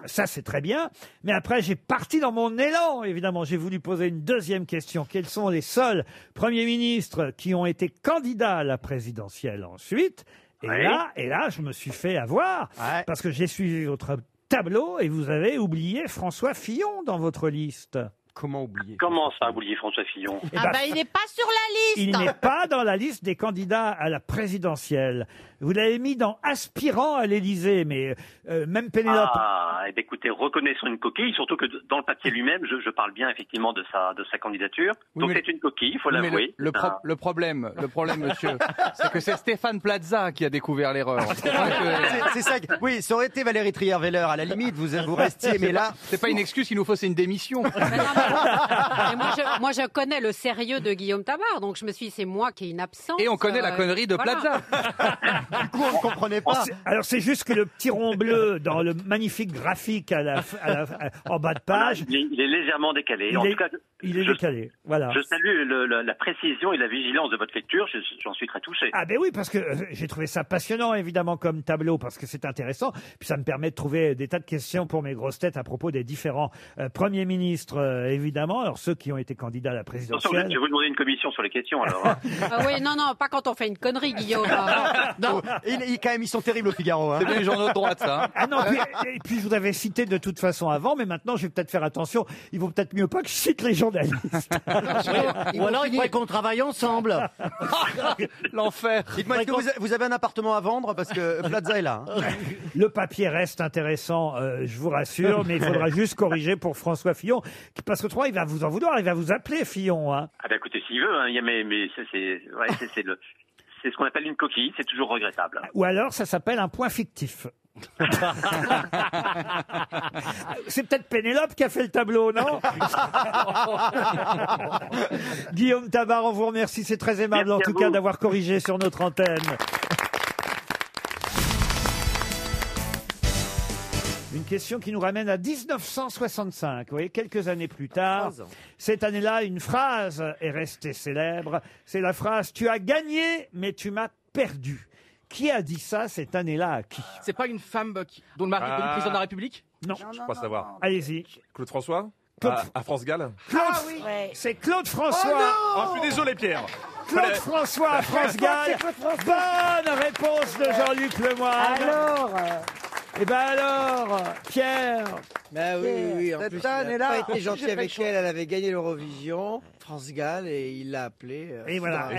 Speaker 4: Ça, c'est très bien. Mais après, j'ai parti dans mon élan, évidemment. J'ai voulu poser une deuxième question. Quels sont les seuls premiers ministres qui ont été candidats à la présidentielle ensuite Et
Speaker 25: Ouais.
Speaker 4: là, et là, je me suis fait avoir parce que j'ai suivi votre tableau et vous avez oublié François Fillon dans votre liste.
Speaker 1: Comment oublier
Speaker 3: Comment ça, oublier François Fillon
Speaker 4: Eh
Speaker 8: Ah
Speaker 4: ben,
Speaker 8: bah, il n'est pas sur la liste
Speaker 4: Il n'est pas dans la liste des candidats à la présidentielle. Vous l'avez mis dans aspirant à l'Élysée, mais euh, même Pénélope.
Speaker 3: Ah, eh bien, écoutez, reconnaissons une coquille, surtout que d- dans le papier lui-même, je, je parle bien effectivement de sa, de sa candidature.
Speaker 12: Oui,
Speaker 3: Donc
Speaker 12: mais-
Speaker 3: c'est une coquille, il faut
Speaker 12: Oui, mais
Speaker 3: l'avouer.
Speaker 12: Le, le pro-
Speaker 3: Ah.
Speaker 12: le problème, le problème, monsieur, c'est que c'est Stéphane Plaza qui a découvert l'erreur. C'est vrai que-
Speaker 1: Euh, C'est- C'est ça. que- Oui, ça aurait été Valérie Trier-Veller à la limite. Vous, vous restiez, mais là,
Speaker 12: c'est pas une excuse. Il nous faut c'est une démission.
Speaker 2: Et Ah. moi, je, moi, je connais le sérieux de Guillaume Tabar, donc je me suis dit, c'est moi qui ai une absence.
Speaker 12: Et on connaît la
Speaker 2: euh,
Speaker 12: connerie de
Speaker 2: voilà.
Speaker 12: Plaza.
Speaker 1: comprenez
Speaker 4: Oh, c'est- Alors c'est juste que le petit rond bleu dans le magnifique graphique à la, à la- en bas de page,
Speaker 3: Il, est- il est légèrement décalé.
Speaker 4: il
Speaker 3: en
Speaker 4: est,
Speaker 3: tout cas,
Speaker 4: il est
Speaker 3: je-
Speaker 4: décalé. Voilà.
Speaker 3: je salue le- le- la précision et la vigilance de votre lecture, je- j'en suis très touché.
Speaker 4: Ah ben oui, parce que euh, j'ai trouvé ça passionnant, évidemment, comme tableau, parce que c'est intéressant. Puis ça me permet de trouver des tas de questions pour mes grosses têtes à propos des différents euh, premiers ministres, euh, évidemment. Alors ceux qui ont été candidats à la
Speaker 3: Attention, je
Speaker 4: présidentielle.
Speaker 3: vais vous demander une commission sur les questions alors. hein.
Speaker 2: Ah oui, non, non, pas quand on fait une connerie, Guillaume.
Speaker 1: non, ils, ils- quand même, ils sont terribles au Figaro. hein.
Speaker 12: Ah, C'est bien les journaux de droite, ça. hein.
Speaker 4: Ah non, puis, et puis je vous avais cité de toute façon avant, mais maintenant je vais peut-être faire attention. Il vaut peut-être mieux pas que je cite les journalistes.
Speaker 25: Ou alors, il faudrait qu'on travaille ensemble.
Speaker 12: L'enfer.
Speaker 1: Dites-moi, est-ce que vous, a- vous avez un appartement à vendre parce que Plaza est là. hein.
Speaker 4: Le papier reste intéressant, euh, je vous rassure, mais il faudra juste corriger pour François Fillon, qui- parce que trois, il va vous en vouloir, il va vous appeler Fillon. hein.
Speaker 3: Ah ben écoutez, s'il veut, hein, il y a- mais, mais ça, c'est ouais, c'est- c'est le- c'est ce qu'on appelle une coquille, c'est toujours regrettable.
Speaker 4: Ou alors, ça s'appelle un point fictif. Ah, C'est peut-être Pénélope qui a fait le tableau, non Guillaume Tabar, on vous remercie, c'est très aimable
Speaker 25: Merci
Speaker 4: en
Speaker 25: à
Speaker 4: tout cas
Speaker 25: vous.
Speaker 4: d'avoir corrigé sur notre antenne. Une question qui nous ramène à 1965, vous voyez, quelques années plus tard.
Speaker 25: Trois ans.
Speaker 4: Cette année-là, une phrase est restée célèbre. C'est la phrase Tu as gagné, mais tu m'as perdu. Qui a dit ça cette année-là à qui
Speaker 12: C'est pas une femme qui- dont le mari est devenu
Speaker 6: Ah.
Speaker 12: président de la République
Speaker 4: Non.
Speaker 6: Je crois savoir.
Speaker 4: Allez-y.
Speaker 6: Claude François Ah,
Speaker 4: Claude-
Speaker 6: à, à France Gall
Speaker 4: Claude,
Speaker 12: Ah
Speaker 4: c'est Claude François.
Speaker 6: Oh, je suis désolé, Pierre.
Speaker 4: Claude
Speaker 6: Fallait-
Speaker 4: François à France Gall. Bonne réponse de Jean-Luc Lemoyne.
Speaker 25: Alors,
Speaker 4: Eh ben alors, Pierre.
Speaker 10: Ben oui, oui, oui. En Cette plus, il a année-là, pas été j'ai gentil fait avec chaud. elle. Elle avait gagné l'Eurovision, France Gall, et il l'a appelée. euh,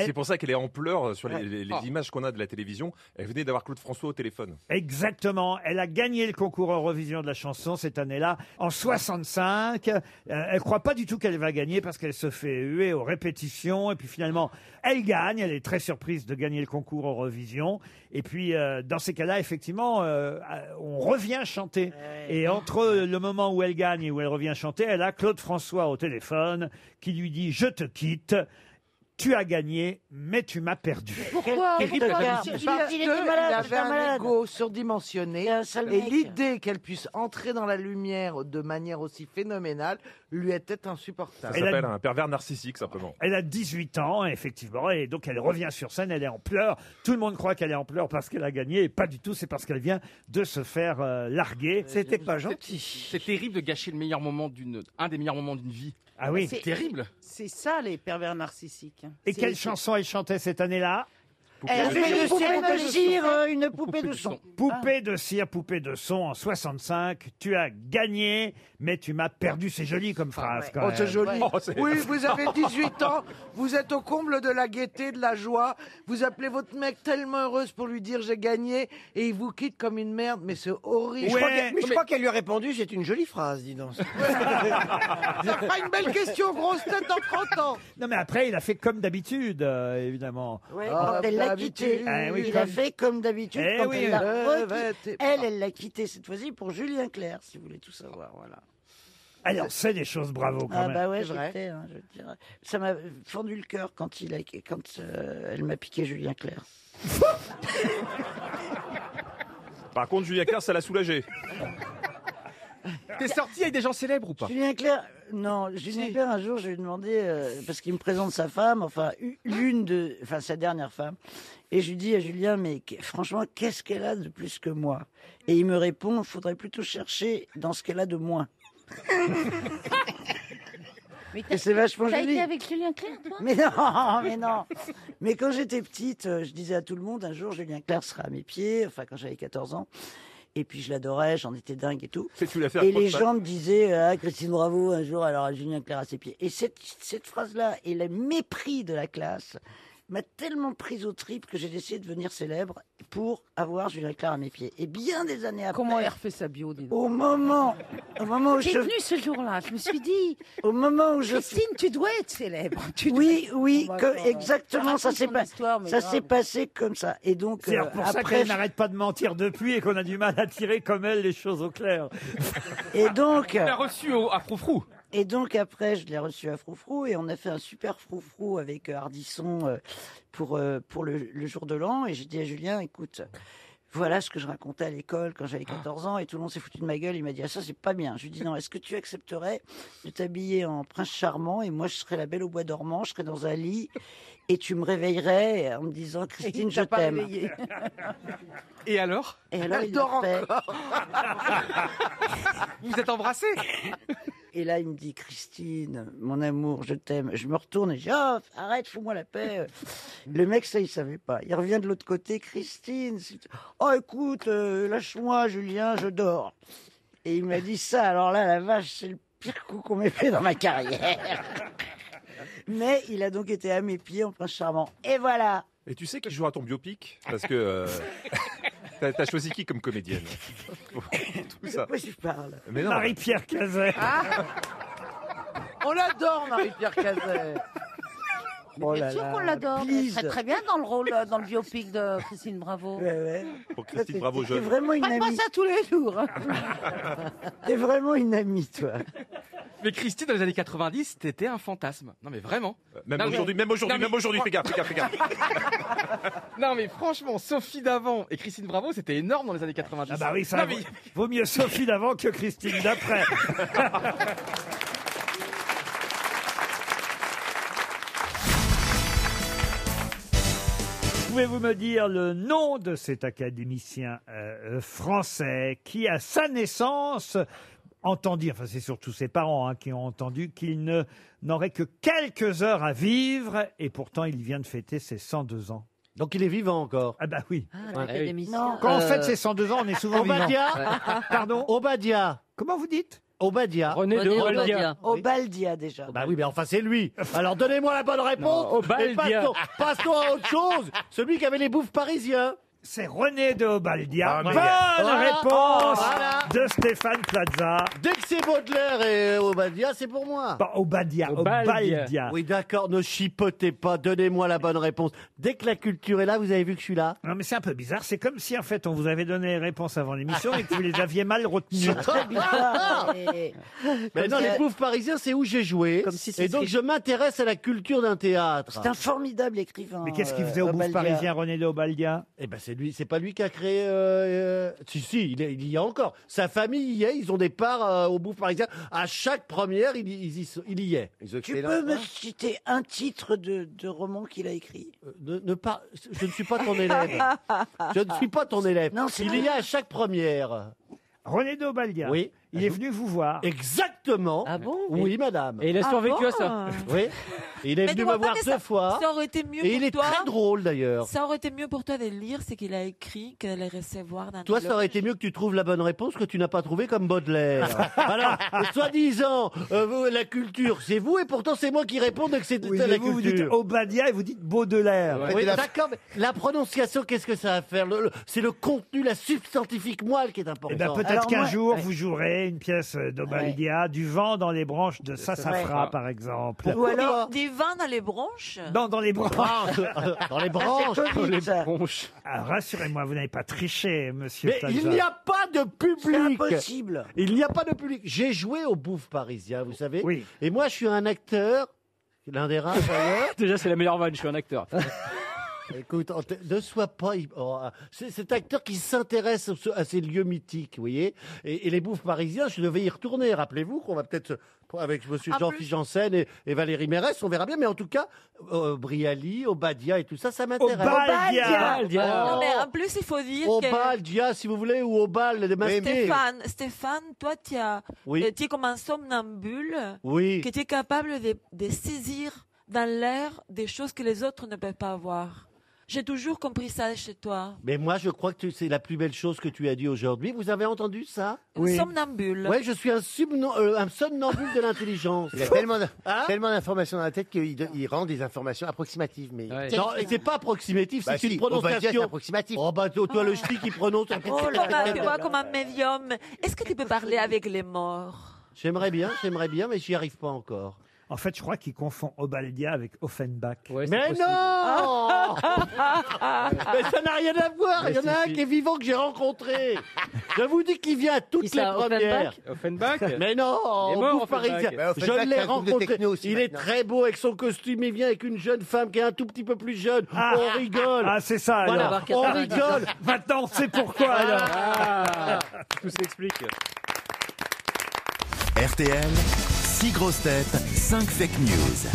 Speaker 6: Et c'est pour ça qu'elle est en pleurs sur les, les- les
Speaker 4: Ah.
Speaker 6: images qu'on a de la télévision. Elle venait d'avoir Claude François au téléphone.
Speaker 4: Exactement. Elle a gagné le concours Eurovision de la chanson cette année-là, en 65. Euh, elle croit pas du tout qu'elle va gagner parce qu'elle se fait huer aux répétitions. Et puis finalement, elle gagne. Elle est très surprise de gagner le concours Eurovision. Et puis, euh, dans ces cas-là, effectivement, euh, on revient chanter. Et entre le moment où elle gagne et où elle revient chanter, elle a Claude François au téléphone qui lui dit « Je te quitte ». Tu as gagné, mais tu m'as perdu.
Speaker 15: Pourquoi
Speaker 4: Quel- quel
Speaker 15: Pourquoi
Speaker 4: regard
Speaker 15: Parce
Speaker 4: Il a-
Speaker 15: qu'il
Speaker 4: il était malade,
Speaker 15: avait
Speaker 4: c'était un
Speaker 15: un
Speaker 4: malade.
Speaker 15: ego surdimensionné. Et
Speaker 4: mec.
Speaker 15: l'idée qu'elle puisse entrer dans la lumière de manière aussi phénoménale lui était
Speaker 6: Ça
Speaker 15: insupportable.
Speaker 6: s'appelle un pervers narcissique, simplement.
Speaker 4: Elle a 18 ans, effectivement, et donc elle revient sur scène, elle est en pleurs. Tout le monde croit qu'elle est en pleurs parce qu'elle a gagné, et pas du tout, c'est parce qu'elle vient de se faire euh, larguer. C'était pas gentil.
Speaker 12: C'est terrible de gâcher le meilleur moment d'une, un des meilleurs moments d'une vie.
Speaker 4: Ah oui.
Speaker 17: c'est terrible.
Speaker 8: C'est ça, les pervers narcissiques.
Speaker 4: Et
Speaker 8: C'est-
Speaker 4: quelle
Speaker 8: c'est-
Speaker 4: chanson elle chantait cette année-là
Speaker 7: Eh,
Speaker 8: Elle fait une poupée de cire, euh,
Speaker 5: une poupée de son.
Speaker 4: Poupée de cire, poupée de son en 65. Tu as gagné, mais tu m'as perdu. C'est joli comme phrase. quand
Speaker 15: Oh, c'est
Speaker 4: même.
Speaker 15: joli. oui, vous avez 18 ans, vous êtes au comble de la gaieté, de la joie. Vous appelez votre mec tellement heureuse pour lui dire j'ai gagné et il vous quitte comme une merde, mais c'est horrible.
Speaker 10: Mais je crois qu'elle- mais je crois qu'elle lui a répondu c'est une jolie phrase, dis donc.
Speaker 15: Ça fera une belle question, grosse tête en 30 ans.
Speaker 4: Non, mais après, il a fait comme d'habitude, euh, évidemment.
Speaker 5: Ouais, quand elle l'a quitté,
Speaker 4: Ah oui,
Speaker 5: il
Speaker 4: comme-
Speaker 5: a fait comme d'habitude.
Speaker 4: Eh
Speaker 5: quand
Speaker 4: oui,
Speaker 5: elle l'a
Speaker 4: euh,
Speaker 5: requitté.
Speaker 4: ouais, t'es-
Speaker 5: elle, elle l'a quitté cette fois-ci pour Julien Clerc, si vous voulez tout savoir. Voilà.
Speaker 4: Alors, c'est des choses bravo quand
Speaker 5: ah
Speaker 4: même.
Speaker 5: bah ouais, j'étais, hein, je veux dire, ça m'a fendu le cœur quand il a, quand euh, elle m'a piqué Julien Clerc.
Speaker 6: Par contre, Julien Clerc, ça l'a soulagé.
Speaker 12: T'es sorti avec des gens célèbres ou pas
Speaker 5: Julien Clerc, non, Julien Clerc, un jour, je lui ai demandé, euh, parce qu'il me présente sa femme, enfin, u- l'une de, enfin, sa dernière femme, et je lui dis à Julien, mais qu- franchement, qu'est-ce qu'elle a de plus que moi Et il me répond, faudrait plutôt chercher dans ce qu'elle a de moins.
Speaker 7: Mais
Speaker 5: Et c'est vachement
Speaker 7: T'as
Speaker 5: joli.
Speaker 7: été avec Julien Clerc, toi
Speaker 5: Mais non, mais non. Mais quand j'étais petite, euh, je disais à tout le monde, un jour, Julien Clerc sera à mes pieds, enfin, quand j'avais 14 ans. Et puis je l'adorais, j'en étais dingue et tout.
Speaker 6: Et tu l'as fait à
Speaker 5: Et
Speaker 6: trois
Speaker 5: les
Speaker 6: pattes.
Speaker 5: gens me disaient, ah, Christine Bravo, un jour, elle aura Julien Clerc à ses pieds. Et cette, cette phrase-là et le mépris de la classe m'a tellement prise au trip que j'ai décidé de devenir célèbre pour avoir Julien Clerc à mes pieds. Et bien des années après.
Speaker 8: Comment elle a refait sa bio, dis donc.
Speaker 5: Au moment, au moment où
Speaker 8: T'es
Speaker 5: je.
Speaker 8: venu
Speaker 7: ce jour-là, je me suis dit.
Speaker 5: Au moment où je.
Speaker 8: Christine, tu dois être célèbre. Tu dois-
Speaker 5: Oui, oui,
Speaker 8: On va
Speaker 5: que-
Speaker 8: voir.
Speaker 5: exactement, ça
Speaker 8: Raconte
Speaker 5: s'est
Speaker 8: ton
Speaker 5: pas-
Speaker 8: histoire, mais
Speaker 5: ça
Speaker 8: grave.
Speaker 5: s'est passé comme ça. Et donc,
Speaker 4: C'est
Speaker 5: euh,
Speaker 4: pour ça
Speaker 5: après,
Speaker 4: qu'elle n'arrête pas de mentir depuis et qu'on a du mal à tirer comme elle les choses au clair.
Speaker 5: Et donc.
Speaker 4: On l'a
Speaker 5: reçu à Froufrou. Et donc après, je l'ai reçu à Froufrou et on a fait un super Froufrou avec euh, Hardisson euh, pour, euh, pour le, le jour de l'an. Et j'ai dit à Julien, écoute, voilà ce que je racontais à l'école quand j'avais 14 ans et tout le monde s'est foutu de ma gueule. Il m'a dit, ah, ça c'est pas bien. Je lui ai dit, non, est-ce que tu accepterais de t'habiller en prince charmant et moi je serais la belle au bois dormant, je serais dans un lit et tu me réveillerais en me disant, Christine, je
Speaker 8: t'a pas
Speaker 5: t'aime.
Speaker 8: réveillée.
Speaker 12: Et alors
Speaker 5: Et alors,
Speaker 8: Elle
Speaker 5: il
Speaker 8: dort
Speaker 5: le fait.
Speaker 12: Vous êtes embrassés
Speaker 5: Et là, il me dit, Christine, mon amour, je t'aime. Je me retourne et je dis, Ah, arrête, fous-moi la paix.
Speaker 7: Mm.
Speaker 5: Le mec, ça, il savait pas. Il revient de l'autre côté, Christine. c'est- Oh, écoute, euh, lâche-moi, Julien, je dors. Et il m'a dit ça. Alors là, la vache, c'est le pire coup qu'on m'ait fait dans ma carrière. Mais il a donc été à mes pieds en prince charmant. Et voilà.
Speaker 6: Et tu sais qui jouera ton biopic Parce que. euh, t'as- T'as choisi qui comme comédienne Tout ça.
Speaker 5: De quoi tu parles
Speaker 6: Mais non.
Speaker 4: Marie-Pierre Cazet.
Speaker 8: On l'adore, Marie-Pierre Cazet.
Speaker 5: Oh
Speaker 7: Bien
Speaker 5: là
Speaker 7: sûr
Speaker 5: là,
Speaker 7: qu'on l'adore. Elle serait
Speaker 5: please.
Speaker 7: très bien dans le rôle, euh, dans le biopic de Christine Bravo.
Speaker 6: Pour Christine Bravo
Speaker 5: T'es
Speaker 6: jeune.
Speaker 5: vraiment une
Speaker 7: Faites-moi
Speaker 5: amie.
Speaker 7: ça tous les jours. hein.
Speaker 5: T'es vraiment une amie, toi.
Speaker 12: Mais Christine, dans les années 90, t'étais un fantasme. Non mais vraiment.
Speaker 6: Euh, Même
Speaker 12: Non, mais-
Speaker 6: aujourd'hui, même aujourd'hui,
Speaker 12: Non, mais-
Speaker 6: même aujourd'hui, fais gaffe, fais gaffe, fais gaffe.
Speaker 12: Non mais franchement, Sophie d'avant et Christine Bravo, c'était énorme dans les années 90.
Speaker 4: Ah bah oui, ça
Speaker 12: Non, mais-
Speaker 4: vaut, vaut mieux Sophie d'avant que Christine d'après. Pouvez-vous me dire le nom de cet académicien euh, euh, français qui, à sa naissance, entendit, enfin c'est surtout ses parents hein, qui ont entendu qu'il ne n'aurait que quelques heures à vivre et pourtant il vient de fêter ses 102 ans. Donc il est vivant encore Ah bah oui.
Speaker 25: Ah, l'académicien. Non.
Speaker 4: Quand on
Speaker 25: Euh,
Speaker 4: fête ses 102 ans, on est souvent vivant.
Speaker 25: Obadia
Speaker 4: Pardon
Speaker 25: Obadia
Speaker 4: Ah, Comment vous dites
Speaker 25: Obadia.
Speaker 4: René de Obadia.
Speaker 5: Obaldia, déjà.
Speaker 25: Bah oui, mais enfin, c'est lui. Alors donnez-moi la bonne réponse.
Speaker 5: Non, Obaldia.
Speaker 25: Et passons, passons à autre chose. Celui qui avait les bouffes parisiens.
Speaker 4: C'est René de Obaldia.
Speaker 22: Ah, mais
Speaker 4: Bonne
Speaker 22: il y a- Voilà,
Speaker 4: réponse
Speaker 22: voilà.
Speaker 4: de Stéphane Plaza. Oh,
Speaker 22: Dès que c'est Baudelaire et Obadia, c'est pour moi.
Speaker 4: Pas Obadia, Obaldia.
Speaker 22: Oui, d'accord, ne chipotez pas, donnez-moi la bonne réponse. Dès que la culture est là, vous avez vu que je suis là
Speaker 4: Non, mais c'est un peu bizarre. C'est comme si, en fait, on vous avait donné les réponses avant l'émission et que vous les aviez mal retenues.
Speaker 22: C'est très
Speaker 5: Ah,
Speaker 7: Oh.
Speaker 22: bizarre. Ah, Mais
Speaker 4: Comme
Speaker 22: non,
Speaker 4: si-
Speaker 22: les pauvres parisiens, c'est où j'ai joué.
Speaker 5: ce
Speaker 22: et donc,
Speaker 5: serait-
Speaker 22: je m'intéresse à la culture d'un théâtre.
Speaker 5: C'est un formidable écrivain.
Speaker 22: Mais qu'est-ce qu'il
Speaker 5: euh,
Speaker 22: faisait au Bouffe
Speaker 5: Obaldia.
Speaker 22: Parisien,
Speaker 4: René de Obaldia
Speaker 22: Eh ben c'est lui, c'est pas lui qui a créé. euh, euh, Si si, il, est- il y a encore. Sa famille y est, ils ont des parts euh, au Bouffe Parisien. À chaque première, il, y- ils y sont- il y est.
Speaker 5: Tu peux me citer un titre de, de roman qu'il a écrit
Speaker 22: Euh, ne, ne pas, je ne suis pas ton élève. je ne suis pas ton élève.
Speaker 5: Non, c'est
Speaker 22: il
Speaker 5: vrai.
Speaker 22: y a à chaque première.
Speaker 4: René de Obaldia.
Speaker 22: Oui.
Speaker 4: Il est venu vous voir.
Speaker 22: Exactement. Ah
Speaker 18: bon
Speaker 22: Oui, madame.
Speaker 18: Et il a Ah survécu
Speaker 14: à ça. bon
Speaker 22: Oui. Il est
Speaker 14: Mais
Speaker 22: venu
Speaker 14: dis-moi
Speaker 22: me
Speaker 14: pas
Speaker 22: voir
Speaker 14: que
Speaker 22: deux
Speaker 14: ça-
Speaker 22: fois.
Speaker 14: ça aurait été mieux pour
Speaker 22: Et il est
Speaker 14: toi.
Speaker 22: très drôle d'ailleurs.
Speaker 14: Ça aurait été mieux pour toi de lire ce qu'il a écrit que de les recevoir dans
Speaker 22: Toi,
Speaker 14: le-
Speaker 22: ça aurait été mieux que tu trouves la bonne réponse que tu n'as pas trouvée comme Baudelaire. Alors, soi-disant, euh, vous, la culture, c'est vous, et pourtant c'est moi qui réponds et que c'est
Speaker 4: Oui,
Speaker 22: la
Speaker 4: mais vous, vous dites
Speaker 22: culture.
Speaker 4: Obadia et vous dites Baudelaire.
Speaker 22: Oui, d'accord, mais la prononciation, qu'est-ce que ça va faire Le- le- C'est le contenu, la substantifique moelle qui est
Speaker 4: Eh
Speaker 22: importante.
Speaker 4: ben, peut-être qu'un jour, vous jouerez une pièce d'Obaldia, Du vent dans les branches de Sassafras,
Speaker 14: Ouais.
Speaker 4: par exemple.
Speaker 14: Ou alors des vins dans les branches
Speaker 4: Non, dans les branches.
Speaker 14: Dans les branches. C'est Covid, Dans les ça.
Speaker 4: branches. Ah, Rassurez-moi, vous n'avez pas triché, monsieur.
Speaker 22: Mais il
Speaker 4: Plaza.
Speaker 22: n'y a pas de public.
Speaker 4: C'est impossible.
Speaker 22: Il n'y a pas de public. J'ai joué au Bouffe Parisien, vous savez. Et moi, je suis un acteur, l'un des rares d'ailleurs.
Speaker 13: Déjà, c'est la meilleure vanne, je suis un acteur.
Speaker 22: Écoute, en te- ne sois pas. hy- oh, ah, c'est cet acteur qui s'intéresse au- ce- à ces lieux mythiques, vous voyez. Et, et les bouffes parisiens, je devais y retourner. Rappelez-vous qu'on va peut-être, se- avec monsieur
Speaker 14: En
Speaker 22: Jean-Philippe Janssen et, et Valérie Mérès, on verra bien. Mais en tout cas, euh, Brialy, Obadia et tout ça, ça m'intéresse.
Speaker 14: Non,
Speaker 22: Ah, Oh.
Speaker 14: mais en plus, il faut dire
Speaker 22: Au
Speaker 14: que...
Speaker 22: bal, Dia, si vous voulez, ou au bal des masqués.
Speaker 14: Stéphane, Stéphane, toi, tu as-
Speaker 22: Oui.
Speaker 14: euh, tu es comme un somnambule
Speaker 22: Oui.
Speaker 14: que tu es capable de, de saisir dans l'air des choses que les autres ne peuvent pas voir. J'ai toujours compris ça chez toi.
Speaker 22: Mais moi, je crois que tu- c'est la plus belle chose que tu as dit aujourd'hui. Vous avez entendu ça
Speaker 14: Une Oui. somnambule.
Speaker 22: Ouais, je suis un, subno- euh, un somnambule de l'intelligence.
Speaker 19: Il a tellement, d-
Speaker 22: Hein
Speaker 19: tellement d'informations dans la tête qu'il do- il rend des informations approximatives. Mais
Speaker 22: Non, et c'est pas approximatif, c'est
Speaker 19: Bah
Speaker 22: une
Speaker 19: si, on va dire
Speaker 22: prononciation.
Speaker 19: c'est
Speaker 22: approximatif. Oh bah toi, toi, le ch'ti qui prononce.
Speaker 14: C'est comme un- Oh tu vois, comme un médium. Est-ce que tu peux parler avec les morts
Speaker 22: J'aimerais bien, j'aimerais bien, mais j'y arrive pas encore.
Speaker 4: En fait, je crois qu'il confond Obaldia avec Offenbach.
Speaker 22: mais non Mais ça n'a rien à voir.
Speaker 4: Mais
Speaker 22: Il y en
Speaker 4: si,
Speaker 22: a un
Speaker 4: si.
Speaker 22: qui est vivant que j'ai rencontré. Je vous dis qu'il vient à toutes les
Speaker 13: ça,
Speaker 22: premières.
Speaker 13: Offenbach
Speaker 22: Mais non,
Speaker 13: Il
Speaker 22: on
Speaker 13: est mort,
Speaker 22: bouffe
Speaker 13: Offenbach.
Speaker 22: parisien.
Speaker 13: Mais Bah, Offenbach,
Speaker 22: Je
Speaker 13: c'est
Speaker 22: l'ai
Speaker 13: un groupe de
Speaker 22: rencontré.
Speaker 13: techno aussi,
Speaker 22: Il est
Speaker 13: maintenant.
Speaker 22: très beau avec son costume. Il vient avec une jeune femme qui est un tout petit peu plus jeune.
Speaker 4: Ah.
Speaker 22: on rigole.
Speaker 4: Ah, c'est ça,
Speaker 22: Voilà,
Speaker 4: alors.
Speaker 22: on rigole. Ah.
Speaker 4: Maintenant, on sait pourquoi, alors.
Speaker 6: Tout s'explique.
Speaker 27: RTL, 6 grosses têtes, 5 fake news.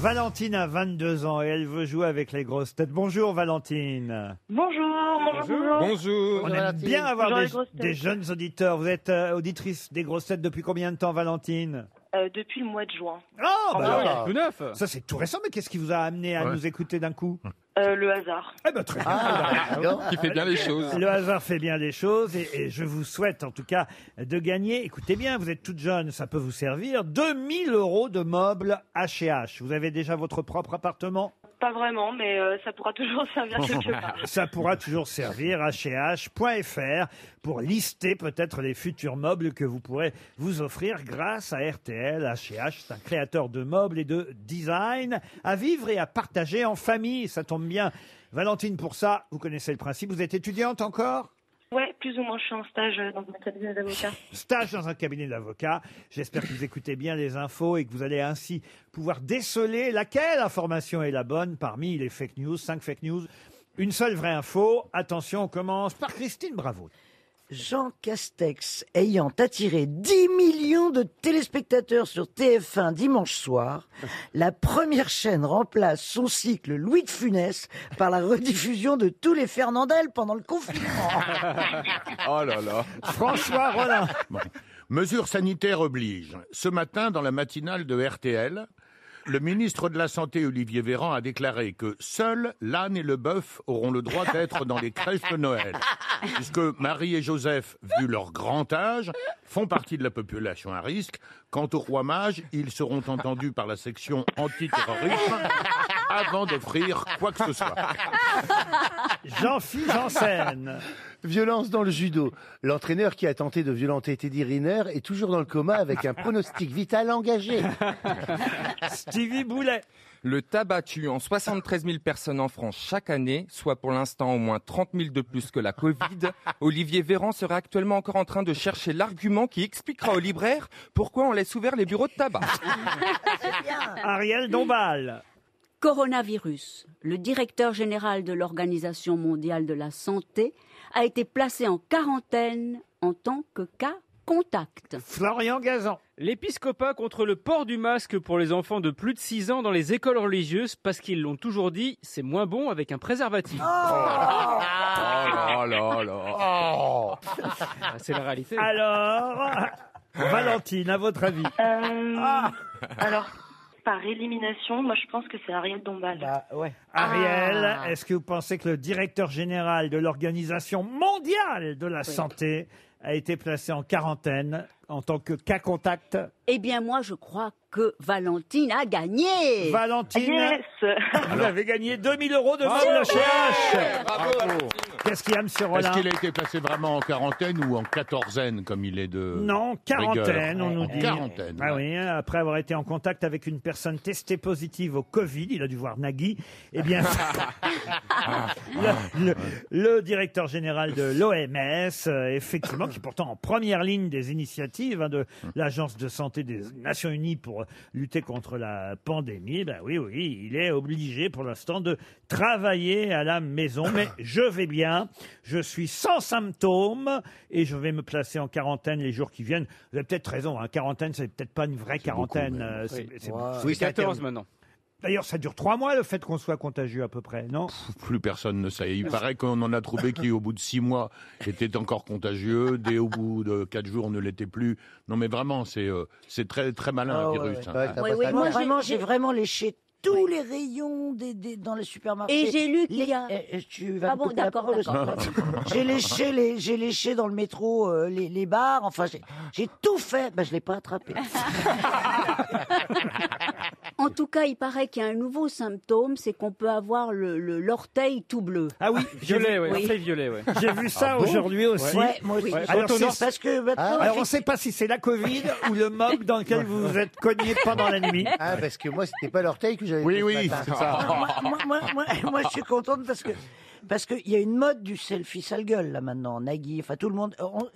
Speaker 4: Valentine a 22 ans et elle veut jouer avec les grosses têtes. Bonjour Valentine.
Speaker 21: Bonjour, bonjour, bonjour.
Speaker 4: On aime bien avoir
Speaker 21: Bonjour,
Speaker 4: des,
Speaker 21: les grosses têtes.
Speaker 4: des jeunes auditeurs. Vous êtes euh, auditrice des grosses têtes depuis combien de temps Valentine
Speaker 21: Euh, depuis le mois de juin.
Speaker 4: Oh, bah
Speaker 21: Ah,
Speaker 4: alors.
Speaker 21: ouais, tout neuf.
Speaker 4: Ça c'est tout récent, mais qu'est-ce qui vous a amené à
Speaker 21: Ouais.
Speaker 4: nous écouter d'un coup
Speaker 21: Euh, le hasard.
Speaker 4: Eh ben, très
Speaker 21: bien.
Speaker 6: Ah, Qui fait bien les choses.
Speaker 4: Le hasard fait bien les choses et, et je vous souhaite en tout cas de gagner. Écoutez bien, vous êtes toute jeune, ça peut vous servir. 2000 euros de meubles H&H. Vous avez déjà votre propre appartement
Speaker 21: Pas vraiment, mais euh, ça pourra toujours servir quelque part.
Speaker 4: Ça pourra toujours servir hh.fr pour lister peut-être les futurs meubles que vous pourrez vous offrir grâce à RTL. HH, c'est un créateur de meubles et de design à vivre et à partager en famille. Ça tombe bien. Valentine, pour ça, vous connaissez le principe. Vous êtes étudiante encore
Speaker 21: Ouais, plus ou moins, je suis en stage euh, dans une cabinet d'avocat.
Speaker 4: Stage dans un cabinet d'avocats. J'espère que vous écoutez bien les infos et que vous allez ainsi pouvoir déceler laquelle information est la bonne parmi les fake news, 5 fake news. Une seule vraie info. Attention, on commence par Christine Bravo.
Speaker 5: Jean Castex ayant attiré 10 millions de téléspectateurs sur TF1 dimanche soir, la première chaîne remplace son cycle Louis de Funès par la rediffusion de tous les Fernandels pendant le confinement.
Speaker 16: Oh là là.
Speaker 4: François Rollin.
Speaker 16: Mesures sanitaires obligent. Ce matin, dans la matinale de RTL, le ministre de la Santé, Olivier Véran, a déclaré que seuls l'âne et le bœuf auront le droit d'être dans les crèches de Noël. Puisque Marie et Joseph, vu leur grand âge, font partie de la population à risque. Quant au roi mage, ils seront entendus par la section antiterrorisme avant d'offrir quoi que ce soit.
Speaker 4: Jean-Philippe Janssen.
Speaker 19: Violence dans le judo. L'entraîneur qui a tenté de violenter Teddy Riner est toujours dans le coma avec un pronostic vital engagé. Ah
Speaker 4: Stevie Boulet.
Speaker 17: Le tabac tue en 73 000 personnes en France chaque année, soit pour l'instant au moins 30 000 de plus que la Covid. Olivier Véran serait actuellement encore en train de chercher l'argument qui expliquera aux libraires pourquoi on laisse ouverts les bureaux de tabac.
Speaker 4: Ariel Dombal.
Speaker 20: Coronavirus. Le directeur général de l'Organisation mondiale de la santé a été placé en quarantaine en tant que cas contact.
Speaker 4: Florian Gazan.
Speaker 13: L'épiscopat contre le port du masque pour les enfants de plus de 6 ans dans les écoles religieuses parce qu'ils l'ont toujours dit, c'est moins bon avec un préservatif.
Speaker 17: Oh là là là.
Speaker 13: Ah, c'est la réalité.
Speaker 4: Alors, Valentine, à votre avis Ah,
Speaker 21: Euh, Alors, par élimination, moi je pense que c'est Ariel Dombal.
Speaker 10: Bah, oh.
Speaker 4: Ariel,
Speaker 13: Ah.
Speaker 4: est-ce que vous pensez que le directeur général de l'Organisation mondiale de la santé a été placé en quarantaine en tant que cas contact
Speaker 20: Eh bien, moi, je crois que Valentine a gagné.
Speaker 4: Valentine Vous avez gagné 2000 euros de
Speaker 16: Bravo,
Speaker 4: meubles
Speaker 16: Valentine.
Speaker 4: CH.
Speaker 16: Bravo, Valentine.
Speaker 4: Qu'est-ce qu'il y a, monsieur
Speaker 16: Oh. Est-ce
Speaker 4: Rollin
Speaker 16: qu'il a été placé vraiment en quarantaine ou en quatorzaine comme il est de
Speaker 4: Non, quarantaine,
Speaker 16: rigueur
Speaker 4: on nous
Speaker 16: En
Speaker 4: dit.
Speaker 16: Quarantaine.
Speaker 4: Ah oui, hein, après avoir été en contact avec une personne testée positive au Covid, il a dû voir Nagui. Eh bien, Ah. le, le- le directeur général de l'OMS, euh, effectivement, qui est pourtant en première ligne des initiatives hein, de l'Agence de santé des Nations Unies pour lutter contre la pandémie, ben oui, oui, il est obligé pour l'instant de travailler à la maison. Mais je vais bien, je suis sans symptômes et je vais me placer en quarantaine les jours qui viennent. Vous avez peut-être raison, hein, quarantaine, c'est peut-être pas une vraie quarantaine. euh, c'est- c'est- c'est-
Speaker 13: Oui,
Speaker 4: c'est
Speaker 13: 14
Speaker 4: interdit.
Speaker 13: maintenant.
Speaker 4: D'ailleurs, ça dure trois mois le fait qu'on soit contagieux à peu près, non
Speaker 16: Plus personne ne sait. Il paraît qu'on en a trouvé qui, au bout de six mois, était encore contagieux. Dès au bout de quatre jours, ne l'était plus. Non, mais vraiment, c'est euh, c'est très très malin
Speaker 5: Ah
Speaker 16: un
Speaker 5: ouais,
Speaker 16: virus.
Speaker 5: ouais.
Speaker 16: hein.
Speaker 5: Ouais, t'as Oui, pas oui, ça. moi, j'ai- Vraiment, j'ai j'ai- vraiment léché tous les rayons des, des- dans les supermarchés.
Speaker 20: Et j'ai lu qu'il
Speaker 5: Les-
Speaker 20: y a-
Speaker 5: Eh, eh, Tu vas
Speaker 20: Ah
Speaker 5: me
Speaker 20: bon,
Speaker 5: couper la
Speaker 20: d'accord,
Speaker 5: parole,
Speaker 20: d'accord.
Speaker 5: parce que- J'ai léché, les, j'ai léché dans le métro euh, les, les bars. Enfin, j'ai, j'ai tout fait. Ben, je l'ai pas attrapé.
Speaker 20: En tout cas, il paraît qu'il y a un nouveau symptôme, c'est qu'on peut avoir le- le- l'orteil tout bleu.
Speaker 4: Ah oui,
Speaker 13: Violet, ouais. Orteil violet, ouais.
Speaker 4: J'ai vu ça
Speaker 13: Ah bon
Speaker 4: aujourd'hui aussi.
Speaker 20: Ouais, moi aussi.
Speaker 13: Ouais.
Speaker 4: Alors,
Speaker 13: Quand on
Speaker 4: c'est-
Speaker 13: en-
Speaker 4: parce
Speaker 5: que maintenant,
Speaker 4: Alors, on ne sait pas si c'est la Covid ou le mob dans lequel vous vous êtes cogné pendant la nuit.
Speaker 19: Ah, parce que moi, c'était pas l'orteil que j'avais. fait ce matin.
Speaker 5: moi, moi, moi, moi, moi, je suis contente parce que parce qu'il y a une mode du selfie sale gueule là maintenant. Nagui, enfin tout le monde. euh, on-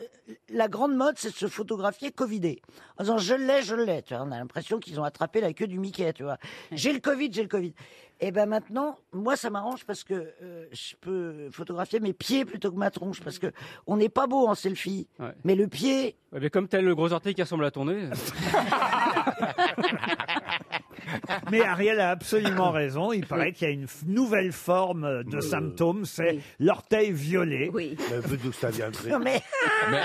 Speaker 5: la grande mode, c'est de se photographier covidé. En disant je l'ai, je l'ai. Tu vois, on a l'impression qu'ils ont attrapé la queue du Mickey. Tu vois, j'ai le Covid, j'ai le Covid. Et ben maintenant, moi ça m'arrange parce que euh, je peux photographier mes pieds plutôt que ma tronche parce que on n'est pas beau en selfie,
Speaker 13: Ouais.
Speaker 5: mais le pied.
Speaker 13: Ouais, mais comme tel le gros orteil qui ressemble à ton nez.
Speaker 4: Mais Ariel a absolument raison. Il paraît qu'il y a une f- nouvelle forme de symptôme, c'est l'orteil violet.
Speaker 20: Oui.
Speaker 19: Euh, Mais un peu d'où ça viendrait.
Speaker 5: Non, mais-
Speaker 17: Mais,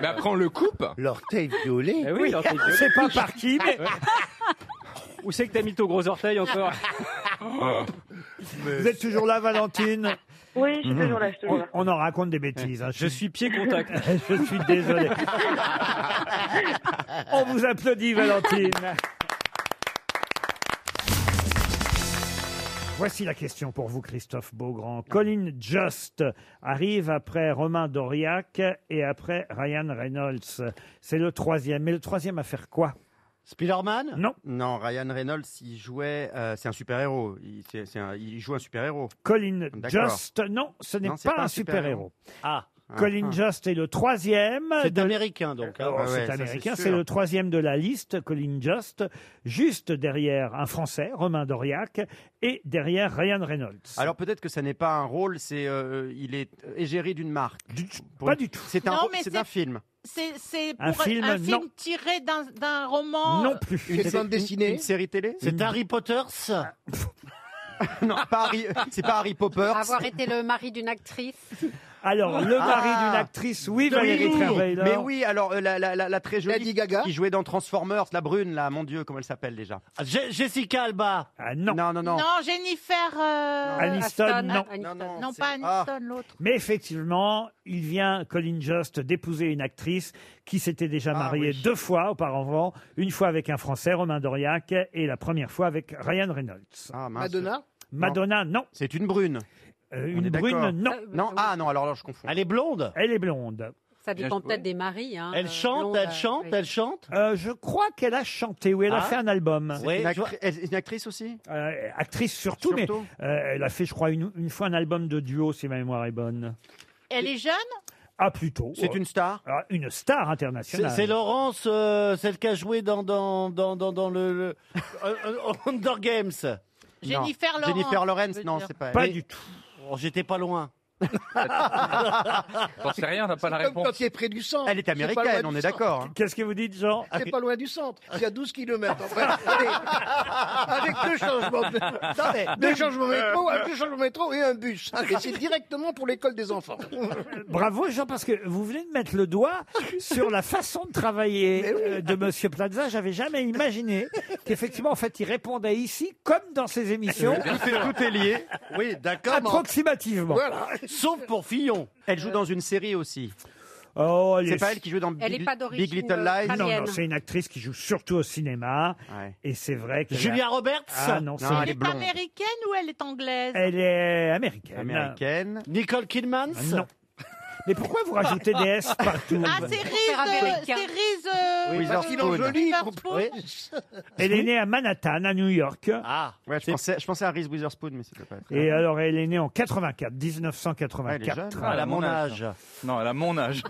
Speaker 17: mais après, on le coupe.
Speaker 19: L'orteil violet.
Speaker 13: Eh oui, l'orteil violet.
Speaker 4: C'est pas par qui, mais
Speaker 13: Où c'est que t'as mis ton gros orteil encore
Speaker 4: vous êtes toujours là, Valentine
Speaker 21: Oui, je suis
Speaker 10: Mhm.
Speaker 21: toujours là, je suis
Speaker 10: Oh.
Speaker 21: toujours là.
Speaker 4: Mhm. On en raconte des bêtises. hein.
Speaker 13: Je suis pied contact.
Speaker 4: Je suis désolé. On vous applaudit, Valentine. Voici la question pour vous, Christophe Beaugrand. Colin Just arrive après Romain Doriac et après Ryan Reynolds. C'est le troisième. Mais le troisième à faire quoi
Speaker 1: Spider-Man
Speaker 4: Non.
Speaker 1: Non, Ryan Reynolds, il jouait. euh, c'est un super-héros. Il, c'est- c'est un- il joue un super-héros.
Speaker 4: Colin
Speaker 1: D'accord.
Speaker 4: Just, non, ce n'est
Speaker 1: Non, c'est
Speaker 4: pas, un super-héros.
Speaker 1: Ah.
Speaker 4: Colin
Speaker 1: Ah.
Speaker 4: Just est le troisième.
Speaker 1: C'est
Speaker 4: américain
Speaker 22: donc, hein.
Speaker 4: Alors,
Speaker 22: Ah ouais,
Speaker 4: c'est
Speaker 22: ça, c'est
Speaker 4: américain,
Speaker 22: sûr.
Speaker 4: c'est le troisième de la liste, Colin Just, juste derrière un Français, Romain Doriac, et derrière Ryan Reynolds.
Speaker 1: Alors peut-être que ça n'est pas un rôle, c'est euh, il est égéré d'une marque.
Speaker 4: pas du tout.
Speaker 1: C'est un,
Speaker 7: Non,
Speaker 1: rôle-
Speaker 7: mais
Speaker 1: c'est
Speaker 7: c'est-
Speaker 1: un film.
Speaker 7: C'est c'est pour
Speaker 1: Un
Speaker 7: un
Speaker 1: film,
Speaker 7: film,
Speaker 1: non.
Speaker 7: tiré d'un- d'un roman.
Speaker 8: euh,
Speaker 1: Une, série- une- une série télé
Speaker 22: C'est Harry Potters
Speaker 1: Non, pas Harry- c'est pas Harry Potter.
Speaker 23: Avoir été le mari d'une actrice.
Speaker 4: Alors, le mari
Speaker 1: Ah.
Speaker 4: d'une actrice, oui,
Speaker 1: De-
Speaker 4: Valérie
Speaker 1: oui,
Speaker 4: Trierweiler.
Speaker 1: Mais oui, alors euh, la, la, la, la très jolie
Speaker 22: Gaga.
Speaker 1: qui jouait dans Transformers, la brune, là, mon Dieu, comment elle s'appelle déjà
Speaker 22: Jessica Alba.
Speaker 4: non.
Speaker 1: Non, non, non.
Speaker 8: Non, Jennifer. euh,
Speaker 4: Aniston, non.
Speaker 8: Non,
Speaker 4: Aniston, c'est-
Speaker 8: pas Aniston, l'autre.
Speaker 4: Mais effectivement, il vient, Colin Just, d'épouser une actrice qui s'était déjà mariée deux fois auparavant. Une fois avec un Français, Romain Doriac, et la première fois avec Ryan Reynolds.
Speaker 22: Ah, Madonna
Speaker 4: Madonna, non.
Speaker 1: euh,
Speaker 4: Euh,
Speaker 1: C'est une brune.
Speaker 4: une brune, non.
Speaker 23: Euh,
Speaker 1: Non, ah non, alors, alors je confonds.
Speaker 22: Elle est blonde
Speaker 4: Elle est blonde.
Speaker 3: Ça dépend peut-être des maris. hein, euh, blonde, euh, oui.
Speaker 22: chante
Speaker 4: Euh, Je crois qu'elle a chanté, oui, elle a
Speaker 1: Ah.
Speaker 4: fait un album.
Speaker 1: C'est une, actri- elle- une actrice aussi
Speaker 4: Euh, actrice surtout,
Speaker 1: Surtout.
Speaker 4: mais euh, elle a fait, je crois, une, une fois un album de duo, si ma mémoire est bonne.
Speaker 8: Elle est jeune
Speaker 4: Ah, plutôt.
Speaker 1: C'est une star
Speaker 4: Ah, Une star
Speaker 22: C'est
Speaker 4: internationale.
Speaker 22: c'est Laurence, euh, celle qui a joué dans, dans, dans, dans, dans le, le- euh, euh, Hunger Games.
Speaker 1: Jennifer Lawrence, Jennifer Lawrence, non, c'est pas elle. Pas du
Speaker 22: tout. Oh, J'étais pas loin.
Speaker 17: T'en sais rien, t'as pas la réponse.
Speaker 23: Quand tu es près du centre.
Speaker 1: Elle est
Speaker 23: c'est pas
Speaker 1: américaine,
Speaker 23: loin du
Speaker 1: on est
Speaker 23: centre.
Speaker 1: d'accord, hein.
Speaker 4: Qu'est-ce que vous dites, Jean
Speaker 23: C'est pas loin du centre. C'est à 12 km. En fait. Allez. Avec deux changements de, Non, mais deux changements de métro, un- deux changements de métro et un bus.
Speaker 4: Ah.
Speaker 23: Et c'est directement pour l'école des enfants.
Speaker 4: Bravo Jean, parce que vous venez de mettre le doigt sur la façon de travailler euh, de Monsieur Plaza. J'avais jamais imaginé qu'effectivement, en fait, il répondait ici comme dans ses émissions.
Speaker 1: Tout est, tout est lié.
Speaker 22: Oui, d'accord.
Speaker 4: Approximativement.
Speaker 22: Sauf pour Fillon.
Speaker 1: Elle joue dans une série aussi.
Speaker 4: Oh, elle
Speaker 1: C'est
Speaker 4: est-
Speaker 1: pas elle qui joue dans
Speaker 3: Elle
Speaker 1: Big,
Speaker 3: est pas d'origine
Speaker 1: Big Little Lies
Speaker 4: Non, non,
Speaker 3: italienne.
Speaker 4: c'est une actrice qui joue surtout au cinéma. Et c'est vrai que.
Speaker 22: Julia Roberts
Speaker 4: Ah non, c'est-
Speaker 8: elle est américaine ou elle est anglaise
Speaker 4: Elle est américaine. Ah,
Speaker 1: Américaine.
Speaker 22: Nicole Kidman
Speaker 4: Non. Mais pourquoi vous rajoutez des S partout
Speaker 8: Ah, c'est Reese. euh, C'est Reese. euh,
Speaker 4: Oui,
Speaker 8: Witherspoon.
Speaker 4: Witherspoon.
Speaker 8: Witherspoon.
Speaker 4: Elle est née à Manhattan, à New York.
Speaker 22: Ah,
Speaker 1: ouais, je, pensais, je pensais à Reese Witherspoon, mais c'était pas elle.
Speaker 4: Et alors, elle est née en 84,
Speaker 1: Ah, elle est jeune.
Speaker 4: 1984.
Speaker 1: Elle a mon âge.
Speaker 17: Non, elle a mon âge.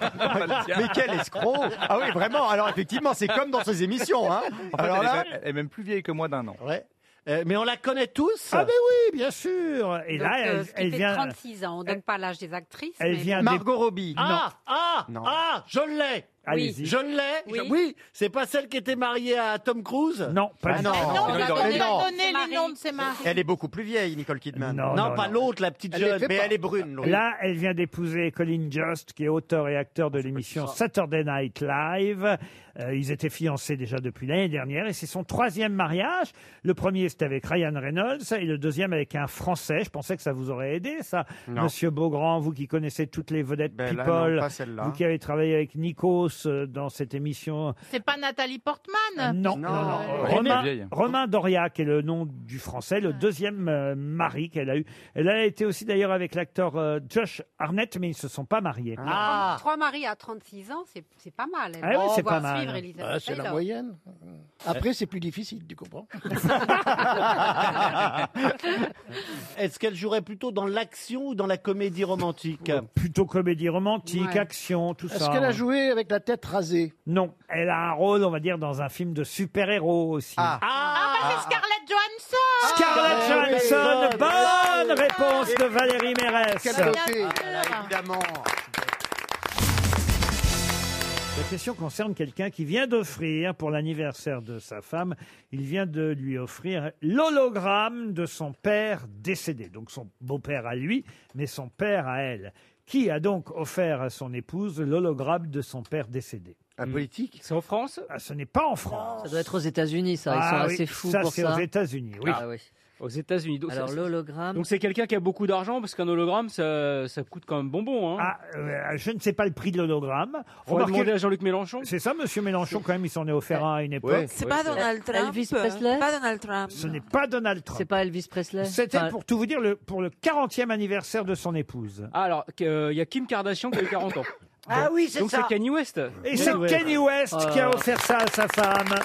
Speaker 1: Mais quel escroc Ah oui, vraiment. Alors effectivement, c'est comme dans ces émissions. Hein.
Speaker 17: En fait,
Speaker 1: Alors
Speaker 17: elle,
Speaker 1: là,
Speaker 17: est, elle est même plus vieille que moi d'un an.
Speaker 22: Ouais. Euh, mais on la connaît tous
Speaker 4: Ah, mais oui, bien sûr. Et
Speaker 3: Donc,
Speaker 4: là,
Speaker 3: euh,
Speaker 4: elle,
Speaker 3: ce qui
Speaker 4: elle
Speaker 3: fait
Speaker 4: vient.
Speaker 3: 36 ans. On donne pas l'âge des actrices.
Speaker 4: elle
Speaker 3: mais
Speaker 4: vient
Speaker 3: bon.
Speaker 4: Margot Robbie.
Speaker 22: Ah, ah, ah, je l'ai.
Speaker 4: Allez-y.
Speaker 22: Je l'ai. Oui, c'est pas celle qui était mariée à Tom Cruise
Speaker 4: Non,
Speaker 22: pas
Speaker 1: Ah
Speaker 22: du
Speaker 1: non.
Speaker 22: tout.
Speaker 1: Non,
Speaker 22: Mais
Speaker 1: il a donné-
Speaker 22: mais
Speaker 1: il a
Speaker 22: non.
Speaker 8: Donnez les noms de ses maris.
Speaker 1: Elle est beaucoup plus vieille, Nicole Kidman.
Speaker 4: Non, non,
Speaker 22: pas
Speaker 4: non.
Speaker 22: l'autre, la petite
Speaker 1: Elle les
Speaker 22: jeune.
Speaker 1: fait Mais pas. elle est brune, l'autre.
Speaker 4: Là, elle vient d'épouser Colin Just, qui est auteur et acteur de l'émission Saturday Night Live. Euh, ils étaient fiancés déjà depuis l'année dernière et c'est son troisième mariage. Le premier, c'était avec Ryan Reynolds et le deuxième avec un Français. Je pensais que ça vous aurait aidé, ça.
Speaker 1: Non. Ben
Speaker 4: Monsieur Beaugrand, vous qui connaissez toutes les vedettes
Speaker 1: là,
Speaker 4: people,
Speaker 1: non, pas celle-là.
Speaker 4: vous qui avez travaillé avec Nikos euh, dans cette émission.
Speaker 8: C'est pas Nathalie Portman
Speaker 4: Euh,
Speaker 8: Euh,
Speaker 4: Non, non, non. Romain, Romain Doriac est le nom du français, le deuxième euh, mari qu'elle a eu. Elle a été aussi d'ailleurs avec l'acteur euh, Josh Arnett, mais ils ne se sont pas mariés.
Speaker 2: Ah.
Speaker 3: Trois- Trois maris à 36 ans, c'est c'est pas mal. Elle
Speaker 4: Ah
Speaker 3: va
Speaker 4: oui, c'est
Speaker 3: pouvoir
Speaker 4: pas mal.
Speaker 3: suivre Elisabeth
Speaker 23: Ah, c'est la
Speaker 3: Taylor.
Speaker 23: moyenne. Après, c'est plus difficile, tu comprends
Speaker 22: Est-ce qu'elle jouerait plutôt dans l'action ou dans la comédie romantique
Speaker 4: Plutôt comédie romantique,
Speaker 23: Ouais.
Speaker 4: action, tout ça. hein.
Speaker 23: Est-ce qu'elle a joué avec la tête rasée
Speaker 4: Non, elle a un rôle, on va dire, dans un film de super-héros aussi.
Speaker 8: Ah, bah c'est Scarlett Johansson
Speaker 4: Scarlett Johansson, bonne réponse de Valérie Mérès.
Speaker 1: Ah, Évidemment.
Speaker 4: La question concerne quelqu'un qui vient d'offrir, pour l'anniversaire de sa femme, il vient de lui offrir l'hologramme de son père décédé. Donc son beau-père à lui, mais son père à elle. Qui a donc offert à son épouse l'hologramme de son père décédé
Speaker 13: Hmm.
Speaker 22: Un politique
Speaker 4: C'est en France Ce n'est pas en France.
Speaker 18: Ça doit être aux États-Unis, ça. Ils
Speaker 4: Ah
Speaker 18: sont
Speaker 4: oui,
Speaker 18: assez fous
Speaker 4: ça,
Speaker 18: pour
Speaker 4: c'est
Speaker 18: ça.
Speaker 4: aux États-Unis, oui.
Speaker 18: Ah oui.
Speaker 13: Aux États-Unis. Donc,
Speaker 18: Alors,
Speaker 13: ça-
Speaker 18: l'hologramme.
Speaker 13: Donc c'est quelqu'un qui a beaucoup d'argent parce qu'un hologramme ça, ça coûte quand même bonbon. Hein.
Speaker 4: Ah, euh, je ne sais pas le prix de l'hologramme.
Speaker 13: Faut demander à Jean-Luc Mélenchon.
Speaker 4: C'est ça, monsieur Mélenchon, quand même, il s'en est offert un à une époque.
Speaker 13: Ouais, C'est ouais, pas c'est-
Speaker 14: Donald Trump.
Speaker 18: Elvis
Speaker 14: euh,
Speaker 18: Presley
Speaker 14: Pas Donald Trump.
Speaker 4: Ce n'est pas Donald Trump.
Speaker 18: C'est pas Elvis Presley.
Speaker 4: C'était
Speaker 18: Enfin,
Speaker 4: pour tout vous dire le, pour le 40e anniversaire de son épouse.
Speaker 13: Ah, alors, que- euh, il y a Kim Kardashian qui a eu 40 ans.
Speaker 4: Ah oui, c'est
Speaker 13: Donc
Speaker 4: ça.
Speaker 13: c'est Kanye West. Euh.
Speaker 4: Et c'est Kanye West qui a offert ça à sa femme.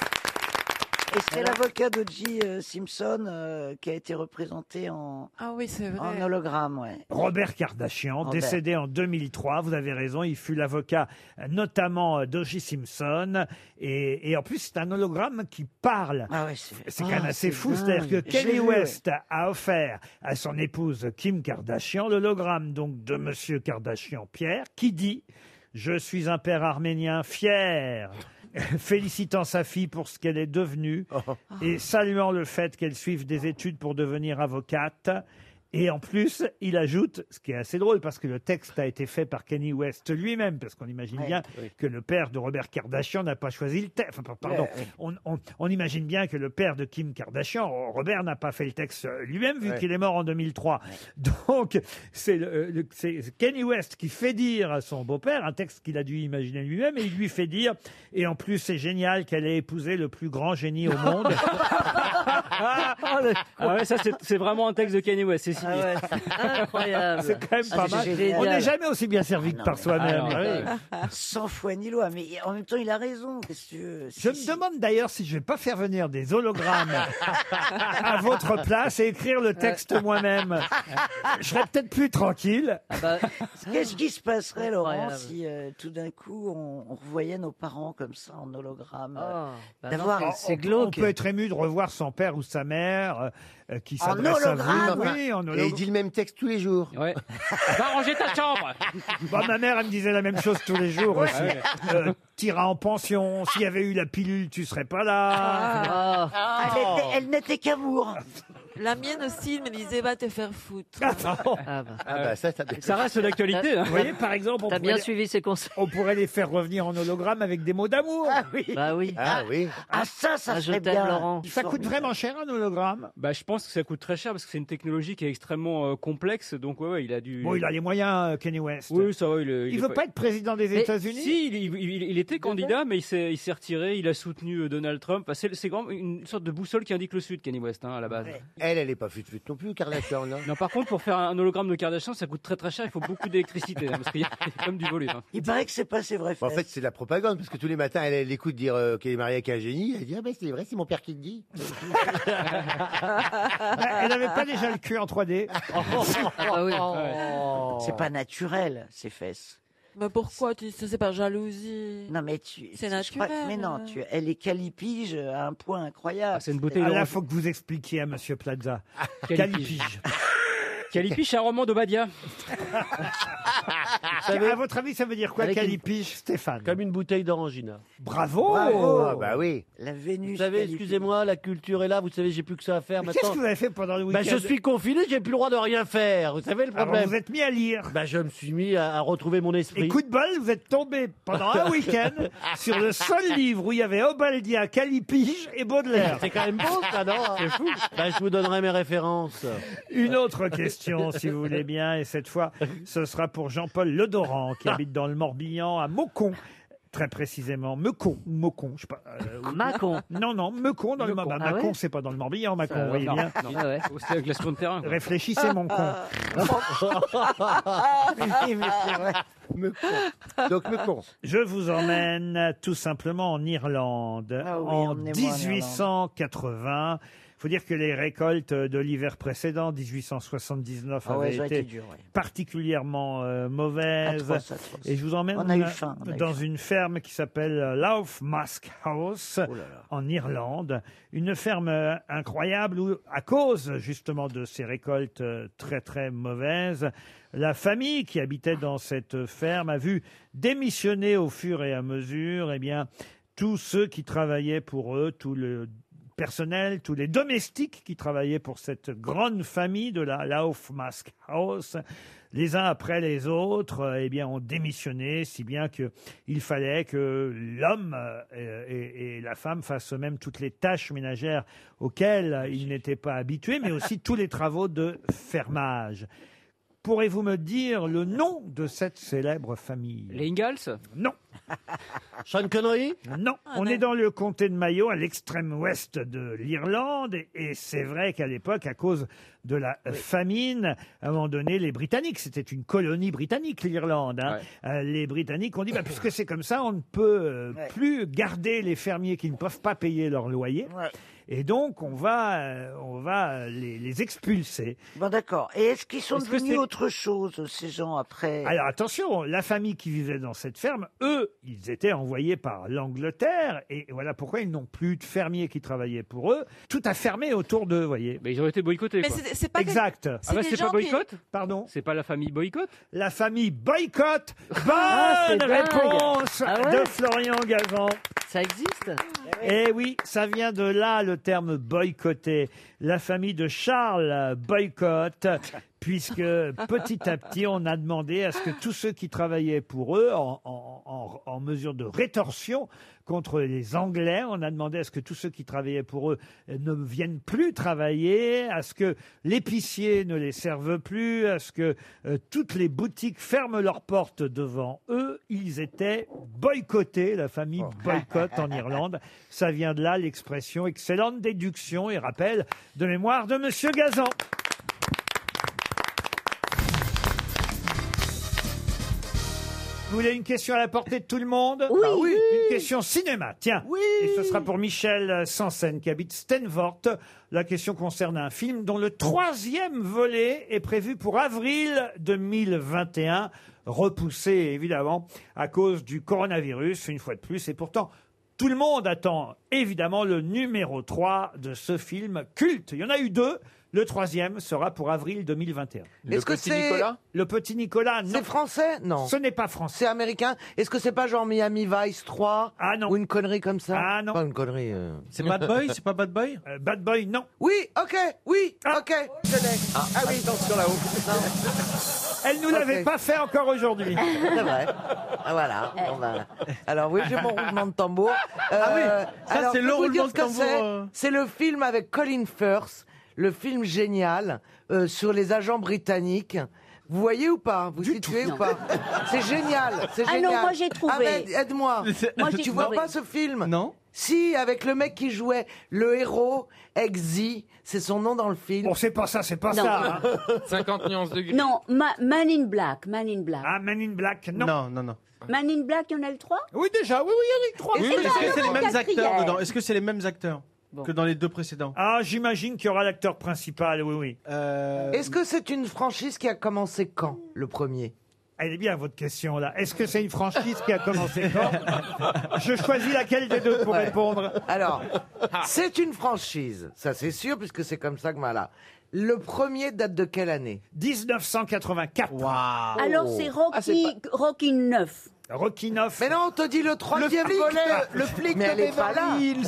Speaker 5: Et c'est l'avocat d'O.J. euh, Simpson euh, qui a été représenté en,
Speaker 8: Ah
Speaker 5: en hologramme. Ouais.
Speaker 4: Robert Kardashian,
Speaker 5: Robert.
Speaker 4: décédé en 2003, vous avez raison, il fut l'avocat euh, notamment euh, d'O.J. Simpson. Et, et en plus, c'est un hologramme qui parle. c'est quand même
Speaker 5: Ah,
Speaker 4: assez
Speaker 5: c'est
Speaker 4: fou.
Speaker 5: dingue.
Speaker 4: C'est-à-dire que
Speaker 5: J'ai
Speaker 4: Kanye
Speaker 5: vu,
Speaker 4: West a offert à son épouse Kim Kardashian l'hologramme donc de Monsieur Kardashian Pierre, qui dit « Je suis un père arménien fier ». Félicitant sa fille pour ce qu'elle est
Speaker 10: Oh.
Speaker 4: devenue et saluant le fait qu'elle suive des études pour devenir avocate Et en plus, il ajoute, ce qui est assez drôle, parce que le texte a été fait par Kenny West lui-même, parce qu'on imagine
Speaker 10: Ouais.
Speaker 4: bien
Speaker 10: Oui.
Speaker 4: que le père de Robert Kardashian n'a pas choisi le texte. Enfin, pardon,
Speaker 10: Ouais, ouais.
Speaker 4: On, on- on imagine bien que le père de Kim Kardashian, Robert, n'a pas fait le texte euh, lui-même, vu
Speaker 10: Ouais.
Speaker 4: qu'il est mort en 2003. Donc, c'est le- le- c'est Kenny West qui fait dire à son beau-père un texte qu'il a dû imaginer lui-même, et il lui fait dire, et en plus, c'est génial qu'elle ait épousé le plus grand génie au monde.
Speaker 13: Ah ouais, ça c'est- c'est vraiment un texte de Ah, Kanye West, c'est
Speaker 19: Ah
Speaker 13: signé.
Speaker 4: Incroyable. C'est quand même pas mal. On n'est jamais aussi bien servi que par soi-même. Ah oui.
Speaker 5: Sans foi ni loi, mais en même temps, il a raison. Qu'est-ce que tu veux
Speaker 4: Je me demande d'ailleurs si je vais pas faire venir des hologrammes à votre place et écrire le texte moi-même. Je serais peut-être plus tranquille.
Speaker 5: Qu'est-ce qui se passerait, Laurent,
Speaker 4: Incroyable.
Speaker 5: si euh, tout d'un coup on, on revoyait nos parents comme ça en hologramme euh,
Speaker 4: Bah non,
Speaker 5: D'avoir
Speaker 4: on- on- On peut être ému de revoir son père ou sa mère euh, euh, qui
Speaker 5: En
Speaker 4: s'adresse à
Speaker 5: hologramme.
Speaker 4: vous. Oui, en
Speaker 5: Et
Speaker 4: hologramme.
Speaker 5: il dit
Speaker 19: le même texte tous les jours.
Speaker 4: Va ranger ta chambre Bah, Ma mère, elle me disait la même chose tous les jours
Speaker 10: Ouais.
Speaker 4: aussi.
Speaker 10: Ouais.
Speaker 4: Euh, T'iras en pension, s'il y avait eu la pilule, tu serais pas là.
Speaker 8: Ah.
Speaker 5: Elle était- Elle n'était qu'amour.
Speaker 8: La mienne aussi, elle me disait va te faire foutre.
Speaker 18: Ah bah.
Speaker 19: ça,
Speaker 18: Ça reste l'actualité, hein.
Speaker 4: Vous voyez, par exemple, on
Speaker 18: T'as bien suivi
Speaker 4: ces conseils. On pourrait les faire revenir en hologramme avec des mots d'amour. Ah oui.
Speaker 18: Bah oui.
Speaker 19: Ah oui.
Speaker 5: Ah ça, ça
Speaker 13: Ah, je serait t'aime, bien. Laurent.
Speaker 4: Ça coûte vraiment cher un hologramme.
Speaker 13: Bah, je pense que ça coûte très cher parce que c'est une technologie qui est extrêmement euh, complexe. Donc, ouais, ouais, il a dû.
Speaker 4: Bon, il a les moyens, euh, Kenny West.
Speaker 13: Oui, ça va. Il, est-
Speaker 4: Il,
Speaker 13: est
Speaker 4: veut pas être président des
Speaker 13: Mais
Speaker 4: États-Unis.
Speaker 13: Si, il, il- il- il était candidat, mais il s'est il s'est retiré. Il a soutenu euh, Donald Trump. Enfin, c'est c'est quand même une sorte de boussole qui indique le Sud, Kanye West, hein, à la base.
Speaker 19: Elle, elle est pas fut fut non plus, Kardashian. hein.
Speaker 13: Non, par contre, pour faire un hologramme de Kardashian, ça coûte très très cher. Il faut beaucoup d'électricité hein, parce qu'il y a il y a quand même du volume. hein.
Speaker 5: Il paraît que c'est pas ses vraies
Speaker 19: Bon, en fait, c'est de la propagande, parce que tous les matins, elle, elle écoute dire euh, qu'elle est mariée avec un génie. Elle dit Ah, ben c'est vrai, c'est mon père qui le dit.
Speaker 4: Elle n'avait pas déjà le cul en 3D.
Speaker 1: Ah
Speaker 5: Ah
Speaker 1: Oh.
Speaker 5: C'est pas naturel, ces fesses.
Speaker 8: Mais pourquoi tu ça, c'est par jalousie
Speaker 5: Non, mais tu.
Speaker 8: C'est
Speaker 5: je crois-
Speaker 8: naturel. euh.
Speaker 5: mais non, tu, elle est calipige euh, à un point incroyable.
Speaker 13: c'est une
Speaker 4: Ah là, faut que vous expliquiez à Monsieur Plaza. Calipige.
Speaker 13: Calipige, c'est un roman d'Obadia.
Speaker 4: Ah, À votre avis, ça veut dire quoi,
Speaker 22: Avec une-
Speaker 4: Calipige, Stéphane
Speaker 22: Comme une bouteille d'orangina.
Speaker 4: Bravo
Speaker 19: Ah, bah oui.
Speaker 5: La Vénus.
Speaker 22: Vous savez, excusez-moi, la culture est là, vous savez, j'ai plus que ça à faire
Speaker 4: Mais
Speaker 22: maintenant.
Speaker 4: qu'est-ce que vous avez fait pendant le
Speaker 22: Bah,
Speaker 4: week-end
Speaker 22: je suis confiné, j'ai plus le droit de rien faire. Vous savez le
Speaker 4: Alors,
Speaker 22: problème
Speaker 4: vous êtes mis à lire.
Speaker 22: Bah, je me suis mis à, à retrouver mon esprit.
Speaker 4: Et coup de bol, vous êtes tombé pendant un week-end sur le seul livre où il y avait Obaldia, Calipige et Baudelaire.
Speaker 22: C'est quand même beau, ça, non C'est fou. Bah, je vous donnerai mes références.
Speaker 4: Une autre question, si vous voulez bien, et cette fois, ce sera pour Jean-Paul Ledoran, qui habite dans le Morbihan, à Maucon. Très précisément, Meucon, Maucon, je sais pas. euh,
Speaker 13: Ah,
Speaker 18: Mâcon.
Speaker 4: Non, non, Meucon dans le
Speaker 18: Meucon.
Speaker 4: Morbihan.
Speaker 18: Ah ouais
Speaker 4: Mâcon, c'est pas dans le Morbihan, Mâcon,
Speaker 13: Euh,
Speaker 4: vous voyez
Speaker 13: non,
Speaker 4: bien.
Speaker 13: non. C'est avec la seconde terrain. quoi. Ah,
Speaker 4: Réfléchissez, mon con.
Speaker 5: Oui, mais c'est vrai.
Speaker 19: Donc, me con.
Speaker 4: Je vous emmène tout simplement en Irlande
Speaker 5: Ah oui,
Speaker 4: en
Speaker 5: emmenez-moi en Irlande.
Speaker 4: 1880. Il faut dire que les récoltes de l'hiver précédent, 1879,
Speaker 5: Ah ouais,
Speaker 4: avaient
Speaker 5: ça a
Speaker 4: été,
Speaker 5: été dur, ouais.
Speaker 4: particulièrement euh, mauvaises.
Speaker 5: Atroce, atroce.
Speaker 4: Et je vous emmène
Speaker 5: On a eu faim, on a eu
Speaker 4: dans une ferme qui s'appelle euh, Lauf Mask House
Speaker 5: Oh
Speaker 4: en Irlande. Une ferme euh, incroyable où, à cause justement de ces récoltes euh, très très mauvaises, la famille qui habitait dans cette ferme a vu démissionner au fur et à mesure, eh bien, tous ceux qui travaillaient pour eux, tout le personnel, tous les domestiques qui travaillaient pour cette grande famille de la Laufmask House, les uns après les autres, euh, eh bien, ont démissionné, si bien que il fallait que l'homme euh, et, et la femme fassent eux-mêmes toutes les tâches ménagères auxquelles ils n'étaient pas habitués, mais aussi tous les travaux de fermage. Pourrez-vous me dire le nom de cette célèbre famille
Speaker 13: Les Ingalls
Speaker 4: Non. Sean Connery Non.
Speaker 5: Ah,
Speaker 4: on
Speaker 5: ben.
Speaker 4: est dans le comté de Mayo, à l'extrême ouest de l'Irlande. Et, et c'est vrai qu'à l'époque, à cause de la euh, famine, à un moment donné, les Britanniques, c'était une colonie britannique, l'Irlande. hein, euh, les Britanniques ont dit, bah, puisque c'est comme ça, on ne peut euh,
Speaker 5: Ouais.
Speaker 4: plus garder les fermiers qui ne peuvent pas payer leur loyer. Et donc, on va, euh, on va euh, les, les expulser.
Speaker 5: Bon, d'accord. Et est-ce qu'ils sont
Speaker 4: Est-ce que
Speaker 5: devenus
Speaker 4: c'est- Ah,
Speaker 5: autre chose, ces gens, après
Speaker 4: Alors attention, la famille qui vivait dans cette ferme, eux, ils étaient envoyés par l'Angleterre et voilà pourquoi ils n'ont plus de fermiers qui travaillaient pour eux. Tout a fermé autour d'eux, vous voyez.
Speaker 13: Mais ils ont été boycottés.
Speaker 4: Mais
Speaker 13: quoi.
Speaker 4: c'est- c'est pas Exact. quel- c'est
Speaker 13: Ah bah,
Speaker 4: des
Speaker 13: c'est
Speaker 4: gens
Speaker 13: pas
Speaker 4: qui-
Speaker 13: boycott
Speaker 4: Pardon
Speaker 13: C'est pas la famille boycott
Speaker 4: La famille boycott. Bonne
Speaker 13: Ah, c'est dingue.
Speaker 4: réponse
Speaker 13: Ah ouais
Speaker 4: de Florian Gazan.
Speaker 18: Ça existe
Speaker 4: Eh oui, ça vient de là le terme boycotter. La famille de Charles boycotte, puisque petit à petit, on a demandé à ce que tous ceux qui travaillaient pour eux, en, en- en- en mesure de rétorsion contre les Anglais, on a demandé à ce que tous ceux qui travaillaient pour eux ne viennent plus travailler, à ce que l'épicier ne les serve plus, à ce que euh, toutes les boutiques ferment leurs portes devant eux. Ils étaient boycottés, la famille boycott en Irlande. Ça vient de là l'expression excellente déduction et rappel de mémoire de Monsieur Gazan. Vous voulez une question à la portée de tout le monde Ah oui, Une question cinéma, tiens. Oui. Et ce sera pour Michel Sansen qui habite Stenvort. La question concerne un film dont le troisième volet est prévu pour avril 2021, repoussé évidemment à cause du coronavirus, une fois de plus. Et pourtant, tout le monde attend évidemment le numéro 3 de ce film culte. Il y en a eu deux. Le troisième sera pour avril 2021.
Speaker 10: Le Est-ce que Petit c'est- Nicolas
Speaker 4: Le petit Nicolas, non.
Speaker 10: C'est français Non.
Speaker 4: Ce n'est pas
Speaker 10: C'est
Speaker 4: français.
Speaker 10: américain. Est-ce que c'est pas genre Miami Vice 3
Speaker 4: Ah non.
Speaker 10: Ou une connerie comme ça
Speaker 4: Ah non.
Speaker 10: Pas une connerie. euh.
Speaker 4: C'est Bad Boy C'est pas Bad Boy Bad Boy, non.
Speaker 10: Oui, ok, oui, ok, je l'ai. Ah, oui. Attention là-haut.
Speaker 4: Elle nous l'avait pas fait encore aujourd'hui.
Speaker 10: C'est vrai. Ah, voilà. Bon, ben, alors oui, j'ai mon roulement de tambour. Euh,
Speaker 1: Ah oui, ça,
Speaker 10: alors,
Speaker 1: c'est
Speaker 10: je
Speaker 1: le
Speaker 10: peux vous
Speaker 1: roulement
Speaker 10: dire
Speaker 1: de
Speaker 10: ce que
Speaker 1: tambour,
Speaker 10: c'est.
Speaker 1: euh.
Speaker 10: C'est le film avec Colin Firth, le film génial euh, sur les agents britanniques. Vous voyez ou pas Vous situez ou pas C'est génial, c'est
Speaker 15: Ah non,
Speaker 10: génial.
Speaker 15: moi, j'ai trouvé.
Speaker 10: Ahmed, aide-moi.
Speaker 15: Moi, j'ai
Speaker 10: tu vois
Speaker 15: trouvé.
Speaker 10: pas ce film Non. Si, avec le mec qui jouait le héros, Exy, c'est son nom dans le film.
Speaker 4: Bon, c'est pas ça, c'est pas
Speaker 10: Non.
Speaker 4: ça. hein.
Speaker 10: 50 nuances de
Speaker 20: Non, Ma- Man in Black, Man in Black.
Speaker 4: Ah, Man in Black, non.
Speaker 1: Non, non, non.
Speaker 20: Man in Black, il y en a eu trois
Speaker 4: Oui, déjà, oui, oui, il y en a eu
Speaker 20: trois.
Speaker 1: Oui, mais est-ce que c'est les mêmes acteurs dedans Est-ce que c'est les mêmes acteurs que dans les deux précédents
Speaker 4: Ah, j'imagine qu'il y aura l'acteur principal, oui, oui.
Speaker 1: Euh,
Speaker 10: Est-ce que c'est une franchise qui a commencé quand
Speaker 4: le premier Elle est bien votre question là. Est-ce que c'est une franchise qui a commencé quand Je choisis laquelle des deux pour
Speaker 10: Ouais.
Speaker 4: répondre. Ah.
Speaker 10: Alors, c'est une franchise, ça c'est sûr, puisque c'est comme ça que voilà. Le premier date de quelle année Ah,
Speaker 4: 1984.
Speaker 20: Oh. Alors c'est Rocky, Rocky 9.
Speaker 4: Rocky 9.
Speaker 10: Mais non, on te dit le troisième
Speaker 20: flic
Speaker 10: volet.
Speaker 20: de- le flic
Speaker 10: Mais
Speaker 20: de
Speaker 10: elle est pas là.
Speaker 20: Beverly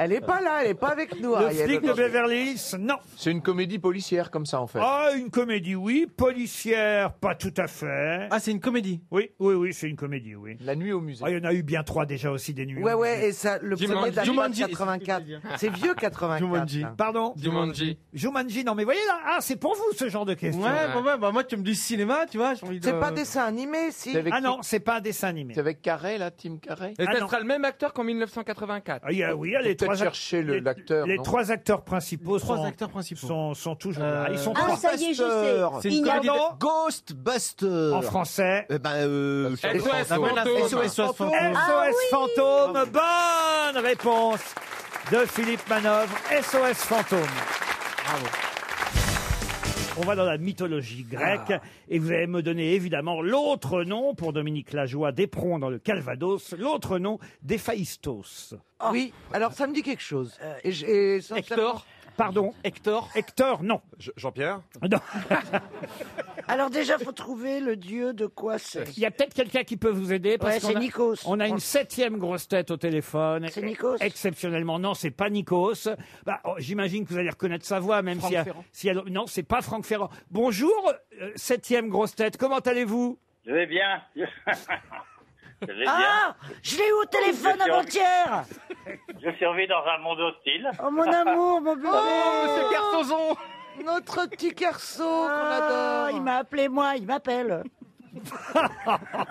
Speaker 10: Elle est pas là, elle est pas avec nous.
Speaker 4: Le
Speaker 10: Ariel,
Speaker 4: flic de
Speaker 10: aujourd'hui.
Speaker 4: Beverly Hills, non.
Speaker 2: C'est une comédie policière comme ça en fait.
Speaker 4: Ah, une comédie, oui. Policière, pas tout à fait. Ah, c'est une comédie Oui, oui, oui, c'est une comédie, oui. La nuit au musée. Ah, il y en a eu bien trois déjà aussi, des nuits
Speaker 10: Ouais,
Speaker 4: au
Speaker 10: ouais,
Speaker 4: musée.
Speaker 10: et ça, le premier date pas de 84. C'est vieux 84. hein.
Speaker 4: Ah, Pardon
Speaker 10: Jumanji.
Speaker 4: Jumanji, non mais voyez là, ah, c'est pour vous ce genre de question.
Speaker 10: Ouais, Ouais. bah
Speaker 4: moi tu me dis cinéma, tu vois, j'ai envie
Speaker 10: C'est pas dessin animé, si.
Speaker 4: Ah non, c'est pas un dessin animé. C'est
Speaker 2: avec Carré là, Tim Carré Et
Speaker 4: Ah
Speaker 2: ça
Speaker 4: non.
Speaker 2: sera le même acteur qu'en 1984.
Speaker 4: Ah, il y a- oui, il y a
Speaker 2: Faut
Speaker 4: les
Speaker 2: peut-être
Speaker 4: trois ac-
Speaker 2: chercher le- l'acteur.
Speaker 4: Les
Speaker 2: non
Speaker 4: trois acteurs principaux,
Speaker 2: trois
Speaker 4: sont,
Speaker 2: acteurs
Speaker 4: Sont, sont toujours là. Ils sont
Speaker 2: Ah,
Speaker 4: trois.
Speaker 2: ça y est, je sais.
Speaker 4: C'est une comédie de- Pardon
Speaker 24: Ghostbuster.
Speaker 4: En français. Ah
Speaker 24: Eh ben, euh, je sais
Speaker 4: SOS
Speaker 24: pas.
Speaker 4: fantôme.
Speaker 24: SOS fantôme.
Speaker 4: SOS fantôme. Bonne réponse de Philippe Manœuvre. SOS fantôme. Bravo. On va dans la mythologie grecque et vous allez me donner évidemment l'autre nom pour Dominique Lajoie d'Éperon dans le Calvados, l'autre nom d'Héphaïstos.
Speaker 10: Ah.
Speaker 4: Euh,
Speaker 10: Oui, alors ça me dit quelque chose. Et j- et sincèrement-
Speaker 4: Hector Pardon Hector Hector, non. Jean-Pierre
Speaker 5: Alors déjà, faut trouver le dieu de quoi c'est.
Speaker 4: Il y a peut-être quelqu'un qui peut vous aider parce
Speaker 5: Ouais,
Speaker 4: qu'on
Speaker 5: c'est
Speaker 4: a-
Speaker 5: Nikos.
Speaker 4: On a une septième grosse tête au téléphone.
Speaker 5: C'est Nikos.
Speaker 4: Exceptionnellement, non, c'est pas Nikos. Bah, oh, j'imagine que vous allez reconnaître sa voix, même
Speaker 2: Franck
Speaker 4: si, elle-
Speaker 2: Ferrand.
Speaker 4: si elle- non, c'est pas Franck Ferrand. Bonjour, euh, septième grosse tête. Comment allez-vous
Speaker 26: Je vais bien. Je vais
Speaker 5: Ah Je l'ai eu au téléphone
Speaker 26: Je suis en-
Speaker 5: avant-hier
Speaker 26: bien. Je survis dans un monde hostile.
Speaker 5: Oh mon amour, mon bébé
Speaker 26: monsieur Carsozon
Speaker 5: Notre petit garçon qu'on adore Ah, Il m'a appelé moi, il m'appelle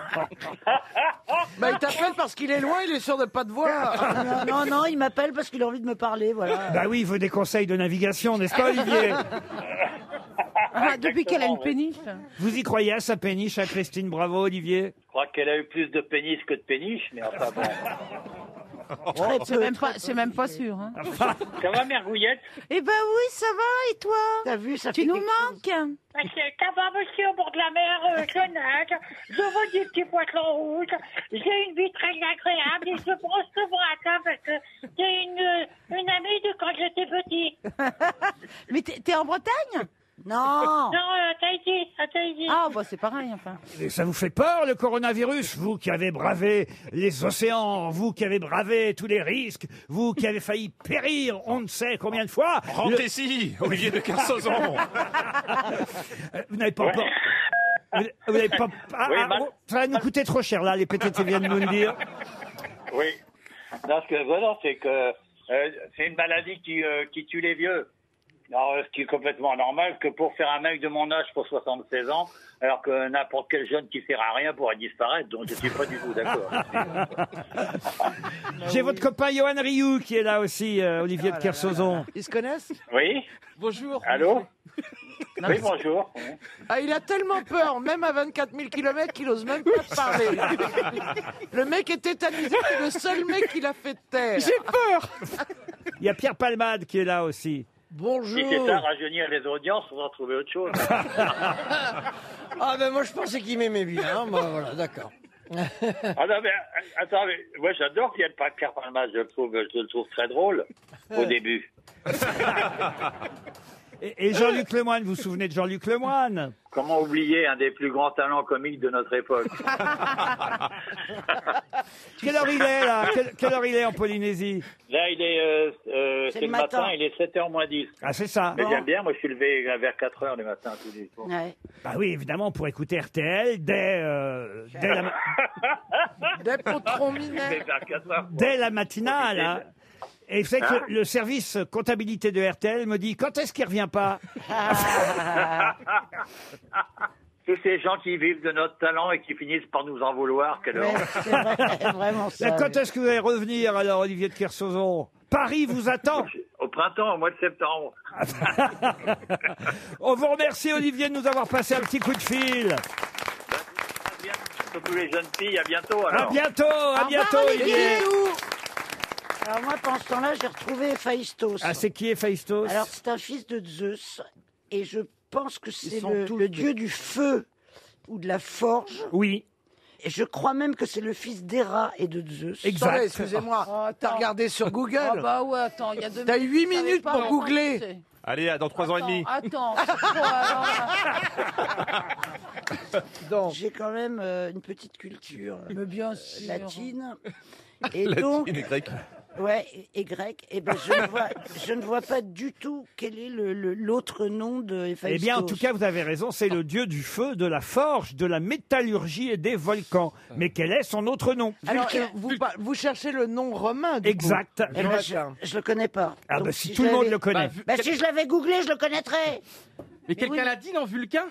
Speaker 10: Bah, il t'appelle parce qu'il est loin, il est sûr de pas te voir.
Speaker 5: non, non, non, il m'appelle parce qu'il a envie de me parler,
Speaker 10: Ah.
Speaker 5: voilà.
Speaker 4: Bah oui, il veut des conseils de navigation, n'est-ce pas, Olivier
Speaker 10: Ah,
Speaker 7: Ah,
Speaker 10: depuis qu'elle a une
Speaker 7: péniche hein.
Speaker 4: Vous y croyez à sa péniche à Christine Bravo, Olivier
Speaker 26: Je crois qu'elle a eu plus de pénis que de péniche, mais enfin bon.
Speaker 7: C'est même, pas- c'est même pas sûr. hein.
Speaker 26: Ça va, Mère Gouillette
Speaker 8: Eh ben oui, ça va, et toi T'as vu, ça Tu nous manques
Speaker 28: Monsieur, ça va, monsieur, au bord de la mer, euh, je nage, je vois des petits poissons rouges, j'ai une vie très agréable et je brosse le bras, hein, parce que euh, j'ai une, euh, une amie de quand j'étais petit.
Speaker 7: Mais t'es t'es en Bretagne
Speaker 8: Non.
Speaker 28: Non, euh, Tahiti, à Tahiti.
Speaker 7: Ah, bah c'est pareil, enfin.
Speaker 4: Et ça vous fait peur, le coronavirus Vous qui avez bravé les océans, vous qui avez bravé tous les risques, vous qui avez failli périr on ne sait combien de fois. Le-
Speaker 6: Rentrez-y, Olivier de Kersauzon.
Speaker 4: Euh, Vous n'avez pas encore... Vous vous n'avez pas... ah,
Speaker 26: Oui,
Speaker 4: ah,
Speaker 26: bah-
Speaker 4: oh, ça va nous coûter trop cher, là, les PTT viennent nous le dire.
Speaker 26: Oui. Non, ce que voilà, c'est que euh, c'est une maladie qui, euh, qui tue les vieux. Alors, euh, ce qui est complètement normal, que pour faire un mec de mon âge pour 76 ans, alors que n'importe quel jeune qui sert à rien pourrait disparaître, donc je suis pas du tout d'accord. Ah
Speaker 4: J'ai votre copain Johan Rioux qui est là aussi, euh, Olivier de Kersauzon.
Speaker 10: Ils se connaissent
Speaker 26: Oui
Speaker 10: Bonjour.
Speaker 26: Allô
Speaker 10: Non,
Speaker 26: Oui,
Speaker 10: mais-
Speaker 26: bonjour.
Speaker 10: Ah, il a tellement peur, même à 24 000 km, qu'il ose même pas parler. Le mec est tétanisé, c'est le seul mec qui l'a fait taire.
Speaker 4: J'ai peur Il y a Pierre Palmade qui est là aussi.
Speaker 26: Si c'est ça, rajeunir les audiences, on va trouver autre chose.
Speaker 23: Ah ben moi je pensais qu'il m'aimait bien, hein, moi, voilà, d'accord.
Speaker 26: Ah non, mais euh, attends, mais moi j'adore qu'il y ait pas Pierre Palmade, je le trouve, je le trouve très drôle au début.
Speaker 4: Et, et Jean-Luc Lemoine, vous vous souvenez de Jean-Luc Lemoine
Speaker 26: Comment oublier un des plus grands talents comiques de notre époque
Speaker 4: Quelle heure il est là quelle, quelle heure il est en Polynésie
Speaker 26: Là, il est, euh, euh,
Speaker 4: C'est
Speaker 26: c'est
Speaker 4: le
Speaker 26: le matin.
Speaker 4: matin,
Speaker 26: il est 7h moins 10.
Speaker 4: Ah, c'est ça.
Speaker 26: Mais
Speaker 4: Bon.
Speaker 26: j'aime bien, moi je suis levé euh, vers 4h le matin tous les jours.
Speaker 4: Bah oui, évidemment, pour écouter RTL dès, euh, dès, la,
Speaker 26: Des
Speaker 10: potrons
Speaker 26: minets. vers 4h.
Speaker 4: dès la matinale. hein. Et c'est
Speaker 26: Hein
Speaker 4: que le service comptabilité de RTL me dit quand est-ce qu'il revient pas
Speaker 26: Tous ces gens qui vivent de notre talent et qui finissent par nous en vouloir, quelle horreur.
Speaker 4: Vraiment
Speaker 26: ça,
Speaker 4: Quand est-ce que vous allez revenir alors, Olivier de Kersauzon Paris vous attend.
Speaker 26: Au printemps, au mois de septembre.
Speaker 4: On vous remercie, Olivier, de nous avoir passé un petit coup de fil.
Speaker 26: Surtout les jeunes filles, à bientôt
Speaker 4: À
Speaker 26: alors.
Speaker 4: bientôt, à bientôt, Olivier.
Speaker 5: Alors moi, pendant ce temps-là, j'ai retrouvé Héphaïstos.
Speaker 4: Ah, c'est qui est Phaistos
Speaker 5: Alors c'est un fils de Zeus, et je pense que c'est
Speaker 4: sont
Speaker 5: le,
Speaker 4: tous
Speaker 5: le
Speaker 4: des-
Speaker 5: dieu du feu ou de la forge.
Speaker 4: Oui.
Speaker 5: Et je crois même que c'est le fils d'Héra et de Zeus. Oh,
Speaker 10: Exact. Attendez, excusez-moi, t'as regardé sur Google
Speaker 7: Ah bah ouais, attends, il y a deux
Speaker 10: T'as
Speaker 7: minutes,
Speaker 10: huit
Speaker 7: je savais
Speaker 10: minutes
Speaker 7: pas,
Speaker 10: pour
Speaker 7: mais
Speaker 10: googler.
Speaker 7: enfin, c'est-
Speaker 6: Allez, à dans trois ans et demi.
Speaker 7: Attends, c'est trop, alors là.
Speaker 5: J'ai quand même euh, une petite culture euh,
Speaker 7: Mais bien sûr.
Speaker 5: latine. Et donc, ouais, et, et grec. Et ben, je ne vois, je ne vois pas du tout quel est le- le- l'autre nom de Héphaïstos.
Speaker 4: Eh bien, en tout cas, vous avez raison, c'est le dieu du feu, de la forge, de la métallurgie et des volcans. Mais quel est son autre nom
Speaker 10: Alors, euh, vous, par- vous cherchez le nom romain, du coup.
Speaker 4: Exact.
Speaker 10: Eh ben, je-
Speaker 5: je le connais pas.
Speaker 4: Ah,
Speaker 10: Donc,
Speaker 4: bah, si,
Speaker 10: si
Speaker 4: tout le
Speaker 10: je
Speaker 4: monde
Speaker 10: l'avais-
Speaker 4: le
Speaker 10: Bah,
Speaker 4: connaît.
Speaker 10: vu-
Speaker 5: Bah, si je l'avais googlé, je le connaîtrais.
Speaker 13: Mais
Speaker 5: oui.
Speaker 13: quelqu'un l'a dit dans Vulcain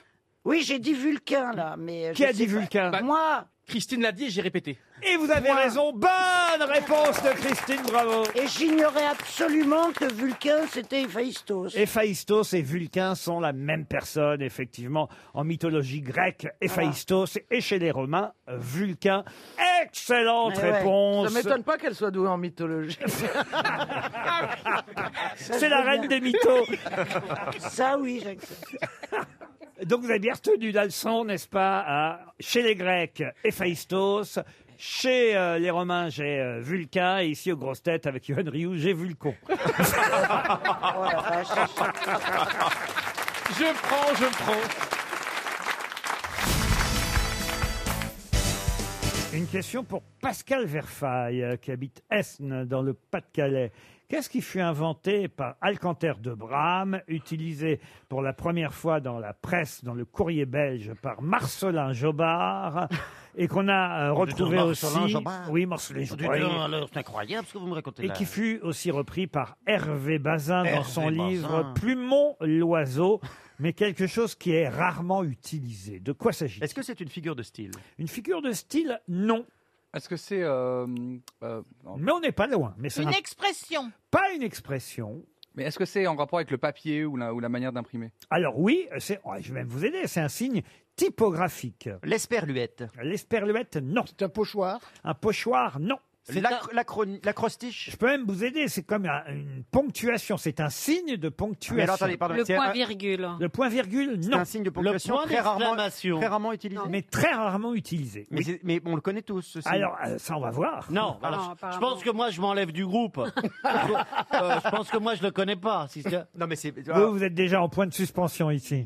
Speaker 5: Oui, j'ai dit Vulcain, là. Mais euh,
Speaker 13: Qui
Speaker 5: je
Speaker 13: a dit
Speaker 5: sais pas.
Speaker 13: Vulcain Bah,
Speaker 5: Moi.
Speaker 13: Christine l'a dit et j'ai répété.
Speaker 4: Et vous avez raison, bonne réponse de Christine Bravo.
Speaker 5: Et j'ignorais absolument que Vulcain, c'était Héphaïstos.
Speaker 4: Héphaïstos et Vulcain sont la même personne, effectivement. En mythologie grecque, Héphaïstos et chez les Romains, Vulcain. Excellente
Speaker 10: Eh ouais.
Speaker 4: réponse.
Speaker 10: Ça m'étonne pas qu'elle soit douée en mythologie.
Speaker 4: C'est la reine des mythos.
Speaker 5: Ça, oui, j'accepte.
Speaker 4: Donc vous avez bien retenu la leçon, n'est-ce pas hein Chez les Grecs, Héphaïstos. Chez euh, les Romains, j'ai euh, Vulcain. Et ici, aux grosses têtes, avec Yohan Rioux, j'ai Vulcon.
Speaker 6: Je prends, je prends.
Speaker 4: Une question pour Pascal Verfaille, euh, qui habite Esne, dans le Pas-de-Calais. Qu'est-ce qui fut inventé par Alcanter de Brame, utilisé pour la première fois dans la presse, dans le courrier belge, par Marcelin Jobard, et qu'on a euh, retrouvé
Speaker 25: Marcelin
Speaker 4: aussi...
Speaker 25: Jobard
Speaker 4: Oui, Marcelin
Speaker 25: Du
Speaker 4: Jobard.
Speaker 25: temps, alors, c'est incroyable ce que vous me racontez
Speaker 4: Et
Speaker 25: là.
Speaker 4: qui fut aussi repris par Hervé Bazin dans
Speaker 25: Hervé
Speaker 4: son
Speaker 25: Bazin.
Speaker 4: livre Plumon l'oiseau, mais quelque chose qui est rarement utilisé. De quoi s'agit-il
Speaker 25: Est-ce que c'est une figure de style
Speaker 4: Une figure de style Non.
Speaker 17: Est-ce que c'est. euh, euh, non.
Speaker 4: Mais on n'est pas loin. Mais ça
Speaker 8: Une
Speaker 4: n'a
Speaker 8: expression.
Speaker 4: pas une expression.
Speaker 17: Mais est-ce que c'est en rapport avec le papier ou la, ou la manière d'imprimer
Speaker 4: Alors oui, c'est, oh, je vais même vous aider, c'est un signe typographique. L'esperluette. L'esperluette, non. C'est un pochoir Un pochoir, non. L'acrostiche. Je peux même vous aider, c'est comme un- une ponctuation, c'est un signe de ponctuation.
Speaker 1: Mais alors, attendez, pardon, Le c'est point un-
Speaker 4: virgule. Le point virgule, non.
Speaker 1: C'est un signe de ponctuation
Speaker 4: Le point
Speaker 1: très rarement-
Speaker 4: d'exclamation.
Speaker 1: très rarement utilisé.
Speaker 4: Mais très rarement utilisé.
Speaker 1: Mais,
Speaker 4: oui.
Speaker 1: c'est- mais on le connaît tous. ce signe.
Speaker 4: Alors, euh, ça, on va voir.
Speaker 22: Non, voilà, je- je, pense que moi je m'enlève du groupe. Euh, je pense que moi je le connais pas. Si c'est-
Speaker 1: Non, mais c'est. Ah.
Speaker 4: Vous, vous êtes déjà en point de suspension ici.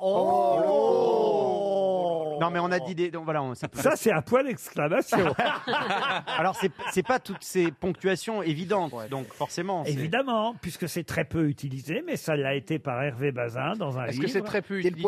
Speaker 22: Oh,
Speaker 1: Oh, Non, mais on a dit des. donc voilà, on- c'est-
Speaker 4: Oh. Ça, c'est un point d'exclamation.
Speaker 1: Alors, c'est- c'est pas toutes ces ponctuations évidentes, donc forcément. c'est-
Speaker 4: Évidemment, puisque c'est très peu utilisé, mais ça l'a été par Hervé Bazin dans un
Speaker 22: Est-ce
Speaker 4: livre.
Speaker 22: que c'est très peu utilisé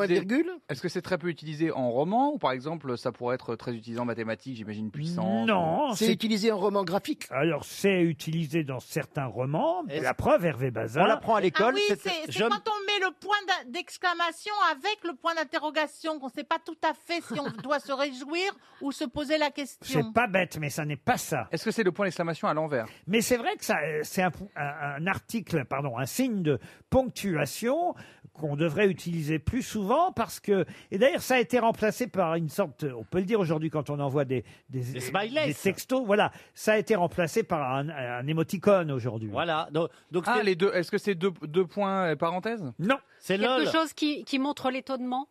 Speaker 22: Est-ce que c'est très peu utilisé en roman ou par exemple ça pourrait être très utilisé en mathématiques, j'imagine puissance
Speaker 4: Non, c'est-
Speaker 22: utilisé en roman graphique.
Speaker 4: Alors, c'est utilisé dans certains romans. mais La preuve, Hervé Bazin.
Speaker 1: On l'apprend à
Speaker 8: Ah oui, c'est c'est quand on met le point d'in- d'exclamation avec le point d'interrogation, qu'on ne sait pas tout à fait si on doit se réjouir ou se poser la question.
Speaker 4: C'est pas bête, mais ça n'est pas ça.
Speaker 22: Est-ce que c'est le point d'exclamation à l'envers
Speaker 4: Mais c'est vrai que ça, euh, c'est un, pou- un- un article, pardon, un signe de ponctuation qu'on devrait utiliser plus souvent parce que, et d'ailleurs, ça a été remplacé par une sorte, on peut le dire aujourd'hui quand on envoie des, des,
Speaker 22: smileys.
Speaker 4: des textos, voilà, ça a été remplacé par un, un émoticône aujourd'hui.
Speaker 22: Voilà. Donc, ah, les deux. Est-ce que c'est deux, deux points euh, parenthèses
Speaker 4: Non.
Speaker 22: C'est
Speaker 2: Quelque chose qui, qui montre l'étonnement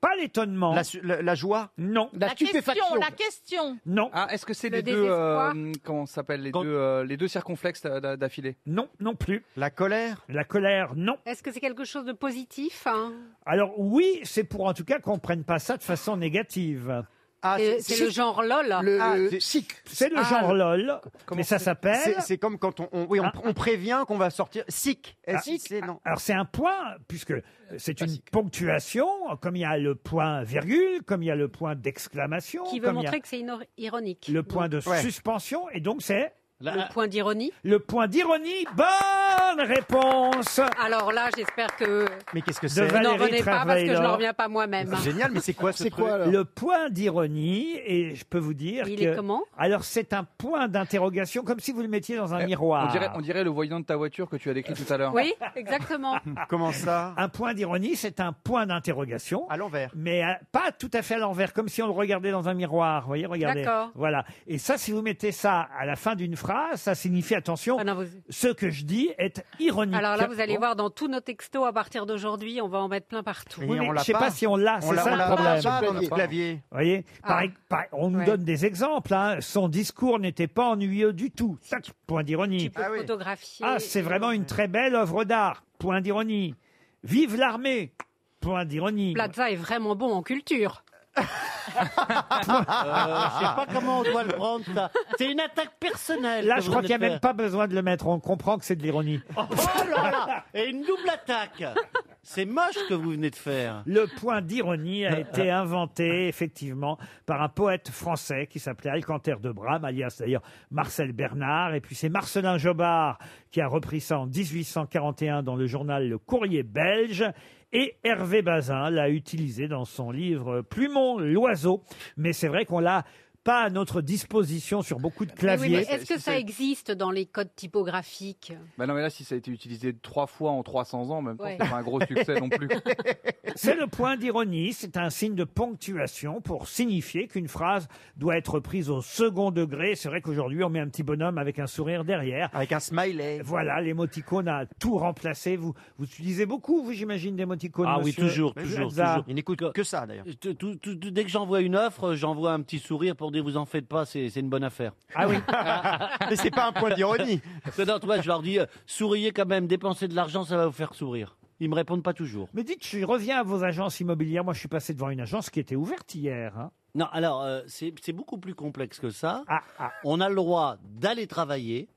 Speaker 4: Pas l'étonnement.
Speaker 1: La, joie
Speaker 4: Non.
Speaker 2: La question, la question.
Speaker 4: Non.
Speaker 22: Ah, est-ce que c'est
Speaker 2: Le
Speaker 22: les deux
Speaker 2: désespoir.
Speaker 22: euh, comment ça s'appelle les deux euh, les deux circonflexes d'a- d'a- d'affilée
Speaker 4: Non, non plus.
Speaker 1: La colère
Speaker 4: La colère, non.
Speaker 2: Est-ce que c'est quelque chose de positif hein
Speaker 4: Alors oui, c'est pour en tout cas qu'on prenne pas ça de façon négative.
Speaker 1: Ah,
Speaker 2: C'est Euh, c'est le genre LOL.
Speaker 4: Ah,
Speaker 1: le
Speaker 4: c'est-
Speaker 1: sic.
Speaker 4: C'est le
Speaker 1: Ah,
Speaker 4: genre
Speaker 1: le-
Speaker 4: LOL, mais ça s'appelle.
Speaker 1: C'est- C'est comme quand on, on- oui, on, on prévient qu'on va sortir. Sic.
Speaker 4: Ah,
Speaker 1: S-I-C, non.
Speaker 4: Alors c'est un point, puisque c'est une ponctuation, comme il y a le point virgule, comme il y a le point d'exclamation,
Speaker 2: Qui veut
Speaker 4: comme il y a
Speaker 2: montrer que c'est ino- ironique.
Speaker 4: le point de
Speaker 2: Ouais.
Speaker 4: suspension, et donc c'est
Speaker 2: Le point d'ironie.
Speaker 4: le point d'ironie. Bonne réponse
Speaker 2: Alors là, j'espère que.
Speaker 1: Mais qu'est-ce que
Speaker 4: de
Speaker 1: c'est
Speaker 2: Je
Speaker 4: Valérie
Speaker 2: n'en revenais pas parce que je
Speaker 4: Trierweiler.
Speaker 2: n'en reviens pas moi-même.
Speaker 1: Génial, mais c'est quoi ce truc
Speaker 4: Le point d'ironie, et je peux vous dire
Speaker 2: Il
Speaker 4: que...
Speaker 2: est comment
Speaker 4: Alors c'est un point d'interrogation, comme si vous le mettiez dans un miroir.
Speaker 22: Eh, On dirait, on dirait le voyant de ta voiture que tu as décrit tout à l'heure.
Speaker 2: Oui, exactement.
Speaker 1: Comment ça
Speaker 4: Un point d'ironie, c'est un point d'interrogation.
Speaker 1: À l'envers.
Speaker 4: Mais à- pas tout à fait à l'envers, comme si on le regardait dans un miroir. Vous voyez, regardez.
Speaker 2: D'accord.
Speaker 4: Voilà. Et ça, si vous mettez ça à la fin d'une phrase, ça signifie attention, ce que je dis est ironique.
Speaker 2: Ah Alors là, vous allez voir dans tous nos textos à partir d'aujourd'hui, on va en mettre plein partout.
Speaker 4: Oui, mais je sais pas si on l'a, c'est ça le problème.
Speaker 1: clavier.
Speaker 4: Vous voyez Par-
Speaker 2: Ah.
Speaker 4: par- On nous
Speaker 2: Ouais.
Speaker 4: donne des exemples. hein. Son discours n'était pas ennuyeux du tout. Tac, point d'ironie.
Speaker 2: peut photographier.
Speaker 4: Ah, c'est vraiment une très belle œuvre d'art. Point d'ironie. Vive l'armée. Point d'ironie.
Speaker 2: Plaza est vraiment bon en culture.
Speaker 22: je
Speaker 4: sais Euh, pas
Speaker 22: comment on doit
Speaker 4: le
Speaker 22: prendre, ça.
Speaker 4: C'est une attaque personnelle. Là,
Speaker 22: que
Speaker 4: je
Speaker 22: vous
Speaker 4: crois qu'il n'y a
Speaker 22: venez de
Speaker 4: même pas
Speaker 22: faire.
Speaker 4: besoin de le mettre. On comprend que c'est de l'ironie.
Speaker 22: Oh là là
Speaker 4: Et une double attaque. C'est moche que vous venez de faire. Le point d'ironie a été inventé, effectivement, par un poète français qui s'appelait Alcanter de Brame, alias d'ailleurs Marcel Bernard. Et puis c'est Marcelin Jobard qui a repris ça en 1841 dans le journal Le Courrier belge. Et Hervé Bazin l'a utilisé dans son livre Plumon l'oiseau. Mais c'est vrai qu'on l'a pas à notre disposition sur beaucoup de
Speaker 2: Mais oui,
Speaker 4: claviers.
Speaker 2: mais est-ce que ça existe dans les codes typographiques
Speaker 22: Bah non mais là si ça a été utilisé trois fois en 300 ans, même pas,
Speaker 2: Ouais.
Speaker 22: c'est pas un gros succès non plus.
Speaker 4: C'est le point d'ironie, c'est un signe de ponctuation pour signifier qu'une phrase doit être prise au second degré. C'est vrai qu'aujourd'hui, on met un petit bonhomme avec un sourire derrière.
Speaker 1: Avec un smiley.
Speaker 4: Voilà, l'émoticône a tout remplacé. Vous, vous utilisez beaucoup, vous, j'imagine, d'émoticônes,
Speaker 22: Ah
Speaker 1: oui,
Speaker 4: monsieur
Speaker 1: toujours, toujours,
Speaker 4: Plaza.
Speaker 1: toujours. Il n'écoute que Euh, ça, d'ailleurs.
Speaker 22: Tout- tout- tout-
Speaker 1: Dès que j'envoie une offre, euh, j'envoie un petit sourire pour dire vous en faites pas, c'est c'est une bonne affaire.
Speaker 4: Ah oui.
Speaker 1: Mais c'est pas un point d'ironie.
Speaker 22: Parce que non, tu vois, je leur dis euh, souriez quand même, dépensez de l'argent, ça va vous faire sourire. Ils me répondent pas toujours.
Speaker 4: Mais dites, je reviens à vos agences immobilières. Moi, je suis passé devant une agence qui était ouverte hier. hein.
Speaker 22: Non, alors euh, c'est c'est beaucoup plus complexe que ça.
Speaker 4: Ah,
Speaker 22: On a le droit d'aller travailler,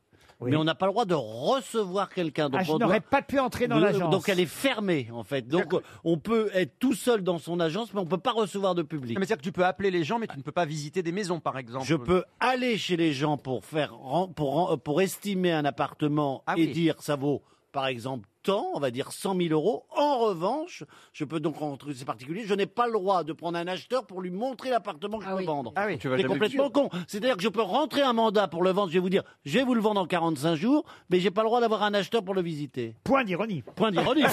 Speaker 22: mais on n'a pas le droit de recevoir quelqu'un. Donc
Speaker 4: Ah, je
Speaker 22: on
Speaker 4: n'aurais
Speaker 22: doit-
Speaker 4: pas pu entrer dans
Speaker 22: de-
Speaker 4: l'agence.
Speaker 22: Donc elle est fermée en fait. Donc euh, on peut être tout seul dans son agence, mais on peut pas recevoir de public.
Speaker 1: Mais c'est-à-dire que tu peux appeler les gens, mais tu ne peux pas visiter des maisons, par exemple.
Speaker 22: Je peux aller chez les gens pour faire ren- pour ren- euh, pour estimer un appartement
Speaker 1: Ah
Speaker 22: et
Speaker 1: oui.
Speaker 22: dire ça vaut par exemple tant, on va dire 100 000 euros. En revanche, je peux donc rentrer ces particuliers. Je n'ai pas le droit de prendre un acheteur pour lui montrer l'appartement que je peux vendre.
Speaker 1: Tu vas jamais
Speaker 22: C'est complètement
Speaker 1: le
Speaker 22: con. C'est-à-dire que je peux rentrer un mandat pour le vendre. Je vais vous dire, je vais vous le vendre en 45 jours, mais j'ai pas le droit d'avoir un acheteur pour le visiter.
Speaker 4: Point d'ironie.
Speaker 22: Point d'ironie.